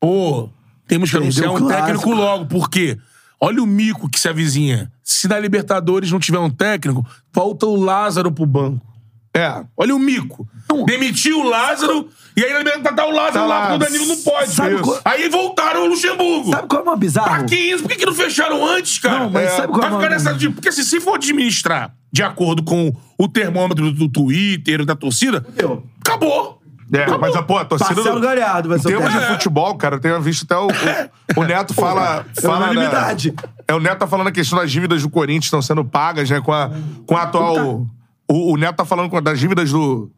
pô, temos que Perdeu anunciar um o clássico. técnico logo, porque olha o mico que se avizinha. Se na Libertadores não tiver um técnico, volta o Lázaro pro banco. É. Olha o mico. Demitiu o Lázaro e aí na Libertadores tá o Lázaro Tá lá, lá. porque o Danilo não pode. Sabe Isso. qual- Aí voltaram o Luxemburgo. Sabe qual é uma Pra bizarro? 15, por que, que não fecharam antes, cara? Não, mas sabe qual Vai é o ficar nome? nessa. de- Porque assim, se for administrar de acordo com o termômetro do Twitter, da torcida, acabou. É. É, mas, pô, a torcida. Marcelo Galhardo vai Em ser o termos de técnico. futebol, cara, eu tenho visto até o. O, o Neto fala. é fala da- unanimidade. é, o Neto tá falando a questão das dívidas do Corinthians estão sendo pagas, né? Com a, com a atual. O, o Neto tá falando com- das dívidas do.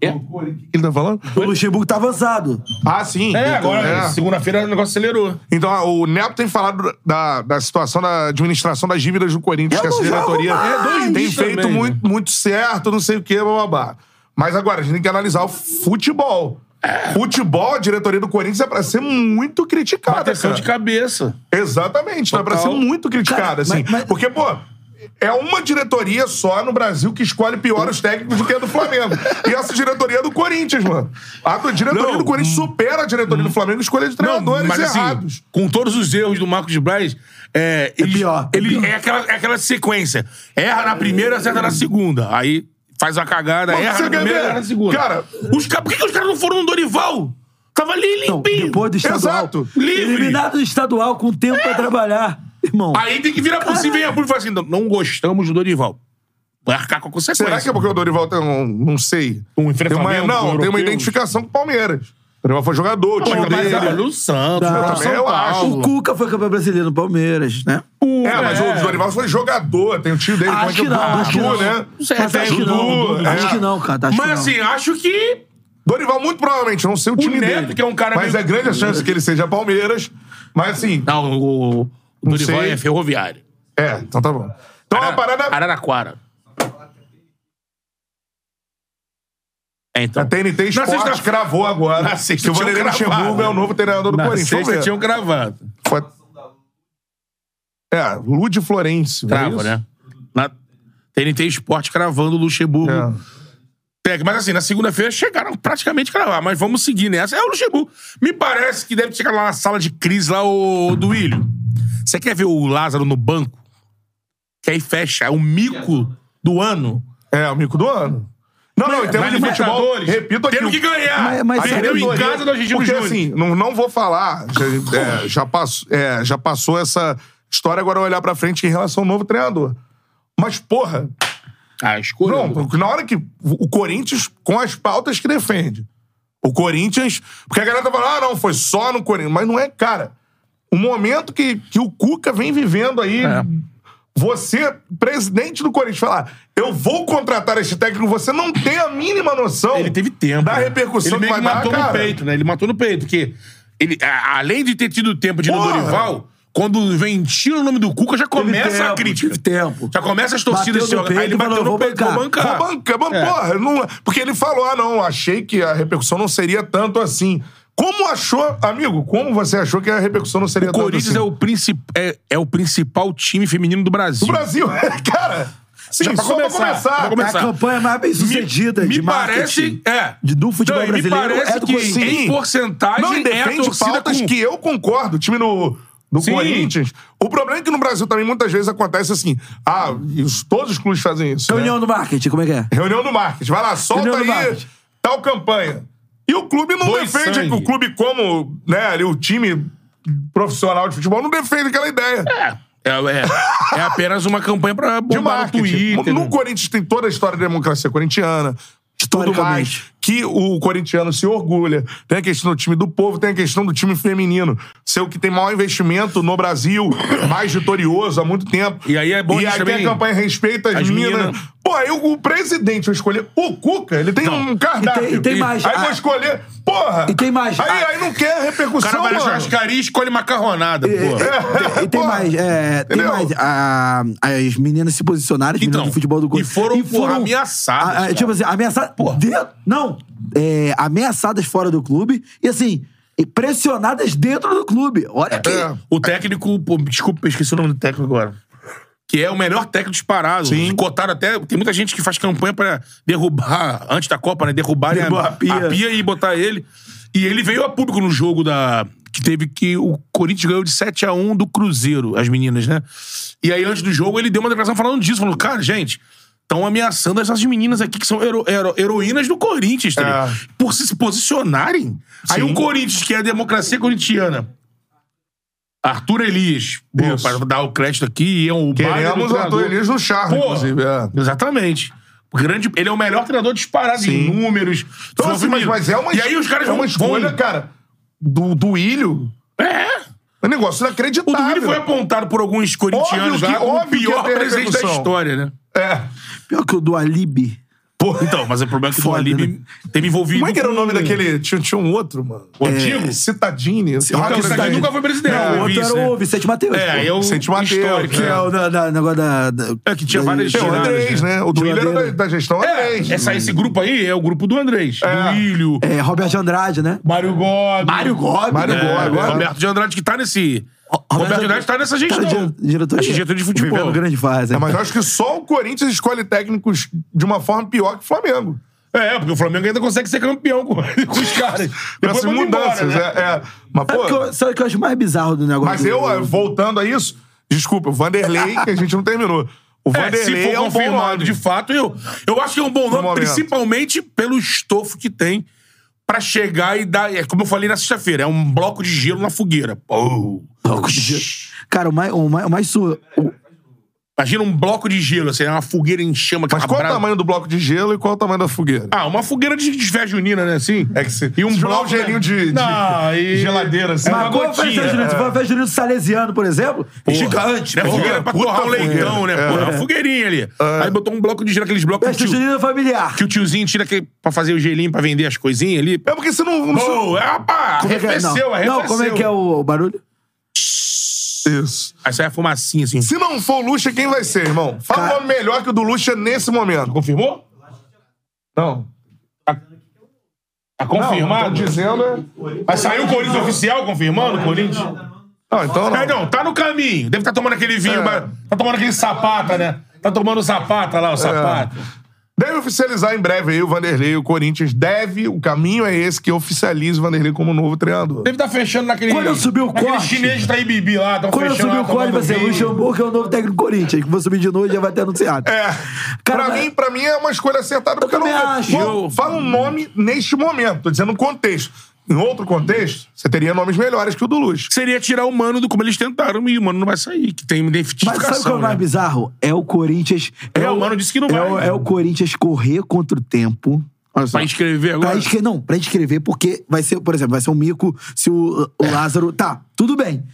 É. do Corinthians. O que ele tá falando? O Luxemburgo tá avançado. Ah, sim. É, agora, É. segunda-feira, o negócio acelerou. Então, ah, o Neto tem falado da, da situação da administração das dívidas do Corinthians, Eu que essa não jogo diretoria É, mais tem também, feito né? muito, muito certo, não sei o quê, bababá. Mas agora, a gente tem que analisar o futebol. É. Futebol, a diretoria do Corinthians é pra ser muito criticada, Atenção cara. de cabeça. Exatamente, tá pra ser Total. muito criticada, Cara, assim. mas- mas- Porque, pô, é uma diretoria só no Brasil que escolhe pior os técnicos do que a do Flamengo. e essa diretoria é do Corinthians, mano. A do- diretoria Não, do Corinthians hum, supera a diretoria do Flamengo em escolha de treinadores errados. Assim, com todos os erros do Marcos Braz, é, ele, pior, é ele- pior. é aquela, é aquela sequência. Erra na primeira, acerta na segunda. Aí faz uma cagada, Mas erra você na quer primeira, ver? erra na segunda. Cara, os, ca- por que, que os caras não foram no Dorival? Tava ali Não, limpinho. Então, depois do estadual. Exato. Livre. Eliminado do estadual, com tempo pra trabalhar. Irmão. Aí tem que virar por cima e a público e falar assim: não, não gostamos do Dorival. Vai arcar com a consequência. Será que é porque o Dorival tem um. Não sei. Um Tem uma, enfrentamento não, tem uma europeu? identificação com o Palmeiras. O Dorival foi jogador, o time Mas dele. trabalhava no Santos, Não. foi pro São Eu acho. Paulo. Tá. O Cuca foi campeão brasileiro no Palmeiras, né? É, mas o Dorival foi jogador, tem o tio dele, como é Acho que que é o não, acho que Dudu, não. né? sei, Mas até acho que Dudu, né? não. é. Acho que não, cara. Acho Mas que assim, acho que. Dorival, muito provavelmente, não sei o time Neto, dele. que é um cara mas meio- é grande a chance que ele seja Palmeiras. Mas assim, Não, o, o Dorival sei. é ferroviário. é, então tá bom. Então é uma Ara- parada. Araraquara. É, então. A TNT Esportes sexta- cravou agora. Na sexta que o tinham Vanderlei cravado. Luxemburgo é o novo treinador do Na Corinthians. Vamos sexta ver. tinham gravado. Foi- É, Lude Florencio. não é Cravo, isso? né? Na TNT Esporte cravando o Luxemburgo. É. Técnico. Mas assim, na segunda-feira chegaram praticamente a cravar. Mas vamos seguir nessa. É o Luxemburgo. Me parece que deve chegar lá na sala de crise, lá o Duílio. Você quer ver o Lázaro no banco? Que aí fecha. É o mico do ano. É, o mico do ano. Não, não, em termos Mas de futebol, Libertadores, repito aqui. Temos que ganhar. Mas- mas Aí sabe- perdeu Assim, em Porque, casa do Argentino Porque Júnior. assim, não, não vou falar, já, é, já passo- é, já passou essa história, agora eu olhar pra frente em relação ao novo treinador. Mas, porra, a Ah, escolha. não, porque na hora que o Corinthians, com as pautas que defende, o Corinthians. Porque a galera tá falando, ah, não, foi só no Corinthians. Mas não é, cara. O momento que, que o Cuca vem vivendo aí. É. Você, presidente do Corinthians, falar, eu vou contratar este técnico, você não tem a mínima noção. Ele teve tempo. Da né? repercussão ele que meio vai que dar, matou cara. no peito, né? Ele matou no peito, porque ele, a- além de ter tido tempo de ir no Porra! Dorival, quando ventila o nome do Cuca, já começa tempo, a crítica. teve tempo. Já começa as torcidas Bateu se no organizando. Aí peito, ele bateu falou, no "Vou peito, vou bancar." bancar. Vou bancar, mas É. porra, não, porque ele falou, ah não, achei que a repercussão não seria tanto assim. Como achou, amigo, como você achou que a repercussão não seria O tanto Corinthians assim? é, o princip... é, é o principal time feminino do Brasil. Do Brasil, (laughs) é, cara, sim, Já pra só começar, pra pra É começar. a começar. campanha mais bem sucedida me de me parece. marketing. É. de- Do futebol Não, e brasileiro Me parece é do que Corinthians. em Sim. porcentagem Não, e é a defende torcida pautas com... que eu concordo. O time do, do Sim. Corinthians. O problema é que no Brasil também muitas vezes acontece assim. Ah, e os- todos os clubes fazem isso. né? Reunião do marketing, como é que é? Reunião do marketing. Vai lá, solta Reunião do aí marketing. tal campanha. E o clube não Dois defende, sangue. o clube como, né, ali, o time profissional de futebol não defende aquela ideia. É. É, é, é apenas uma campanha De pra bombar no marketing. Twitter. né? No Corinthians tem toda a história da democracia corintiana, de tudo Historicamente. mais. que o corintiano se orgulha. Tem a questão do time do povo, tem a questão do time feminino. Ser o que tem maior investimento no Brasil, (coughs) mais vitorioso há muito tempo. E aí é bom E isso aí também- tem a campanha Respeita as, As Minas. meninas. Pô, aí o, o presidente vai escolher o Cuca, ele tem Não. um cardápio. E tem- e tem mais. Aí Ah. vou escolher... Porra! E tem mais. Aí, Ah. aí não quer O repercussão, cara vai na mano. churrascaria e escolhe macarronada, (laughs) É, pô. E tem Porra. mais, é, tem Entendeu? mais a- as meninas se posicionaram, as Então, meninas do futebol do e foram, porra, ameaçadas, a- a- cara. tipo assim, ameaçadas. de- não, é, ameaçadas fora do clube e assim, e pressionadas dentro do clube. Olha aqui. É. O técnico, pô, desculpa, eu esqueci o nome do técnico agora. Que é o melhor técnico disparado. Sim. Cotaram até. Tem muita gente que faz campanha pra derrubar, antes da Copa, né? Derrubarem Derrubar a, a pia. a pia e botar ele. E ele veio a público no jogo da. Que teve que. O Corinthians ganhou de 7 a 1 do Cruzeiro, as meninas, né? E aí, antes do jogo, ele deu uma declaração falando disso. Falou, cara, gente. Estão ameaçando essas meninas aqui que são hero- hero- heroínas do Corinthians, tá É. ligado? Por se posicionarem. Aí Sim. o Corinthians, que é a democracia corintiana, Arthur Elias. Pô, Isso. para dar o crédito aqui, é o baile do Queremos o treinador. Antônio Elias no charme, Pô, inclusive. é. Exatamente. O Grande, ele é o melhor treinador disparado Sim. em números. Então, assim, mas, desenvolvimento. mas é uma E aí os caras é uma vão- escolha, vão- cara, do, do Ilho. É. É um negócio O inacreditável. Duílio foi apontado por alguns corintianos Óbvio que- lá como o óbvio que pior ia ter presidente da repercussão. história, né? É. Pior que o do Alibi. Pô, então, mas o problema é que o Foda, Alib né? teve envolvido. Como é que era o nome com- daquele? Tinha, tinha um outro, mano. O antigo? Então, Citadini. esse Nunca- cara o É, Citadini que- Então, nunca foi presidente. Não, o outro vice, era né? o Vicente Matheus. É, aí é o Vicente Mateus, né? histórico, Que é, o da, da- negócio da, da- É, que tinha da- várias É o Andrés, né? O do Ilho era da, Geladeira. da gestão É, Andrés. essa, esse grupo aí é o grupo do Andrés. É. Do Ilho, É, Roberto Andrade, né? Mário Gomes. Mário Gomes. Mário né? É, Gomes, Agora- Roberto de Andrade que tá nesse. Roberto, de Andrade tá nessa gestão. Tá na dire- diretoria. Essa diretoria de futebol. Vivendo grande fase. É, mas eu acho que só o Corinthians escolhe técnicos de uma forma pior que o Flamengo. É, porque o Flamengo ainda consegue ser campeão com, (laughs) com os Com essas caras. Depois manda assim, mudanças. embora, né? é, é. Mas, Sabe o que, pô, eu- sabe o que eu acho mais bizarro do negócio? Mas do- eu, eh, voltando a isso, desculpa, o Vanderlei, que a gente não terminou. O (laughs) É, se Vanderlei for é, um bom confirmado nome. de fato, eu, eu acho que é um bom nome, momento. principalmente pelo estofo que tem pra chegar e dar. É como eu falei na sexta-feira, é um bloco de gelo na fogueira. Pô. Bloco de gelo. Cara, o mais, o mais, o mais sur... É o- Imagina um bloco de gelo, assim, é uma fogueira em chama. Mas aquela qual é o brasa. tamanho do bloco de gelo e qual é o tamanho da fogueira? Ah, uma fogueira de, de fé junina, né? Assim. É que se- E um se jogar bloco, um gelinho né? de- de Não, e- geladeira, assim. É uma Mas qual foi a gotinha. festa junina? Se É. for a festa junina do Salesiano, por exemplo, Porra. gigante. Né, Não é porra. fogueira pra Puta torrar um fogueira. leitão, né? Porra, é uma fogueirinha ali. Aí botou um bloco de gelo, aqueles blocos que Festa o, tio- junina familiar. que o tiozinho tira que, pra fazer o gelinho pra vender as coisinhas ali. É porque se não. não se- Pô, é, rapaz, Como é que é? Não. arrefeceu, arrefeceu. Não, como é que é o, o barulho? Isso. Aí sai a fumacinha, assim. Se não for o Lucha, quem vai ser, irmão? Fala Cara- um nome melhor que o do Lucha nesse momento. Confirmou? Não. Tá Confirmado? confirmado? dizendo é. Mas saiu o Corinthians oficial confirmando o Corinthians? Não, então É, não. não, tá no caminho. Deve estar tomando aquele vinho, É. mas- tá tomando aquele sapata, né? Tá tomando o sapata lá, o sapata. Deve oficializar em breve aí o Vanderlei. O Corinthians deve. O caminho é esse que oficialize o Vanderlei como novo treinador. Deve estar fechando naquele. Quando eu subir o naquele corte- chinês tá aí bibi lá, tão Quando eu fechando subir lá, o código, vai tomando ser vinho. Luxemburgo, que é o novo técnico do Corinthians. Que vou subir de noite, já vai ter anunciado. É. Cara, pra, mas- mim, pra mim é uma escolha acertada. porque também não, acho. Bom, Fala um nome neste momento. Tô dizendo um contexto. Em outro contexto, você teria nomes melhores que o do Luz. Seria tirar o mano do como eles tentaram e o mano não vai sair, que tem Mas identificação. sabe o que é o mais né? bizarro? É o Corinthians. É, o mano disse que não é vai. O, é o Corinthians correr contra o tempo. Olha só. Pra escrever agora? Pra escre- Não, pra escrever, porque vai ser, por exemplo, vai ser um mico se o, o Lázaro. Tá, tudo bem.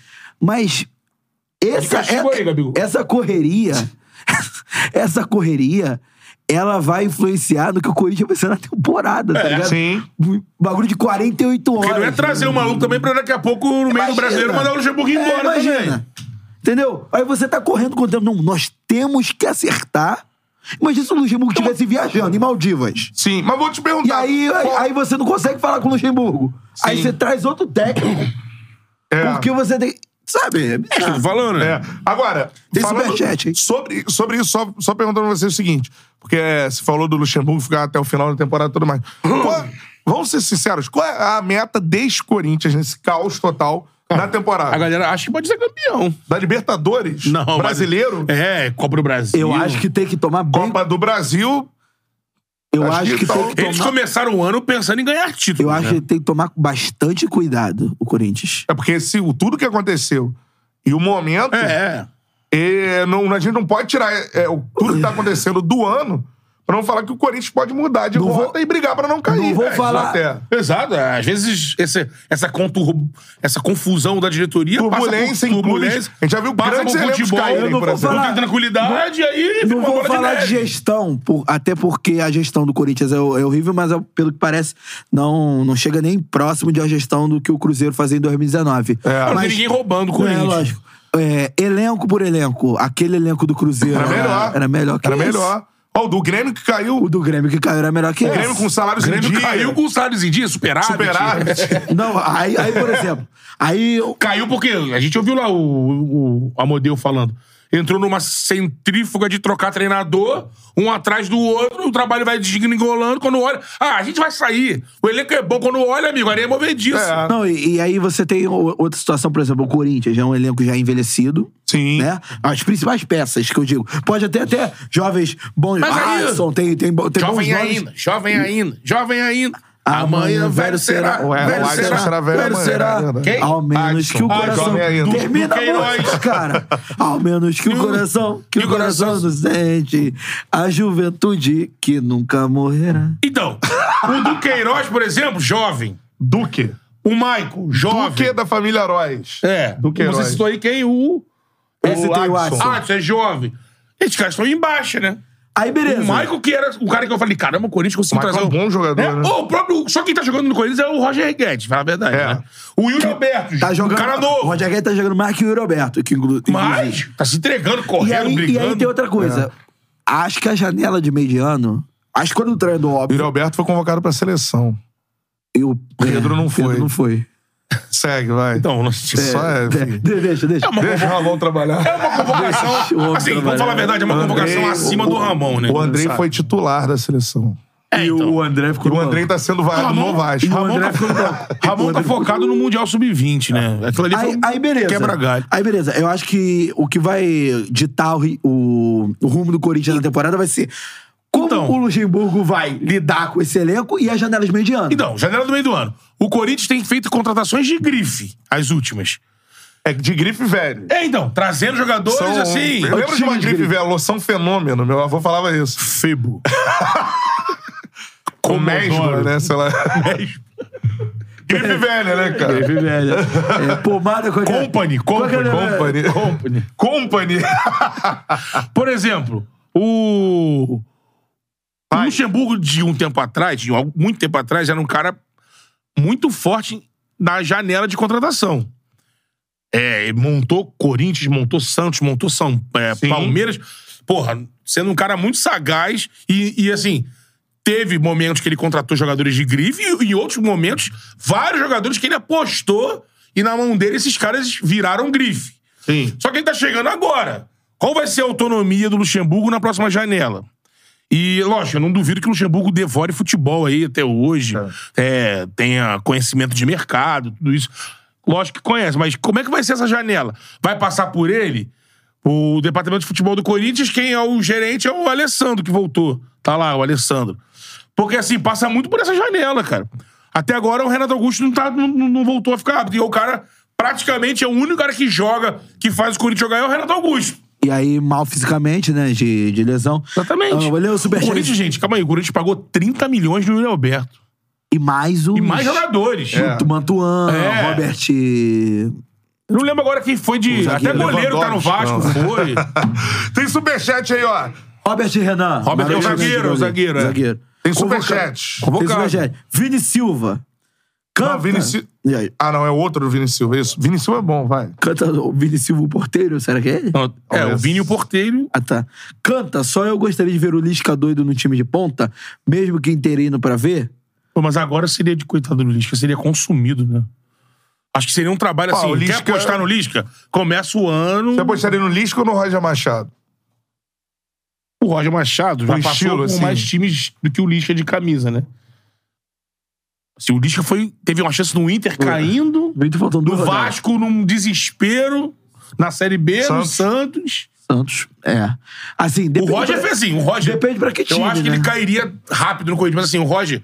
Mas. Essa, é, castigo aí, Gabigol. essa correria. (laughs) essa correria. Ela vai influenciar no que o Corinthians vai ser na temporada, tá ligado? sim. Um Bagulho de 48 horas. É. Porque não é trazer o maluco também pra daqui a pouco, no meio do Imagina. brasileiro, mandar o Luxemburgo É, embora né? também. imagina. Entendeu? Aí você tá correndo com o tempo. Não, nós temos que acertar. Imagina se o Luxemburgo Então, estivesse viajando em Maldivas. Sim, mas vou te E Tá perguntar. aí, aí, qual- aí você não consegue falar com o Luxemburgo. Aí Sim. você traz outro técnico. É. Porque você tem. Sabe? é É isso que eu tô bizarro. falando, né? É. Agora, Tem falando superchat, hein? sobre, sobre isso, só, só perguntando pra vocês o seguinte: porque é, você falou do Luxemburgo ficar até o final da temporada e tudo mais. Qual- é, vamos ser sinceros, qual é a meta deste Corinthians nesse caos total da A temporada? galera acha que pode ser campeão. Da Libertadores? Não, Brasileiro? mas- É, Copa do Brasil. Eu acho que tem que tomar bem. Copa do Brasil? eu acho acho que que, tá tem tal- que Eles tomar. começaram o ano pensando em ganhar título. Eu acho né? que tem que tomar bastante cuidado, o Corinthians. É porque se, o- tudo que aconteceu e o momento. É, é. E não, a gente não pode tirar é, o- tudo que tá acontecendo do ano Pra não falar que o Corinthians pode mudar de Não rota vou- e brigar pra não cair. não vou né? Isso falar- até. Exato. é. Às vezes esse, essa, contur- essa confusão da diretoria Turbulência passa em por clubes. turbulência. A gente já viu passa grandes por elencos futebol, caírem, não por vou exemplo. falar- Não tem tranquilidade, aí fica Não é uma vou bola falar de, de neve. gestão, por- até porque a gestão do Corinthians é, é horrível, mas é- pelo que parece, não, não chega nem próximo de uma gestão do que o Cruzeiro fazia em 2019. É. Não mas, tem ninguém roubando o é, Corinthians. lógico. É, elenco por elenco, aquele elenco do Cruzeiro Era melhor. Era melhor que Era esse. melhor. Ó, o do Grêmio que caiu. O do Grêmio que caiu era melhor que O Grêmio esse. com salários O É, Grêmio em dia. caiu com o Salles em dia, superado. Superávit. (laughs) Não, aí, aí, por exemplo, aí eu- Caiu porque a gente ouviu lá o, o, o Amodeu falando. Entrou numa centrífuga de trocar treinador, um atrás do outro, o trabalho vai desgringolando. Quando olha, ah, a gente vai sair. O elenco é bom. Quando olha, amigo, areia movediça. É. Não, e, e aí você tem o- outra situação, por exemplo, o Corinthians é um elenco já envelhecido. Sim. Né? As principais peças que eu digo. Pode até até jovens bons. Mas aí- Alisson, tem, tem, bo- tem bons Jovem nomes. ainda, jovem ainda, jovem ainda. Amanhã velho será. Ué, velho o Alisson será velho amanhã, é verdade. Quem? Ao menos Alisson. que o Ah, coração. jovem ainda. Termina Do- do a Queiroz. música, cara. Ao menos que E o o- coração. Que e o o coração coração- nos sente. A juventude que nunca morrerá. Então, o do Queiroz, por exemplo, jovem. Duque. O Maico, jovem. Duque da família Heróis. É. Do Queiroz. Você citou aí quem? O. Esse tem o Alisson. Ah, isso é jovem. Esses caras estão em baixa, né? Aí, beleza. O Maico, que era o cara que eu falei, caramba, o Corinthians conseguiu Michael trazer. é um bom jogador, É, né? ou o próprio, só quem tá jogando no Corinthians é o Roger Guedes, fala a verdade. É. né? O Yuri Alberto, Tá jogando. um cara O novo. Roger Guedes tá jogando mais que o Yuri Alberto. Que inclu, inclusive. Mas tá se entregando, correndo, E aí, e brigando. aí tem outra coisa. Acho que a janela de meio de ano. Acho que quando o treinador, O óbvio. Yuri Alberto foi convocado pra seleção. e o Pedro não foi. (laughs) Pedro não foi. Segue, vai. Então, não Só é, É, enfim. (laughs) de- deixa, deixa. é uma Deixa o Ramon É, trabalhar. Deixa o convocação. homem Assim, trabalhar. vamos falar a verdade, é uma convocação Andrei, acima o- do Ramon, né? O Andrei foi titular da seleção. É, então. André ficou E o Andrei tá sendo vaiado no Vasco. Ramon tá, Ramon tá focado no Mundial Sub-20, né? Aquilo ali foi É. Aí, um aí beleza. quebra-galho. Aí beleza. Eu acho que o que vai ditar o, ri- o- o rumo do Corinthians na temporada vai ser como Então. o Luxemburgo vai lidar com esse elenco e as janelas de meio de ano. Então, janela do meio do ano. O Corinthians tem feito contratações de grife, as últimas. É de grife velho. É, então, trazendo jogadores São- um- assim. Eu lembro de uma Antigos grife grife. velha, loção fenômeno. Meu avô falava isso. (laughs) Febo. Com é, mesma, né? Sei (laughs) lá. grife velha, né, cara? Teve, velho. (laughs) É, pomada com aquela- Company, com aquela- company, Company. company. (laughs) Company. Por exemplo, o. O Luxemburgo de um tempo atrás, de algum- muito tempo atrás, era um cara muito forte na janela de contratação. É, ele montou Corinthians, montou Santos, montou São, é, Sim. Palmeiras. Porra, sendo um cara muito sagaz e, e, assim, teve momentos que ele contratou jogadores de grife e em outros momentos, vários jogadores que ele apostou e na mão dele esses caras viraram grife. Sim. Só que ele tá chegando agora. Qual vai ser a autonomia do Luxemburgo na próxima janela? E, lógico, eu não duvido que o Luxemburgo devore futebol aí até hoje. É, tenha conhecimento de mercado, tudo isso. Lógico que conhece, mas como é que vai ser essa janela? Vai passar por ele? O departamento de futebol do Corinthians, quem é o gerente é o Alessandro, que voltou. Tá lá, o Alessandro. Porque, assim, passa muito por essa janela, cara. Até agora o Renato Augusto não, tá, não, não voltou a ficar apto. E o cara, praticamente, é o único cara que joga, que faz o Corinthians jogar, é o Renato Augusto. E aí, mal fisicamente, né? De, de lesão. Exatamente. Ah, olha o superchat. Corinthians, gente, calma aí. O Corinthians pagou 30 milhões no Yuri Alberto. E mais um o. E mais jogadores. É. Mantuan, É. Robert. Eu Não lembro agora quem foi de. Até zagueiro goleiro tá no Vasco, Lewandowski, (laughs) foi. Tem superchat aí, ó. Robert e Renan. Robert é Maravilhoso o zagueiro, jogador. o zagueiro, é. Zagueiro. Tem Convocado. superchat. Tem Convocado. superchat. Vini Silva. Canta. Não, Vini Sil- E aí? Ah, não, é outro do Vini Silva. Isso. Vini Silva é bom, vai. Canta o Vini Silva, o porteiro, será que é ele? Não, é, o Vini e o Porteiro. Ah, tá. Canta, só eu gostaria de ver o Lisca doido no time de ponta, mesmo que interino pra ver. Pô, mas agora seria de coitado do Lisca, seria consumido, né? Acho que seria um trabalho Pô, assim. o Lisca- Quer apostar no Lisca? Começa o ano. Você apostaria no Lisca ou no Roger Machado? O Roger Machado já Por passou estilo, por assim. mais times do que o Lisca de camisa, né? Assim, o Lisca foi, teve uma chance no Inter caindo, Muito faltando no duas rodadas. Vasco num desespero, na Série B, Santos. no Santos. Santos. É. Assim, O depende Roger pra- fez assim, o Roger... Depende pra que time, Eu acho que né? ele cairia rápido no Corinthians, mas assim, o Roger,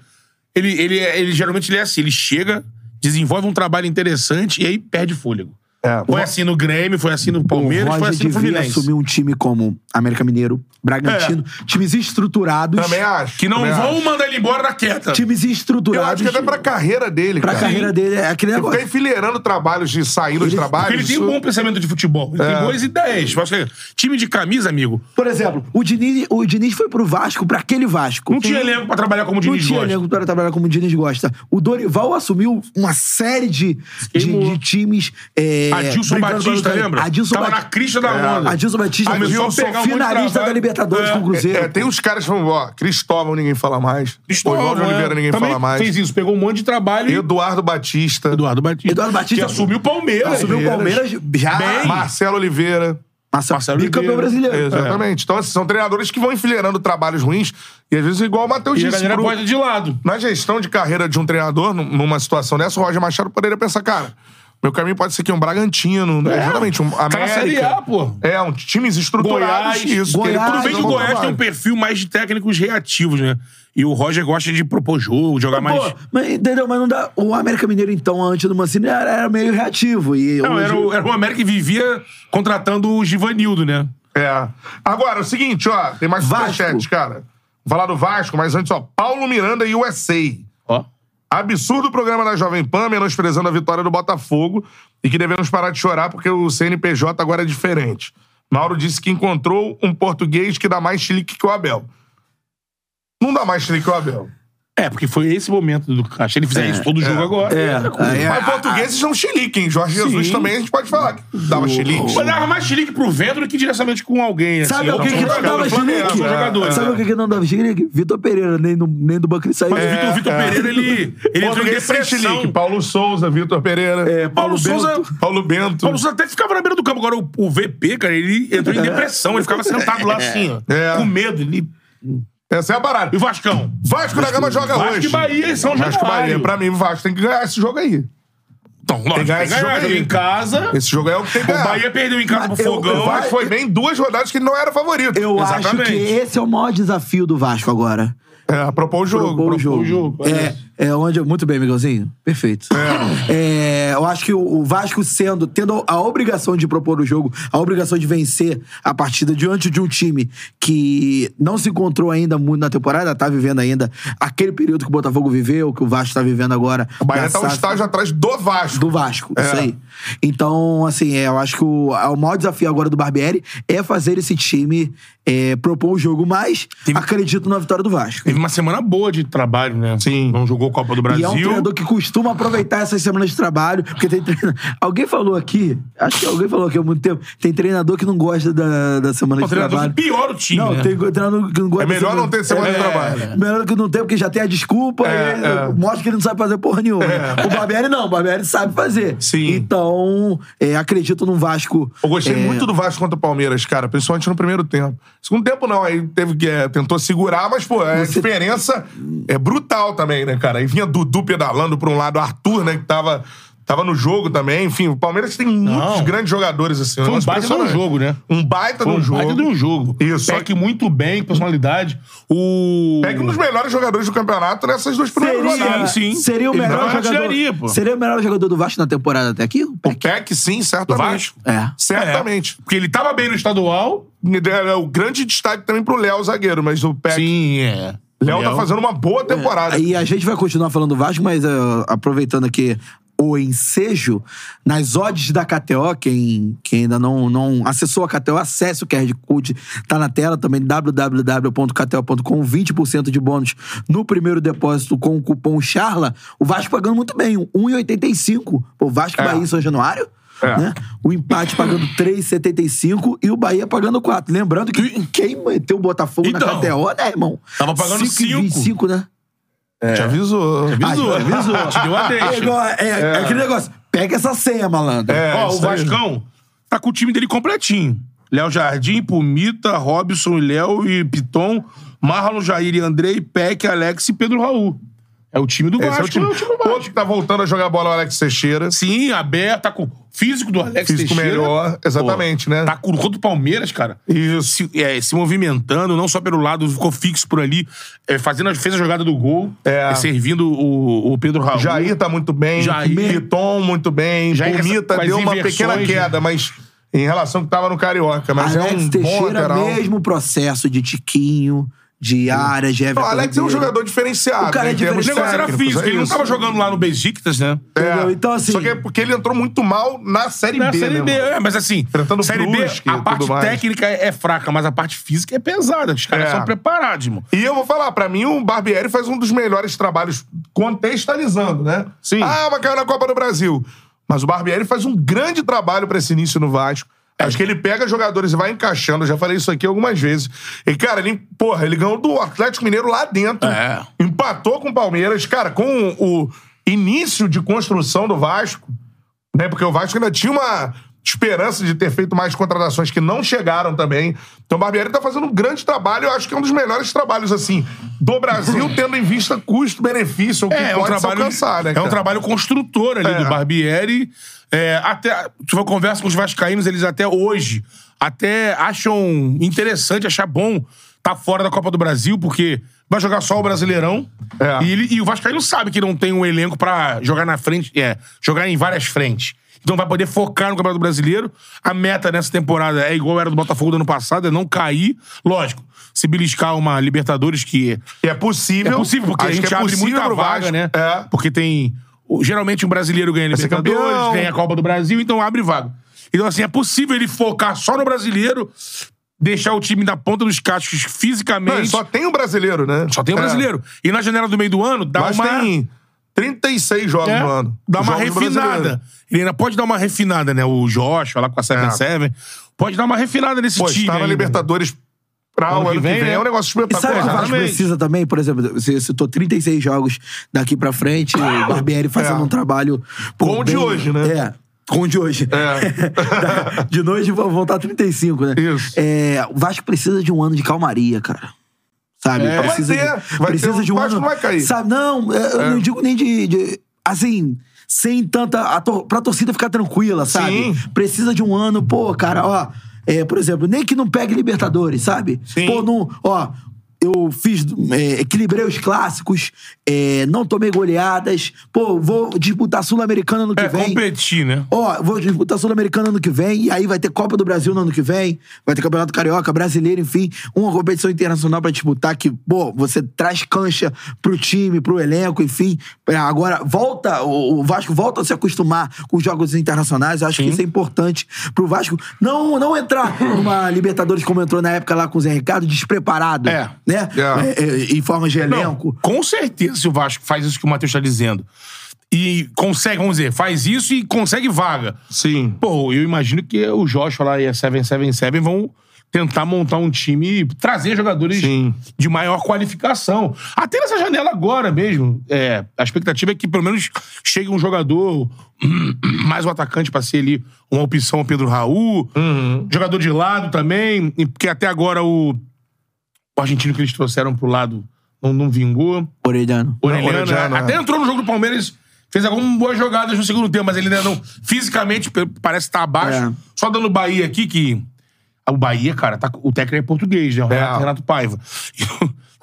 ele, é ele, ele geralmente ele é assim, ele chega, desenvolve um trabalho interessante e aí perde fôlego. É. Foi assim no Grêmio, foi assim no Palmeiras, o foi Roger assim no devia Fluminense. É. assumir um time como América Mineiro, Bragantino, times estruturados, Também acho. Que não também vão acho. mandar ele embora na queda. times Eu estruturados acho que é até pra carreira dele, pra cara. carreira dele é aquele Ele negócio. fica enfileirando trabalhos de saindo de Ele- trabalho. Porque ele tem um bom pensamento de futebol. Ele É. tem boas ideias. Eu acho que- Time de camisa, amigo, Por exemplo, o Diniz, o Diniz foi pro Vasco, pra aquele Vasco. não tinha elenco pra trabalhar como Não o Diniz tinha gosta. elenco para trabalhar como o Diniz gosta. O Dorival assumiu uma série de, de, Queimou. de times. É, Adilson brigando Batista, pelo- lembra? Adilson É. Tava na Batista. crista da onda. Adilson Batista, Começou a Adilson, pegar um monte de finalista trabalho. da Libertadores É, com o Cruzeiro. É, tem uns caras que falam, ó, Cristóvão ninguém fala mais. Oswaldo Cristóvão, Oliveira é. ninguém Também fala mais. Fez isso, pegou um monte de trabalho e Eduardo Batista. Eduardo Batista. Eduardo Batista- é Que assumiu o Palmeiras. assumiu o Palmeiras já. Bem. Ah, Marcelo Oliveira. Massa, Marcelo bicampeão Oliveira. É, brasileiro. Exatamente. Então, assim, são treinadores que vão enfileirando trabalhos ruins. E às vezes, igual o Matheus E a disse, galera pro- pode de lado. na gestão de carreira de um treinador, num- numa situação dessa, o Roger Machado poderia pensar, cara, meu caminho pode ser aqui um Bragantino, é, exatamente, um tá na América. Série A, pô. É, um times estruturados. Goiás, isso. que ele- Goiás, tudo bem que o Goiás tem um pe- perfil mais de técnicos reativos, né? E o Roger gosta de propor jogo, jogar mais. Pô, mas, entendeu? Mas não dá. O América Mineiro, então, antes do Mancini, era, era meio reativo. E Não, hoje- era o, era o América que vivia contratando o Givanildo, né? É. Agora, é o seguinte, ó, tem mais Vasco. superchat, cara. Vou falar do Vasco, mas antes, ó, Paulo Miranda e USA. Ó. Absurdo programa da Jovem Pan, menosprezando a vitória do Botafogo e que devemos parar de chorar porque o CNPJ agora é diferente. Mauro disse que encontrou um português que dá mais chilique que o Abel. Não dá mais chilique que o Abel. É, porque foi esse momento do Caixa. Ele fizer isso todo jogo agora. É, é, Mas portugueses dão chilique, hein? Jorge Jesus também a gente pode falar que dava chilique. Mas dava mais chilique pro vento do que diretamente com alguém. Sabe assim, o que, Ou que com não jogador, dava com chilique? com jogador, Sabe né? o que, que não dava chilique? Vitor Pereira, nem, no- nem do banco ele saiu. Mas o Vitor, o É, Vitor Pereira, ele, ele entrou em Português sem depressão. chilique. Paulo Souza, Vitor Pereira. É, Paulo Souza. Bento. Paulo Bento. Paulo Souza até ficava na beira do campo. Agora o, o VP, cara, ele entrou em depressão. Ele ficava sentado lá assim, ó. É. Com medo. Ele... Essa é a parada. E o Vascão? Vasco da Gama joga Vasco hoje. e Bahia é em São Vasco e Januário. Bahia. Pra mim, o Vasco tem que ganhar esse jogo aí. Então, lógico, tem ganhar que esse ganhar jogo aí. em casa. Esse jogo aí é o que tem que O ganhar. Bahia perdeu em casa pro Mas eu- Fogão. O Vasco Vai- foi bem em duas rodadas que ele não era favorito. Eu acho que esse é o maior desafio do Vasco agora. É, propor o jogo. Propor o jogo. jogo, É, é onde. Muito bem, Miguelzinho. Perfeito. É, eu acho que o- o Vasco sendo, tendo a obrigação de propor o jogo, a obrigação de vencer a partida diante de um time que não se encontrou ainda muito na temporada, tá vivendo ainda aquele período que o Botafogo viveu, que o Vasco tá vivendo agora. O Bahia da tá um SAF. estágio atrás do Vasco. Do Vasco, É. isso aí. Então, assim, é, eu acho que o, a- o maior desafio agora do Barbieri é fazer esse time é, propor o jogo, mas acredito na vitória do Vasco. Teve uma semana boa de trabalho, né? Sim. Não jogou Copa do E Brasil. é um treinador que costuma aproveitar essas semanas de trabalho, porque tem treinador... Alguém falou aqui, acho que alguém falou aqui há muito tempo, tem treinador que não gosta da, da semana É um de treinador trabalho. que piora o time. Não, né? tem treinador que não gosta É melhor da não ter semana de trabalho. Melhor que não tem, porque já tem a desculpa É, e eh, é. mostra que ele não sabe fazer porra nenhuma. O Barbieri não, o Barbieri sabe fazer. Sim. Então, é, acredito num Vasco. eh, Eu É. gostei muito do Vasco contra o Palmeiras, cara, principalmente no primeiro tempo. Segundo tempo, não, aí teve que. é, tentou segurar, mas, pô, a diferença é brutal também, né, cara? Aí vinha Dudu pedalando pra um lado, Arthur, né, que tava, tava no jogo também. Enfim, o Palmeiras tem muitos grandes jogadores, assim. Foi um negócio baita de um impressionante. jogo, né? Um baita de um jogo. Baita de um jogo. Isso. Só que muito bem, personalidade. O. Pega um dos melhores jogadores do campeonato nessas duas primeiras Seria, rodadas. sim. seria o Ele melhor vai na artilharia, jogador. pô. Seria o melhor jogador do Vasco na temporada até aqui? O Peck, sim, certamente. Vasco? É. Certamente. Porque ele tava bem no estadual. É. O grande destaque também pro Léo, zagueiro, mas o Peck. Sim, é. Léo tá fazendo uma boa temporada. E a gente vai continuar falando do Vasco, mas ah, aproveitando aqui o ensejo, nas odds da KTO, quem, quem ainda não, não acessou a KTO, acesse o QR Code, tá na tela também, www.kto.com, 20% de bônus no primeiro depósito com o cupom CHARLA, o Vasco pagando muito bem, 1,85, o Vasco e Bahia em São Januário, É. né? O empate pagando 3,75 e o Bahia pagando 4. Lembrando que quem meteu o Botafogo na Então. KTO, né, irmão? Tava pagando 5,25, né? Te avisou. Ah, Avisou, avisou. Te deu a É, deixa. igual- é- é aquele negócio. Pega essa senha, malandro. É, Ó, o isso aí. Vascão tá com o time dele completinho. Léo Jardim, Pumita, Robson e Léo e Piton, Marlon, Jair e Andrei, Peck, Alex e Pedro Raul. É o time do Esse Vasco. é o time. é o time do Vasco. Outro que tá voltando a jogar bola, o Alex Teixeira. Sim, aberto, tá com o físico do Alex Físico Teixeira. melhor, exatamente, né? Tá com contra o Palmeiras, cara. Isso. Se, é, se movimentando, não só pelo lado, ficou fixo por ali, é, fazendo, a- fez a jogada do gol, É. é, servindo o, o Pedro Raul. Jair tá muito bem. Jair. Piton muito bem. Jair com essa- Comita com as deu uma inversões, pequena né? queda, mas em relação ao que tava no Carioca. Mas é Alex um bom Teixeira, lateral. mesmo processo de Tiquinho, de Arias, de Não, Everton. o Alex é um Ribeiro. jogador diferenciado. O cara né, é em termos O negócio era técnicos, físico, é ele não isso. tava jogando lá no Besiktas, né? Entendeu? Então, assim- Só que é porque ele entrou muito mal na Série Na B, Série né, B, mano? é, mas assim, Enfrentando o Série Brusque e B, a tudo parte mais. técnica é fraca, mas a parte física é pesada. Os caras É. são preparados, irmão. E eu vou falar, pra mim o Barbieri faz um dos melhores trabalhos contextualizando, né? Sim. Ah, mas caiu na Copa do Brasil. Mas o Barbieri faz um grande trabalho pra esse início no Vasco. Acho que ele pega jogadores e vai encaixando. Eu já falei isso aqui algumas vezes. E, cara, ele, porra, ele ganhou do Atlético Mineiro lá dentro. É. Empatou com o Palmeiras. Cara, com o início de construção do Vasco, né? Porque o Vasco ainda tinha uma esperança de ter feito mais contratações que não chegaram também. Então o Barbieri tá fazendo um grande trabalho, eu acho que é um dos melhores trabalhos, assim, do Brasil, (laughs) tendo em vista custo-benefício, o que é pode um se trabalho, alcançar, né? É um cara? trabalho construtor ali É. do Barbieri. É, até, tu vai conversa com os vascaínos, eles até hoje até acham interessante, achar bom tá fora da Copa do Brasil, porque vai jogar só o Brasileirão. É. E, ele- e o vascaíno sabe que não tem um elenco pra jogar na frente, é, jogar em várias frentes. Então vai poder focar no Campeonato Brasileiro. A meta nessa temporada é igual era do Botafogo do ano passado, é não cair. Lógico, se beliscar uma Libertadores que E é possível. é possível, porque acho a gente que é abre possível muita pro vaga, Vasco. né? É. Porque tem. o- Geralmente um brasileiro ganha ser Libertadores, campeão. ganha a Copa do Brasil, então abre vaga. Então, assim, é possível ele focar só no brasileiro, deixar o time na ponta dos cascos fisicamente. Não, e só tem o brasileiro, né? só tem o É. brasileiro. E na janela do meio do ano, dá Mas uma. tem 36 jogos É, no ano. Dá uma Jogos do brasileiro. refinada. Ele ainda pode dar uma refinada, né? O Joshua lá com a 77. Pode dar uma refinada nesse É. Pô, time. estar na ainda. Libertadores pra Ano o que ano que vem, vem, né? é um negócio E sabe o que o espetacular. Vasco Exatamente. precisa também? Por exemplo, você citou 36 jogos daqui pra frente, (coughs) o Barbieri fazendo É. um trabalho... pô, Com o de hoje, né? É, com o de hoje. É. Da- (laughs) de noite vão vão estar 35, né? Isso. É, o Vasco precisa de um ano de calmaria, cara. Sabe? É. precisa Vai ter, de, vai precisa ter, o de um Vasco ano. não vai cair. Sabe? Não, é, eu não digo nem de. de- assim. Sem tanta. A tor pra torcida ficar tranquila, sabe? Sim. Precisa de um ano, pô, cara, ó. é, por exemplo, nem que não pegue Libertadores, sabe? Sim. Pô, não. Ó, eu fiz. é, equilibrei os clássicos, é, não tomei goleadas. Pô, vou disputar Sul-Americana no que É, vem. competir, né? Ó, vou disputar Sul-Americana ano que vem, e aí vai ter Copa do Brasil no ano que vem, vai ter Campeonato Carioca, Brasileiro, enfim, uma competição internacional pra disputar que, pô, você traz cancha pro time, pro elenco, enfim. É, Agora, volta, o o Vasco volta a se acostumar com os jogos internacionais, eu acho que isso é importante pro Vasco não, não entrar numa Libertadores como entrou na época lá com o Zé Ricardo, despreparado, É. né? É. É, é, em forma de Não, elenco. com certeza, se o Vasco faz isso que o Matheus está dizendo. E consegue, vamos dizer, faz isso e consegue vaga. Sim. Pô, eu imagino que o Joshua lá e a 777 vão tentar montar um time e trazer jogadores Sim. de maior qualificação. Até nessa janela agora mesmo. é, a expectativa é que pelo menos chegue um jogador, (clears throat) mais um atacante para ser ali uma opção ao Pedro Raul. Jogador de lado também. e Porque até agora o, o argentino que eles trouxeram pro lado não, não vingou. Orelhano. Orelhano, Orelhano, né? é. até entrou no jogo do Palmeiras, fez algumas boas jogadas no segundo tempo, mas ele ainda não. Fisicamente pe- parece estar abaixo. É. Só dando o Bahia aqui, que. ah, O Bahia, cara, tá- o técnico é português, né? O Renato, Renato Paiva.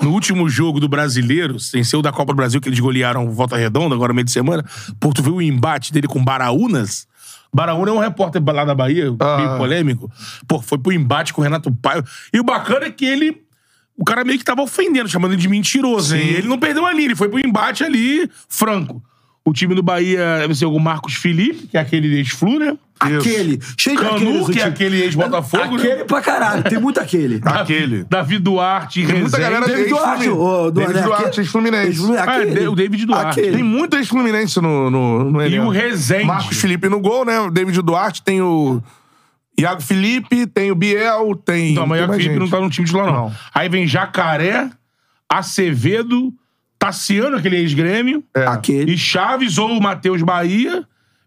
E no último jogo do brasileiro, sem ser o da Copa do Brasil, que eles golearam Volta Redonda, agora meio de semana, Porto viu o embate dele com Baraunas. Baraúna é um repórter lá da Bahia, Ah. meio polêmico. Pô, foi pro embate com o Renato Paiva. E o bacana é que ele o cara meio que tava ofendendo, chamando ele de mentiroso. E ele não perdeu ali, ele foi pro embate ali, franco. O time do Bahia deve ser o Marcos Felipe, que é aquele ex-flu, né? Aquele. Cheio de Canu, aqueles, o que é time. aquele ex-Botafogo, né? Aquele pra caralho, tem muito aquele. Aquele. Davi Duarte, Tem muita galera David Rezende. Duarte, ex-Fluminense. ô, Duarte, David né? Duarte, é Aquele- ex-Fluminense. Ex-Fluminense, Ah, é, aquele. o David Duarte. Tem Aquele. muito ex-Fluminense no, no, no E elenco. o Rezende. né? Marcos Felipe no gol, né? O David Duarte, tem o Iago Felipe, tem o Biel, tem. Não, mas tem o mais Felipe não gente. tá no time de lá, não. Não. Aí vem Jacaré, Acevedo, Tassiano, aquele ex-grêmio, É. Ah, Aquele. e Chaves ou o Matheus Bahia,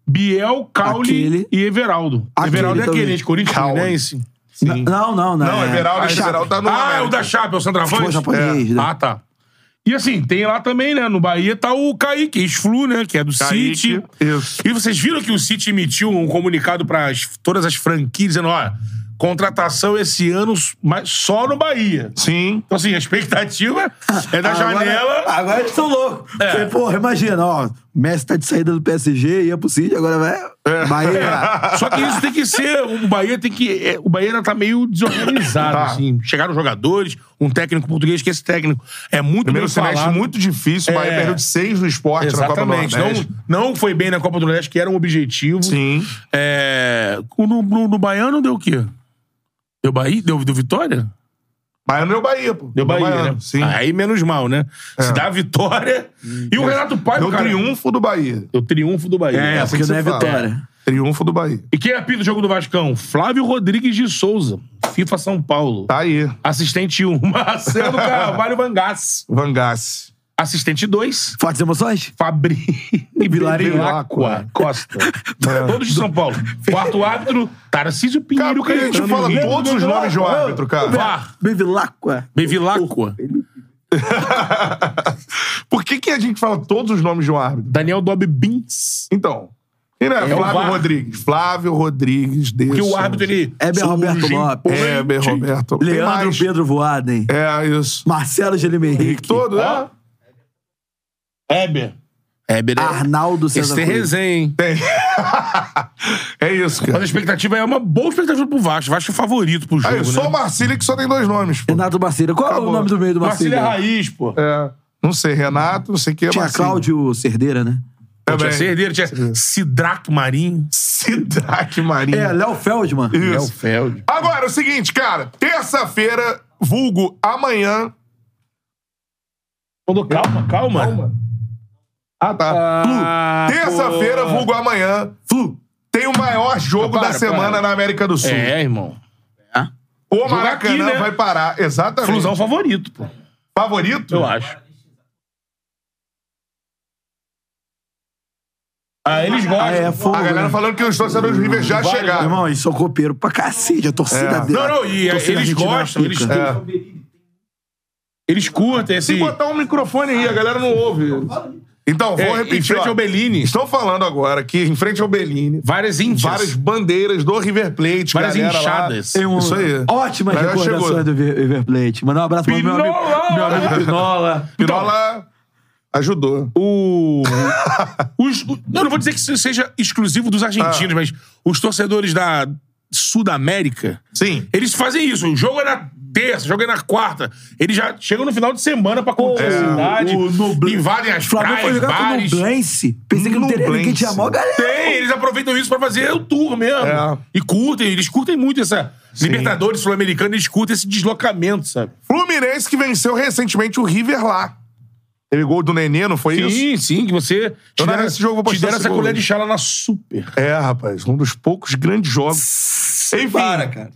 Biel, Caule Aquele. e Everaldo. Aquele Everaldo é aquele também. ex-Corinthians, Caule. Fluminense. Não, não, não. Não, Everaldo, Ah, Everaldo tá no. Ah, é o América. da Chape, é o Pô, centroavante? japonês, É. né? Ah, tá. E assim, tem lá também, né? No Bahia tá o Kaique, ex-flu, né? Que é do Kaique, City. isso. E vocês viram que o City emitiu um comunicado para todas as franquias, dizendo, ó, contratação esse ano mas só no Bahia. Sim. Então, assim, a expectativa é da Ah, Agora- janela. Agora eles são loucos. É. Porque, porra, imagina, ó. O Messi tá de saída do PSG, ia pro City, agora vai. Bahia. Só que isso tem que ser. O Bahia tem que. é, o Bahia ainda tá meio desorganizado, Tá. assim. Chegaram jogadores, um técnico português, que esse técnico é muito Primeiro bem falado. semestre muito difícil. O Bahia É. perdeu de seis no esporte na Ah, Copa do Exatamente. Nordeste. não, não foi bem na Copa do Nordeste, que era um objetivo. Sim. É, o no, no, no Baiano deu o quê? Deu Bahia? Deu, deu vitória? Bahia não é o Bahia, pô. Deu Bahia, Baiano, né? Sim. É. Aí menos mal, né? Se dá a vitória. E o Renato Paiva, Deu cara. triunfo do Bahia. Deu triunfo do Bahia. É, assim porque que você não é fala. vitória. Triunfo do Bahia. E quem apita o jogo do Vascão? Flávio Rodrigues de Souza, FIFA São Paulo. Tá aí. Assistente 1, (laughs) Marcelo Carvalho Vangassi. Vangasse. Assistente 2, Fortes emoções? (laughs) Fabri Vilariacqua Vilariacqua. Costa. Todos de São Paulo. Quarto árbitro, Tarcísio Cara, Pinheiro. por que a gente Caetano, fala Henrique todos os nomes de um árbitro, cara? VAR. Bevilacqua. Bevilacqua. (laughs) Por que, que a gente fala todos os nomes de um árbitro? Daniel Dobbins. Então. E, né, o Flávio VAR. Rodrigues. Flávio Rodrigues É, de Porque o Souza. árbitro, ele... Heber surge Roberto em- Lopes. Heber Roberto. Tem Leandro mais. Pedro Voaden. É, isso. Marcelo Gelime Henrique. Todo, né? Heber. Heber é... Arnaldo Esse César tem Cruz. resenha, hein? É isso, Mas a cara. expectativa é uma boa expectativa pro Vasco. O Vasco é o favorito pro jogo, Aí, só o né? Marcílio que só tem dois nomes, pô. Renato Barceiro. Qual é Acabou. o nome do meio do Marcílio Barceiro? é raiz, pô. É. Não sei, Renato, não sei o que é Tinha Marcílio. Cláudio Cerdeira, né? Pô, tinha Também. Cerdeira, tinha Sidrato Marinho. Sidraque Marinho. É, Léo Feldman. Isso. Feld. Agora, é o seguinte, cara. Terça-feira, vulgo amanhã. Falou, calma, calma. Ah, tá. Ah, Flu. Terça-feira, pô. vulgo amanhã. Flu. Tem o maior jogo Para, da semana para. na América do Sul. É, irmão. O Jogo Maracanã aqui, né? vai parar. Exatamente. Flusão favorito, pô. Favorito? É. Eu acho. Ah, eles gostam. Ah, é, fogo. A galera né? falando que os torcedores do River já Vai, chegaram. Irmão, eles são copeiro pra cacete. A torcida É. dele. Não, não, e a torcida eles argentina gostam, eles- pica. É. Eles curtem assim. Se esse. botar um microfone aí, a galera não ouve. Então, vou É, em repetir. frente ó. ao Bellini. Estão falando agora que em frente ao Bellini, Várias índias. várias bandeiras do River Plate, Várias galera lá. inchadas. Tem um- Isso aí. Ótimas Mas já recordações chegou. do River River Plate. Mandar um abraço pro meu amigo, Pinola! meu amigo (laughs) Pinola. então. Pinola ajudou. (laughs) O. os, o- eu não vou dizer que isso seja exclusivo dos Ah. argentinos, mas os torcedores da Sudamérica, Sim. eles fazem isso. O jogo é na terça, o jogo é na quarta. Eles já chegam no final de semana pra curtir É, a cidade, o Nublen- invadem as O Flamengo foi praias, jogar com o bares. Nublense. Pensei que não teria ninguém. Nublense. Tinha a maior galera. Tem, eles aproveitam isso pra fazer o tour mesmo. É. E curtem, eles curtem muito essa Libertadores Sul-Americana, eles curtem esse deslocamento, sabe? Fluminense que venceu recentemente o River lá. Teve gol do Nenê, não foi isso? Sim, sim, que você te Eu deram, narrei esse jogo, vou te postar deram esse essa gol. colher de chá lá na Super. (laughs) É, rapaz, um dos poucos grandes jogos. Enfim, cara.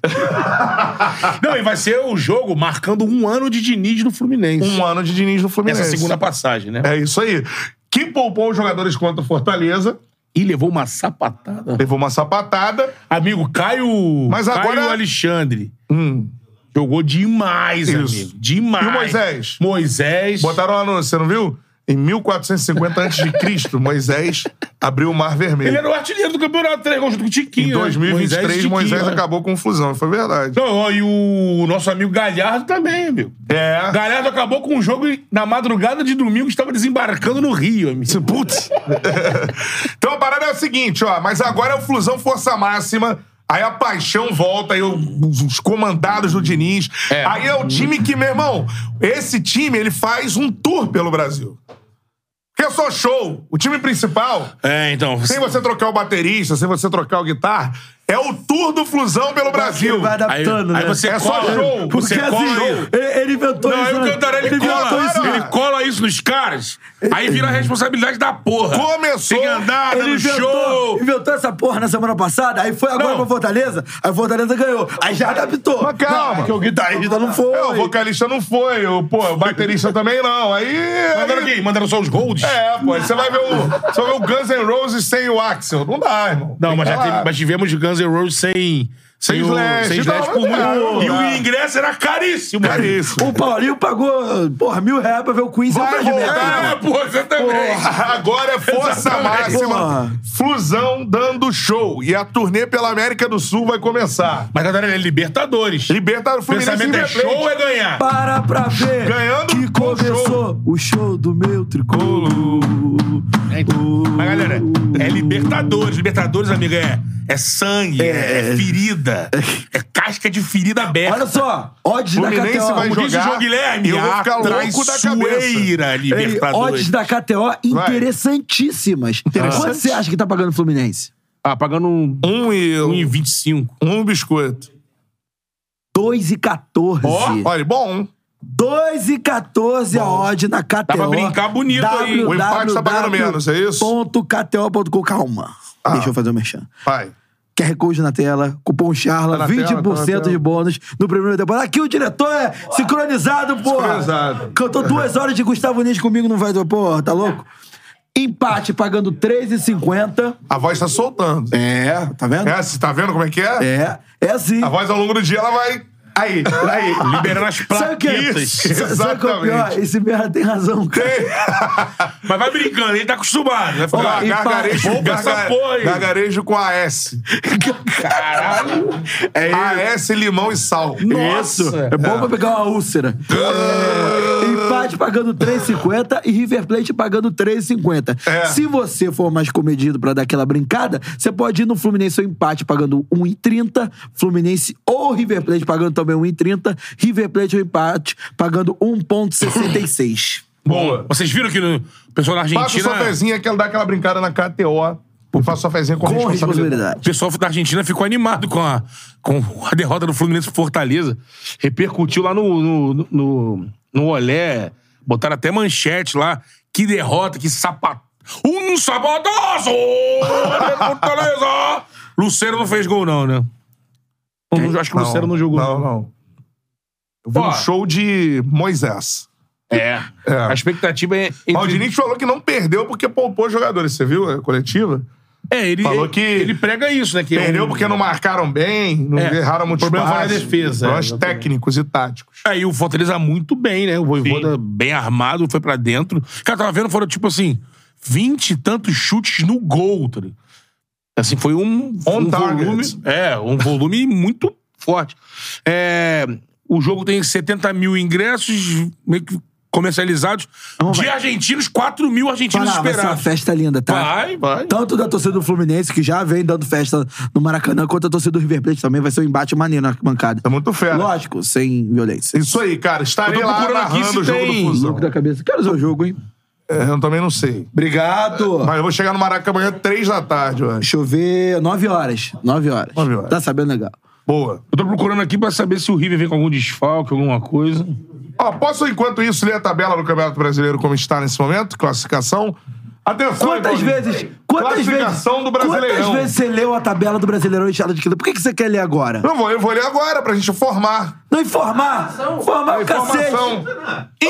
Não, e vai ser o jogo marcando um ano de Diniz no Fluminense. um ano de Diniz no Fluminense. Essa segunda passagem, né? É isso aí. Que poupou os jogadores contra o Fortaleza, E levou uma sapatada. levou uma sapatada. Amigo, Caio, Mas Caio agora- Alexandre Hum. jogou demais, Isso. amigo. Demais. E o Moisés? Moisés. Botaram o anúncio, você não viu? Em 1450 a.C., Moisés abriu o Mar Vermelho. Ele era o artilheiro do campeonato, três gols junto com o Em Tiquinho. né? 2023, é Moisés, Tiquinho, né? acabou com fusão, foi verdade. Não, ó, e o nosso amigo Galhardo também, amigo. É. Galhardo acabou com um jogo e na madrugada de domingo, estava desembarcando no Rio, amigo. Putz. então a parada é a seguinte, ó. Mas agora é o Flusão Força Máxima. Aí a paixão volta, aí os os comandados do Diniz. É. Aí é o time que, meu irmão, esse time, ele faz um tour pelo Brasil. Que é só show. O time principal, É, então. sem você trocar o baterista, sem você trocar o guitarra, é o tour do Flusão pelo Brasil. Vai Aí, adaptando, aí né? você É só cola, show. Porque Você cola assim, aí. ele, ele inventou Não, isso. aí o né? Cantarelli inventou cola, isso. né? ele cola isso nos caras, aí vira a responsabilidade da porra. Começou. Tem que andar, né? Ele dando inventou, Tá show. inventou essa porra na semana passada, aí foi agora Não. pra Fortaleza, aí Fortaleza ganhou. Aí já adaptou. Mas calma. Não, é que o guitarrista não foi. É, o vocalista não foi, o, pô, o baterista também não. Aí. Mandaram aí- quem? Mandaram só os golds? É, pô. aí Você vai ver o, você vai ver o Guns N' Roses sem o Axel. Não dá, irmão. Não, Tem mas que já falar. teve- mas tivemos Guns N' Roses sem Sem E o- slash. sem Não, slash por não, não. muito. E o ingresso era caríssimo. Caríssimo. O Paulinho pagou, porra, mil reais pra ver o Queen. Vai voltar, É, pô, você também. Porra, agora é força Exatamente. máxima. Porra. Flusão dando show. E a turnê pela América do Sul vai começar. Mas agora é Libertadores. Libertar o Fluminense Pensamento em é River show ou é Plate. ganhar? Para pra ver Ganhando que com o show. começou o show do meu tricolo. É, então. Mas, galera, é Libertadores. Libertadores, amiga, é, é sangue, é, é ferida. É casca de ferida aberta. Olha só, odds da Fluminense KTO. vai Como diz o jogar, João Guilherme, eu vou a ficar louco da traiçoeira Ei, Libertadores. odds da KTO interessantíssimas. Quanto você acha que tá pagando o Fluminense? Ah, pagando um Um e um, 1,25. biscoito. 2 e 14. Ó, olha, bom. 2 e 14 a odd na KTO. pra brincar bonito aí. O empate tá pagando menos, é isso? Ah. Ponto KTO.com. Calma. Deixa eu fazer o merchan. Vai. QR Code na tela, cupom Tá Charla, na tela, 20% tá na tela. de bônus no primeiro temporada. Aqui o diretor é sincronizado, porra. Sincronizado. Cantou duas horas de Gustavo Nunes comigo, não vai... Porra, tá louco? Empate pagando 3,50. A voz tá soltando. É, tá vendo? É, você tá vendo como é que é? É, é assim. A voz ao longo do dia ela vai. Aí, aí. Liberando as Sabe o que é? plaquetas. Isso, Sa- Sabe qual é o pior? exatamente. Esse merda tem razão, cara. Mas vai brincando, ele tá acostumado. Vai Ó, ficar e pa- "Ah, gargarejo, Poupa essa garga- porra aí. gargarejo com AS. caralho. É AS, limão e sal. Isso. É bom pra pegar uma úlcera. É, Empate pagando 3,50 e River Plate pagando 3,50. É. Se você for mais comedido pra dar aquela brincada, você pode ir no Fluminense ou empate pagando 1,30. Fluminense ou River Plate pagando também 1,30. River Plate ou empate pagando 1,66. Boa. Vocês viram que no, é o pessoal na Faça Argentina. sua fezinha, quero dar aquela brincada na KTO. Faça sua fezinha com, Com responsabilidade. O responsabilidade. pessoal da Argentina ficou animado com a, com a derrota do Fluminense pro Fortaleza. Repercutiu lá no, no, no, no Olé. Botaram até manchete lá. Que derrota, que sapato. Um sabatoso! do (laughs) Fortaleza! Luceiro não fez gol, não, né? Eu não- acho que o Luceiro não jogou. Não, não. Eu vi Ó. um show de Moisés. É. É. A expectativa é. entre- Mas o Diniz falou que não perdeu porque poupou os jogadores. Você viu a coletiva? É, ele, falou que- ele prega isso, né? Que é Perdeu um- porque não marcaram bem, não É, erraram o muito problema foi na defesa, é, Nós exatamente. técnicos e táticos. Aí o Fortaleza muito bem, né? O Voivoda bem armado, foi pra dentro. Cara, tava vendo, foram tipo assim, vinte e tantos chutes no gol, tá ligado? Assim, foi um, On um target. volume... É, um volume (laughs) muito forte. É, o jogo tem 70 mil ingressos, meio que comercializados. de argentinos, 4 mil argentinos Pará, vai ser uma esperados. festa linda, tá? Vai, vai. Tanto da torcida do Fluminense, que já vem dando festa no Maracanã, quanto a torcida do River Plate também vai ser um embate maneiro na bancada. É muito fera. Lógico, sem violência. Isso aí, cara. Estarei Eu tô lá procurando aqui narrando se o jogo tem do Fusão. Louco da cabeça. Quero ver o jogo, hein? É, eu também não sei. Obrigado. Mas eu vou chegar no Maracanã amanhã, três da tarde, eu acho. Deixa eu ver. 9 horas. 9 horas. Nove horas. Tá sabendo legal. Boa. Eu tô procurando aqui pra saber se o River vem com algum desfalque, alguma coisa. Ó, posso, enquanto isso, ler a tabela do Campeonato Brasileiro como está nesse momento? Classificação. Atenção, Quantas Ibolinha. vezes. Quantas vezes. é, Classificação do Brasileirão. Quantas vezes você leu a tabela do Brasileirão em Charla de Quilo? Por que, que você quer ler agora? Eu vou, eu vou ler agora pra gente formar. Não informar? Informar o cacete. Informação.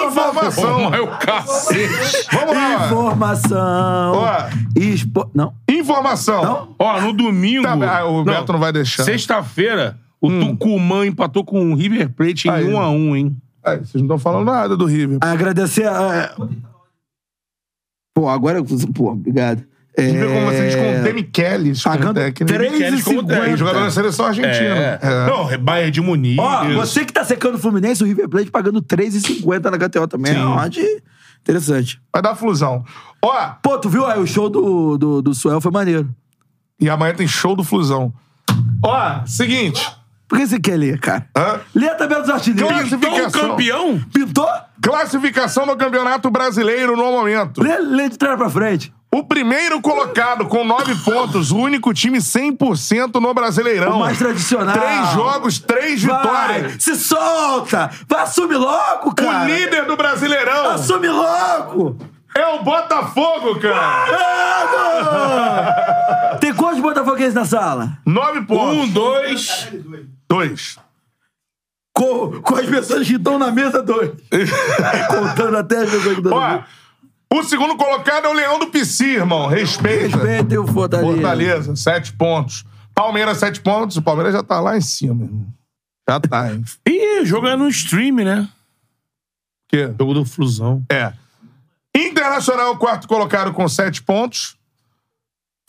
Informação. é o cacete. Vamos lá. ó. Informação. Ó. Expo... Não. Informação. Não? Ó, no domingo. Tá, ah, o Beto não vai deixar. Hum. Sexta-feira, o Tucumã empatou com o River Plate em Aí. 1 a 1 hein? Aí, vocês não estão falando nada do River. Agradecer. a- Pô, agora. eu- Pô, obrigado. É... Vê como você descontou o Demi Kelly, Pagando Demi Kelly como técnico, jogador da 3,50. seleção argentina. É. Não, é Bayern de Munique. Ó, Isso. você que tá secando o Fluminense, o River Plate pagando 3,50 na KTO também. É uma odd interessante. Vai dar flusão. Ó, Pô, tu viu aí o show do, do, do Suel? Foi maneiro. e amanhã tem show do flusão. Ó, seguinte. Por que você quer ler, cara? Hã? Lê a tabela dos artilheiros. Claro. Então, o classificação. campeão? Pintou? Classificação do Campeonato Brasileiro no momento. Lê, lê de trás pra frente. O primeiro colocado com nove pontos, o único time 100% no Brasileirão. O mais tradicional. Três jogos, três Vai, vitórias. se solta! Vai, assume logo, cara! O líder do Brasileirão Assume logo! é o Botafogo, cara. Vamos! Tem quantos botafoguenses na sala? Nove pontos. Um, dois. dois. Com, com as pessoas que estão na mesa dois. (laughs) Contando até as pessoas que estão na Ó, mesa. o segundo colocado é o Leão do Pici, irmão. Respeita. né? Respeitem o Fortaleza. Fortaleza, sete pontos. Palmeiras, sete pontos. O Palmeiras já tá lá em cima, irmão. Já tá, hein? Ih, o jogo é no stream, né? Porque... Jogo do Flusão. É. Internacional, quarto colocado com sete pontos.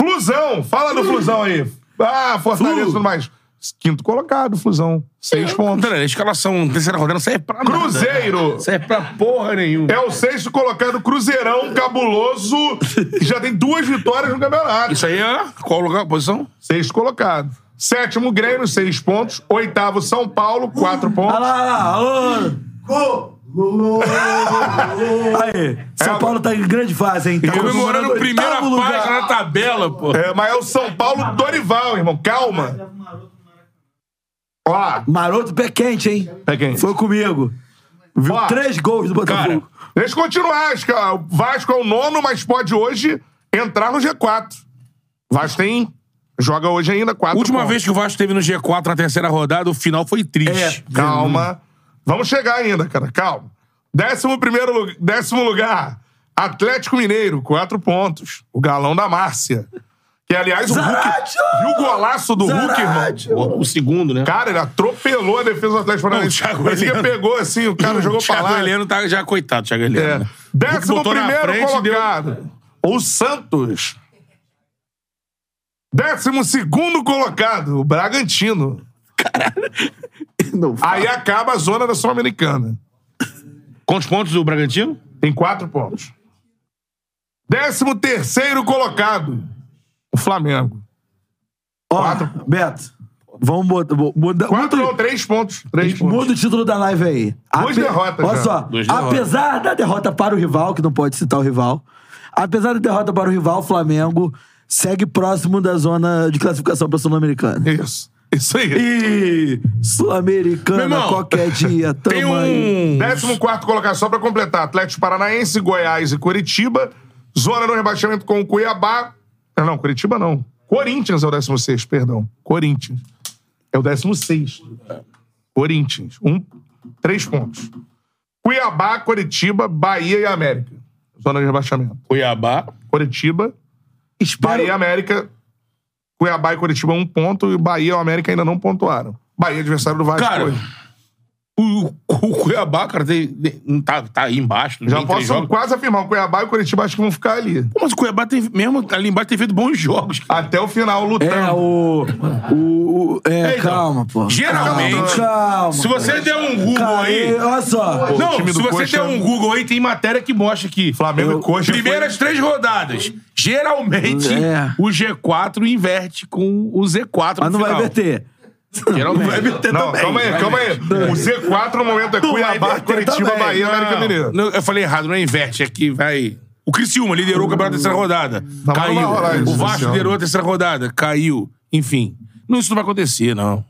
Flusão, fala do Flusão aí. Ah, Fortaleza e tudo mais. Quinto colocado, Flusão. Seis pontos. André, a escalação terceira rodada não serve pra nada. Cruzeiro. Não serve pra porra nenhuma. É o sexto colocado, Cruzeirão, cabuloso. que já tem duas vitórias no campeonato. Isso aí é qual lugar, posição? Sexto colocado. Sétimo, Grêmio, seis pontos. Oitavo, São Paulo, quatro Olha pontos. lá, olha lá, alô! Aí, São É, Paulo tá em grande fase, hein? Tá Comemorando a o primeira oitavo lugar. página na tabela, pô. É, mas é o São Paulo Dorival, irmão. Calma. Ó, Maroto pé quente, hein? Pé quente. Foi comigo. Viu Ó, três gols do Botafogo. deixa eu continuar. acho que, ó, O Vasco é o nono, mas pode hoje entrar no G4. O Vasco tem. Joga hoje ainda, quatro Última pontos. vez que o Vasco esteve no G4 na terceira rodada, o final foi triste. Calma. Vamos chegar ainda, cara. Calma. Décimo primeiro lu- décimo lugar. Atlético Mineiro, quatro pontos. O galão da Márcia. Que, aliás, o Hulk... Zaratio! Viu o golaço do Hulk, Zaratio! irmão? O, o segundo, né? Cara, ele atropelou a defesa do Atlético Paranaense. Thiago Parece que Heleno. pegou assim, o (laughs) cara jogou pra Thiago lá. Heleno tá já coitado, Thiago Heleno. É. né? Décimo Botou na primeiro frente, colocado. O Santos. Décimo segundo colocado. O Bragantino. Não, Aí acaba a zona da Sul-Americana. Quantos pontos o Bragantino? Tem quatro pontos. Décimo terceiro colocado. O Flamengo. Ó, quatro. Beto, vamos botar. bo- muda- Quatro muda- ou três pontos. Três pontos. Muda o título da live aí. Duas derrotas Olha já. só. Duas derrotas. apesar da derrota para o rival, que não pode citar o rival, apesar da derrota para o rival, o Flamengo segue próximo da zona de classificação para a Sul-Americana. Isso. Isso aí. E Meu Sul-Americana irmão, qualquer dia, tamo (laughs) Tem um. Décimo quarto colocado, só pra completar. Atlético Paranaense, Goiás e Curitiba. Zona no rebaixamento com o Cuiabá. Ah, Não, Curitiba não. Corinthians é o 16, perdão. Corinthians. É o 16. Corinthians. Um, três pontos. Cuiabá, Curitiba, Bahia e América. Zona de rebaixamento. Cuiabá. Curitiba, Espero- Bahia e América. Cuiabá e Curitiba, um ponto. E Bahia e o América ainda não pontuaram. Bahia, adversário do Vasco. Cara, hoje. O, o Cuiabá, cara, tem- tem- tá, tá aí embaixo. já tem três posso jogos. quase afirmar. O Cuiabá e o Curitiba acho que vão ficar ali. Pô, Mas o Cuiabá, tem, mesmo ali embaixo, tem feito bons jogos. cara. Até o final lutando. É, o. o, o- é, então, calma, pô. geralmente, Calma. Se você der um Google calma. aí. Cara, é. olha só. Pô, é. o Não, time se do você Coxa- é- der um Google aí, tem matéria que mostra que. Flamengo e Coxa Primeiras três rodadas. Geralmente, É. o G4 inverte com o Z4. Mas no não vai final. verter. Geralmente. Não vai verter Não, também. calma aí, calma aí. O Z4 no momento é Não vai Cuiabá, meter Curitiba, também. Bahia e América Mineiro. É, Não, eu falei errado, não é inverte, é que vai. O Criciúma liderou o campeonato da terceira rodada. mas caiu. não vai rolar isso, o Vasco Luciano. liderou a terceira rodada. Caiu. Enfim. Não, isso não vai acontecer, não.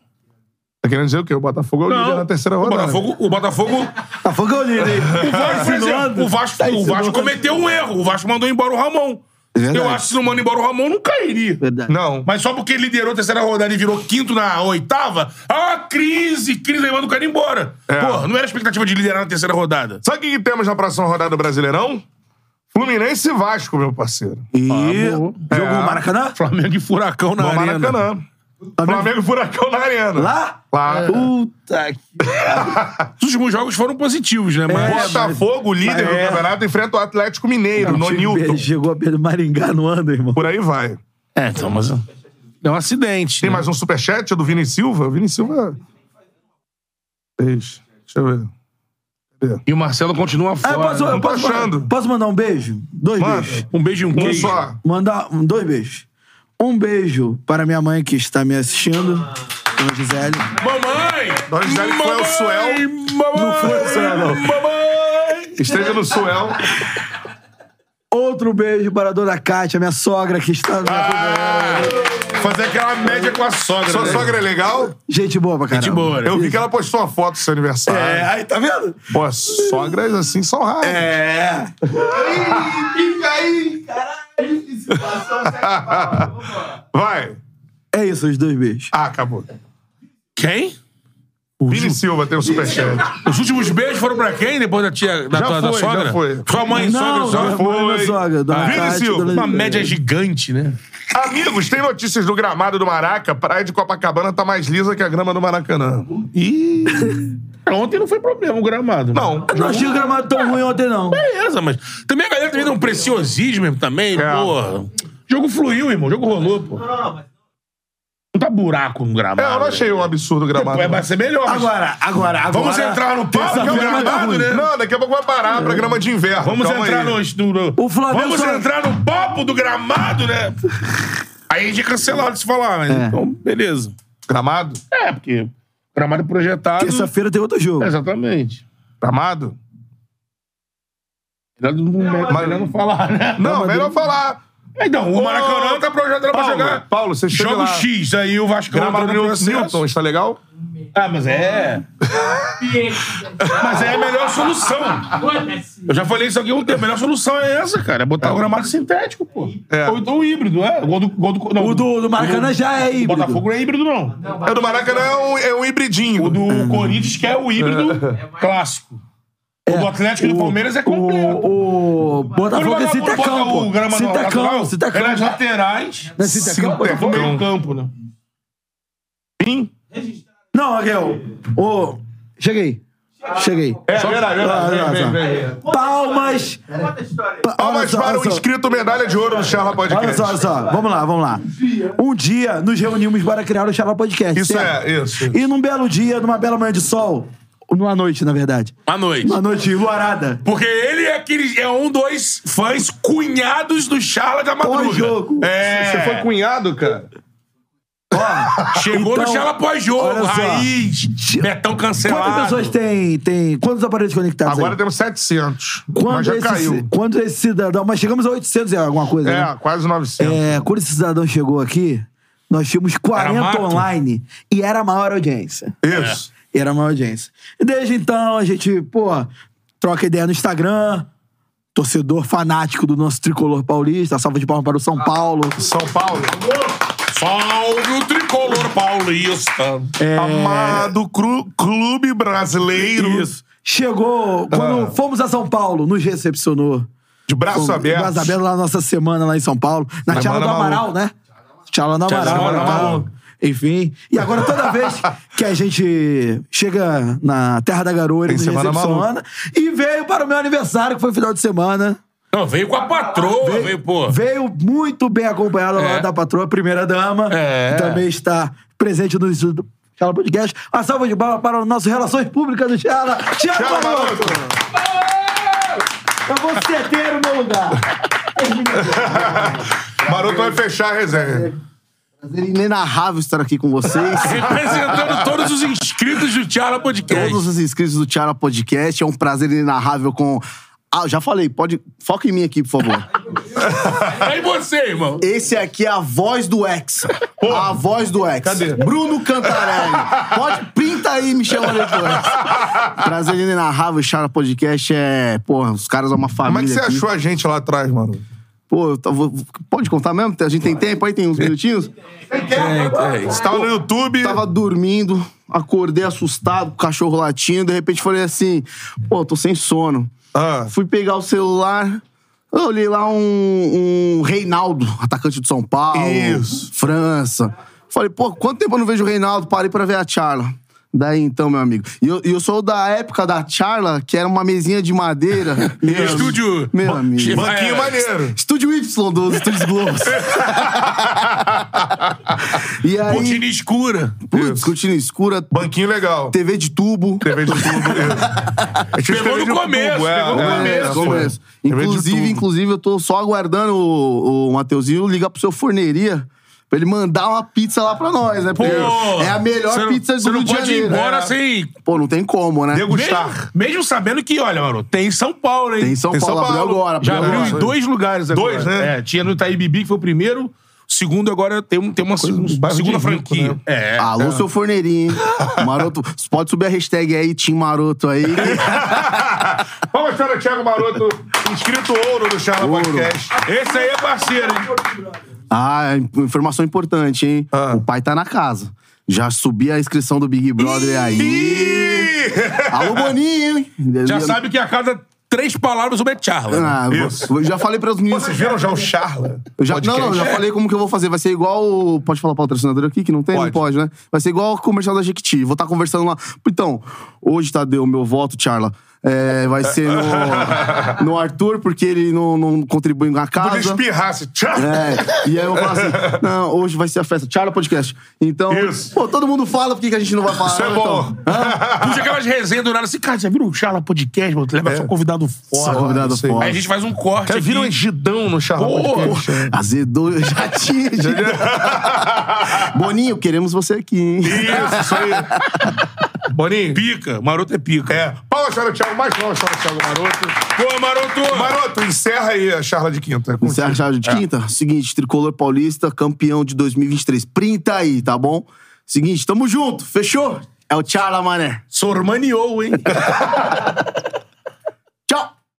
Tá querendo dizer o quê? O Botafogo é o líder na terceira o rodada. Botafogo. O Botafogo. Tá fogolino, hein? O Tá Vasco, por exemplo, o Vasco, Tá o Vasco insinuando. cometeu um erro. O Vasco mandou embora o Ramon. É verdade. Eu acho que se não manda embora o Ramon, não cairia. Verdade. Não. Mas só porque liderou a terceira rodada e virou quinto na oitava, ah, crise, crise, aí manda o cara embora. É. Porra, não era expectativa de liderar na terceira rodada. Sabe o que que temos na próxima rodada do Brasileirão? Fluminense e Vasco, meu parceiro. E Amor. jogo É. no Maracanã? Flamengo e Furacão na No arena. Maracanã. Flamengo e Furacão na Arena. Tá Lá? É. Lá. Puta que. Os últimos jogos foram positivos, né? Mas Botafogo, líder mas é. do campeonato, enfrenta o Atlético É Mineiro, no O time Newton. Chegou a perder Maringá no ano, irmão. Por aí vai. É, então, mas é um acidente. Tem né? mais um superchat do Vini Silva? O Vini Silva. Fez. Deixa eu ver. Cadê? E o Marcelo continua Ah, fora. eu posso, tá eu posso, achando. posso mandar um beijo? Dois Manda. beijos. Um beijo e um Um queijo. só. Mandar um- dois beijos. Um beijo para minha mãe que está me assistindo. Dona Gisele. Mamãe! Dona Gisele foi ao Mamãe! Suel. Mamãe! Não foi ao Suel, não. Mamãe! Esteja no Suel. Outro beijo para a dona Kátia, minha sogra que está me Ah! acompanhando. Fazer aquela média com a sogra. Sua né? sogra é legal? Gente boa pra caramba. Gente boa, né? Eu vi que ela postou uma foto do seu aniversário. É, aí tá vendo? Pô, as sogras assim são raras. (laughs) É. Vai. É isso, os dois beijos. Ah, acabou. Quem? Os Vini últimos- Silva tem o superchat. Os últimos beijos foram pra quem? Depois da tia da Já tua da foi, já sogra? foi. Sua mãe, sogra, Não, sogra. já foi. Dona sogra, dona Ah, Vini Tati, Silva, dona- Uma média gigante, né? Amigos, tem notícias do gramado do Maraca. Praia de Copacabana tá mais lisa que a grama do Maracanã. E ontem não foi problema o gramado. né? Não. Não achei o gramado tão ruim ontem, não. Beleza, mas também a galera também dá um preciosismo também, É. porra. O jogo fluiu, irmão. O jogo rolou, pô. Não tá buraco no É, gramado. eu não achei um absurdo o gramado. Vai vai ser melhor. É, mas- Agora, agora, agora. Vamos entrar no papo, Daqui a que é o pouco vai gramado, parar, né? Não, daqui a pouco vai parar pra grama de inverno. Vamos Calma entrar aí. no, no- O Flamengo Vamos só- entrar no papo do gramado, né? Aí a gente é cancelado se falar, mas É. então, beleza. Gramado? É, porque gramado projetado. Terça-feira tem outro jogo. Exatamente. Gramado? Melhor não, Tá melhor não falar, né? Não, melhor falar. Então, o Maracanã tá projetado pra Paulo, jogar. Paulo, você chega Jogo lá. X, aí o Vasco Gramado entra no Newton, processo. Newton, tá legal? Ah, mas é. mas é a melhor solução. Eu já falei isso aqui há um tempo. A melhor solução é essa, cara. É botar o gramado sintético, pô. É. Ou então o híbrido, é? O gol do, gol do, não, O do, do Maracanã já é O híbrido. Botafogo não é híbrido, não. É do Maracanã, é um, é um hibridinho. O do Corinthians, que é o híbrido clássico. O do Atlético e do Palmeiras é completo. O, o Quando Botafogo é vai botar Cintecão, o pô. grama no- Cintecão, natural, Cintecão. é nas tá- laterais, Não é Cintecão, Botafogo? no meio campo, né? Sim. Não, Raquel. Ô, cheguei. Cheguei. É, verdade, verdade. Ah, Vem, tá. vem, vem. Palmas. Pa- Olha Palmas só, para o olha só. inscrito medalha de ouro do Charla Olha Podcast. só, olha só. Vamos lá, vamos lá. Um dia nos reunimos para criar o Xará Podcast. Isso certo? é, isso. E num belo dia, numa bela manhã de sol, numa noite, na verdade. À noite. Uma noite luarada. Porque ele é, aquele, é um dos fãs cunhados do Charla da Madruga. Pós-jogo. É. Você foi cunhado, cara? Ó, Chegou então, no Charla olha pós-jogo, só. raiz. Betão cancelado. Quantas pessoas tem, tem. Quantos aparelhos conectados? Agora aí? temos 700. mas já esse, caiu. Quando esse cidadão. Mas chegamos a 800 e alguma coisa. né? É, quase 900. É, quando esse cidadão chegou aqui, nós tínhamos 40 mato? online e era a maior audiência. Isso. E era a maior audiência. E desde então, a gente, pô, troca ideia no Instagram. Torcedor fanático do nosso tricolor paulista. Salva de palmas para o Ah. São Paulo. São Paulo. Salve o tricolor paulista. Amado cru- Clube Brasileiro. Isso. Chegou, quando Ah. fomos a São Paulo, nos recepcionou. De braço Com- aberto. Braço aberto lá na nossa semana lá em São Paulo. Na Mas Tchala do manda Amaral, né? Tchala do Tchala do Amaral. Amaral. Amaral. Enfim. E agora toda vez que a gente chega na Terra da Garoa, ele Tem nos semana recepciona. E veio para o meu aniversário, que foi final de semana. Não, veio com a patroa, veio, pô. Ah, Veio muito bem acompanhado lá É. da patroa, primeira dama. É. Que também está presente no estúdio do Tchala Podcast. Uma salva de bala para o nosso Relações Públicas do Tchala. Tchala, Tchau, Maroto! maluco. Eu vou ceder o meu lugar. Maroto vai fechar a resenha. Prazer (laughs) inenarrável estar aqui com (laughs) vocês. Representando tá todos os inscritos do Charla Podcast. Todos os inscritos do Tiara Podcast. É um prazer inenarrável com. Ah, eu já falei, pode. Foca em mim aqui, por favor. (laughs) Aí É você, irmão. Esse aqui é a voz do ex. a voz do ex. Cadê? Bruno Cantarelli. Pode, pinta aí, me chama depois. Prazer inenarrável, Chara Podcast é. Porra, os caras é uma Como é família. que você aqui. achou a gente lá atrás, Maroto? Pô, eu tava- pode contar mesmo? A gente tem tempo aí, tem uns minutinhos? É Você tava no YouTube. Tava dormindo, acordei assustado, com o cachorro latindo, de repente falei assim: pô, tô sem sono. Ah, Fui pegar o celular, eu olhei lá um, um Reinaldo, atacante de São Paulo, Isso. França. Falei, pô, quanto tempo eu não vejo o Reinaldo? Parei pra ver a Charla. Daí então, meu amigo. E eu, e eu sou da época da Charla, que era uma mesinha de madeira. Meu Estúdio. Meu amigo. banquinho É. maneiro. Estúdio Y dos Estúdios Globos. e aí. Cortina escura. Putz, cortina escura, Banquinho legal. TV de tubo. TV de tubo. isso. A gente Pegou TV no de começo, tubo, é, pegou no é, começo. pô. começo. TV de tubo. Inclusive, inclusive, eu tô só aguardando o, o Mateuzinho ligar pro seu forneria. Pra ele mandar uma pizza lá pra nós, né? Porque Pô, é a melhor cê não- pizza cê do Rio não de pode Janeiro. ir embora É. sem Pô, não tem como, né? Degustar. Mesmo, mesmo sabendo que, olha, mano, tem São Paulo, hein? Tem São Tem São Paulo, abriu Paulo. agora. Já abriu abriu agora. em dois lugares agora. Dois, né? É, tinha no Itaí Bibi, que foi o primeiro. O segundo agora tem, um- tem uma Coisa, um seg- bairro segunda de rico, franquia. né? É. Alô, (laughs) seu forneirinho, hein? Maroto, pode subir a hashtag aí, Tim (laughs) Maroto aí. Vamos para o Thiago Maroto, inscrito ouro do Charla Ouro. Podcast. Esse aí é parceiro, hein? Ah, informação é importante, hein? Ah. O pai tá na casa. Já subi a inscrição do Big Brother aí. Alô, Boninho, hein? Já sabe que a cada três palavras uma é charla. Ah, vou- já falei para os meninos. Vocês viram já o Charla? Eu já, não, Podcast? não, já falei como que eu vou fazer. Vai ser igual. o- Pode falar patrocinador aqui, que não tem? Não Pode. pode, né? Vai ser igual o comercial da Jequiti. Vou estar conversando lá. Então, hoje, Tadeu, meu voto, Charla. é, vai ser no, no Arthur, porque ele não, não contribui na Podia casa. espirrar assim. tchá. É, e aí eu falo assim: não, hoje vai ser a festa, Charla Podcast. Então, Isso. pô, todo mundo fala, por que que a gente não vai falar? né, Isso é bom. Ah. Puxa aquelas resenhas do nada assim, cara, já viram o charla podcast, mano? É. Leva só convidado é Só fora. convidado sei. fora. Aí a gente faz um corte. Cara, aqui. vira um engidão no Charla Porra. Podcast. é. Azedou, eu já (laughs) tinha. gente. Boninho, queremos você aqui, hein? Isso, isso aí. Boninho. Pica, maroto é pica. É. Palmas para o Thiago, mais palmas para o Thiago Maroto. Pô, maroto! Maroto, encerra aí a charla de quinta. Contigo. Encerra a chave de quinta. Seguinte, tricolor paulista, campeão de 2023. Printa aí, tá bom? Seguinte, tamo junto, fechou? É o Tchala, mané. (laughs) Sormaniou, hein?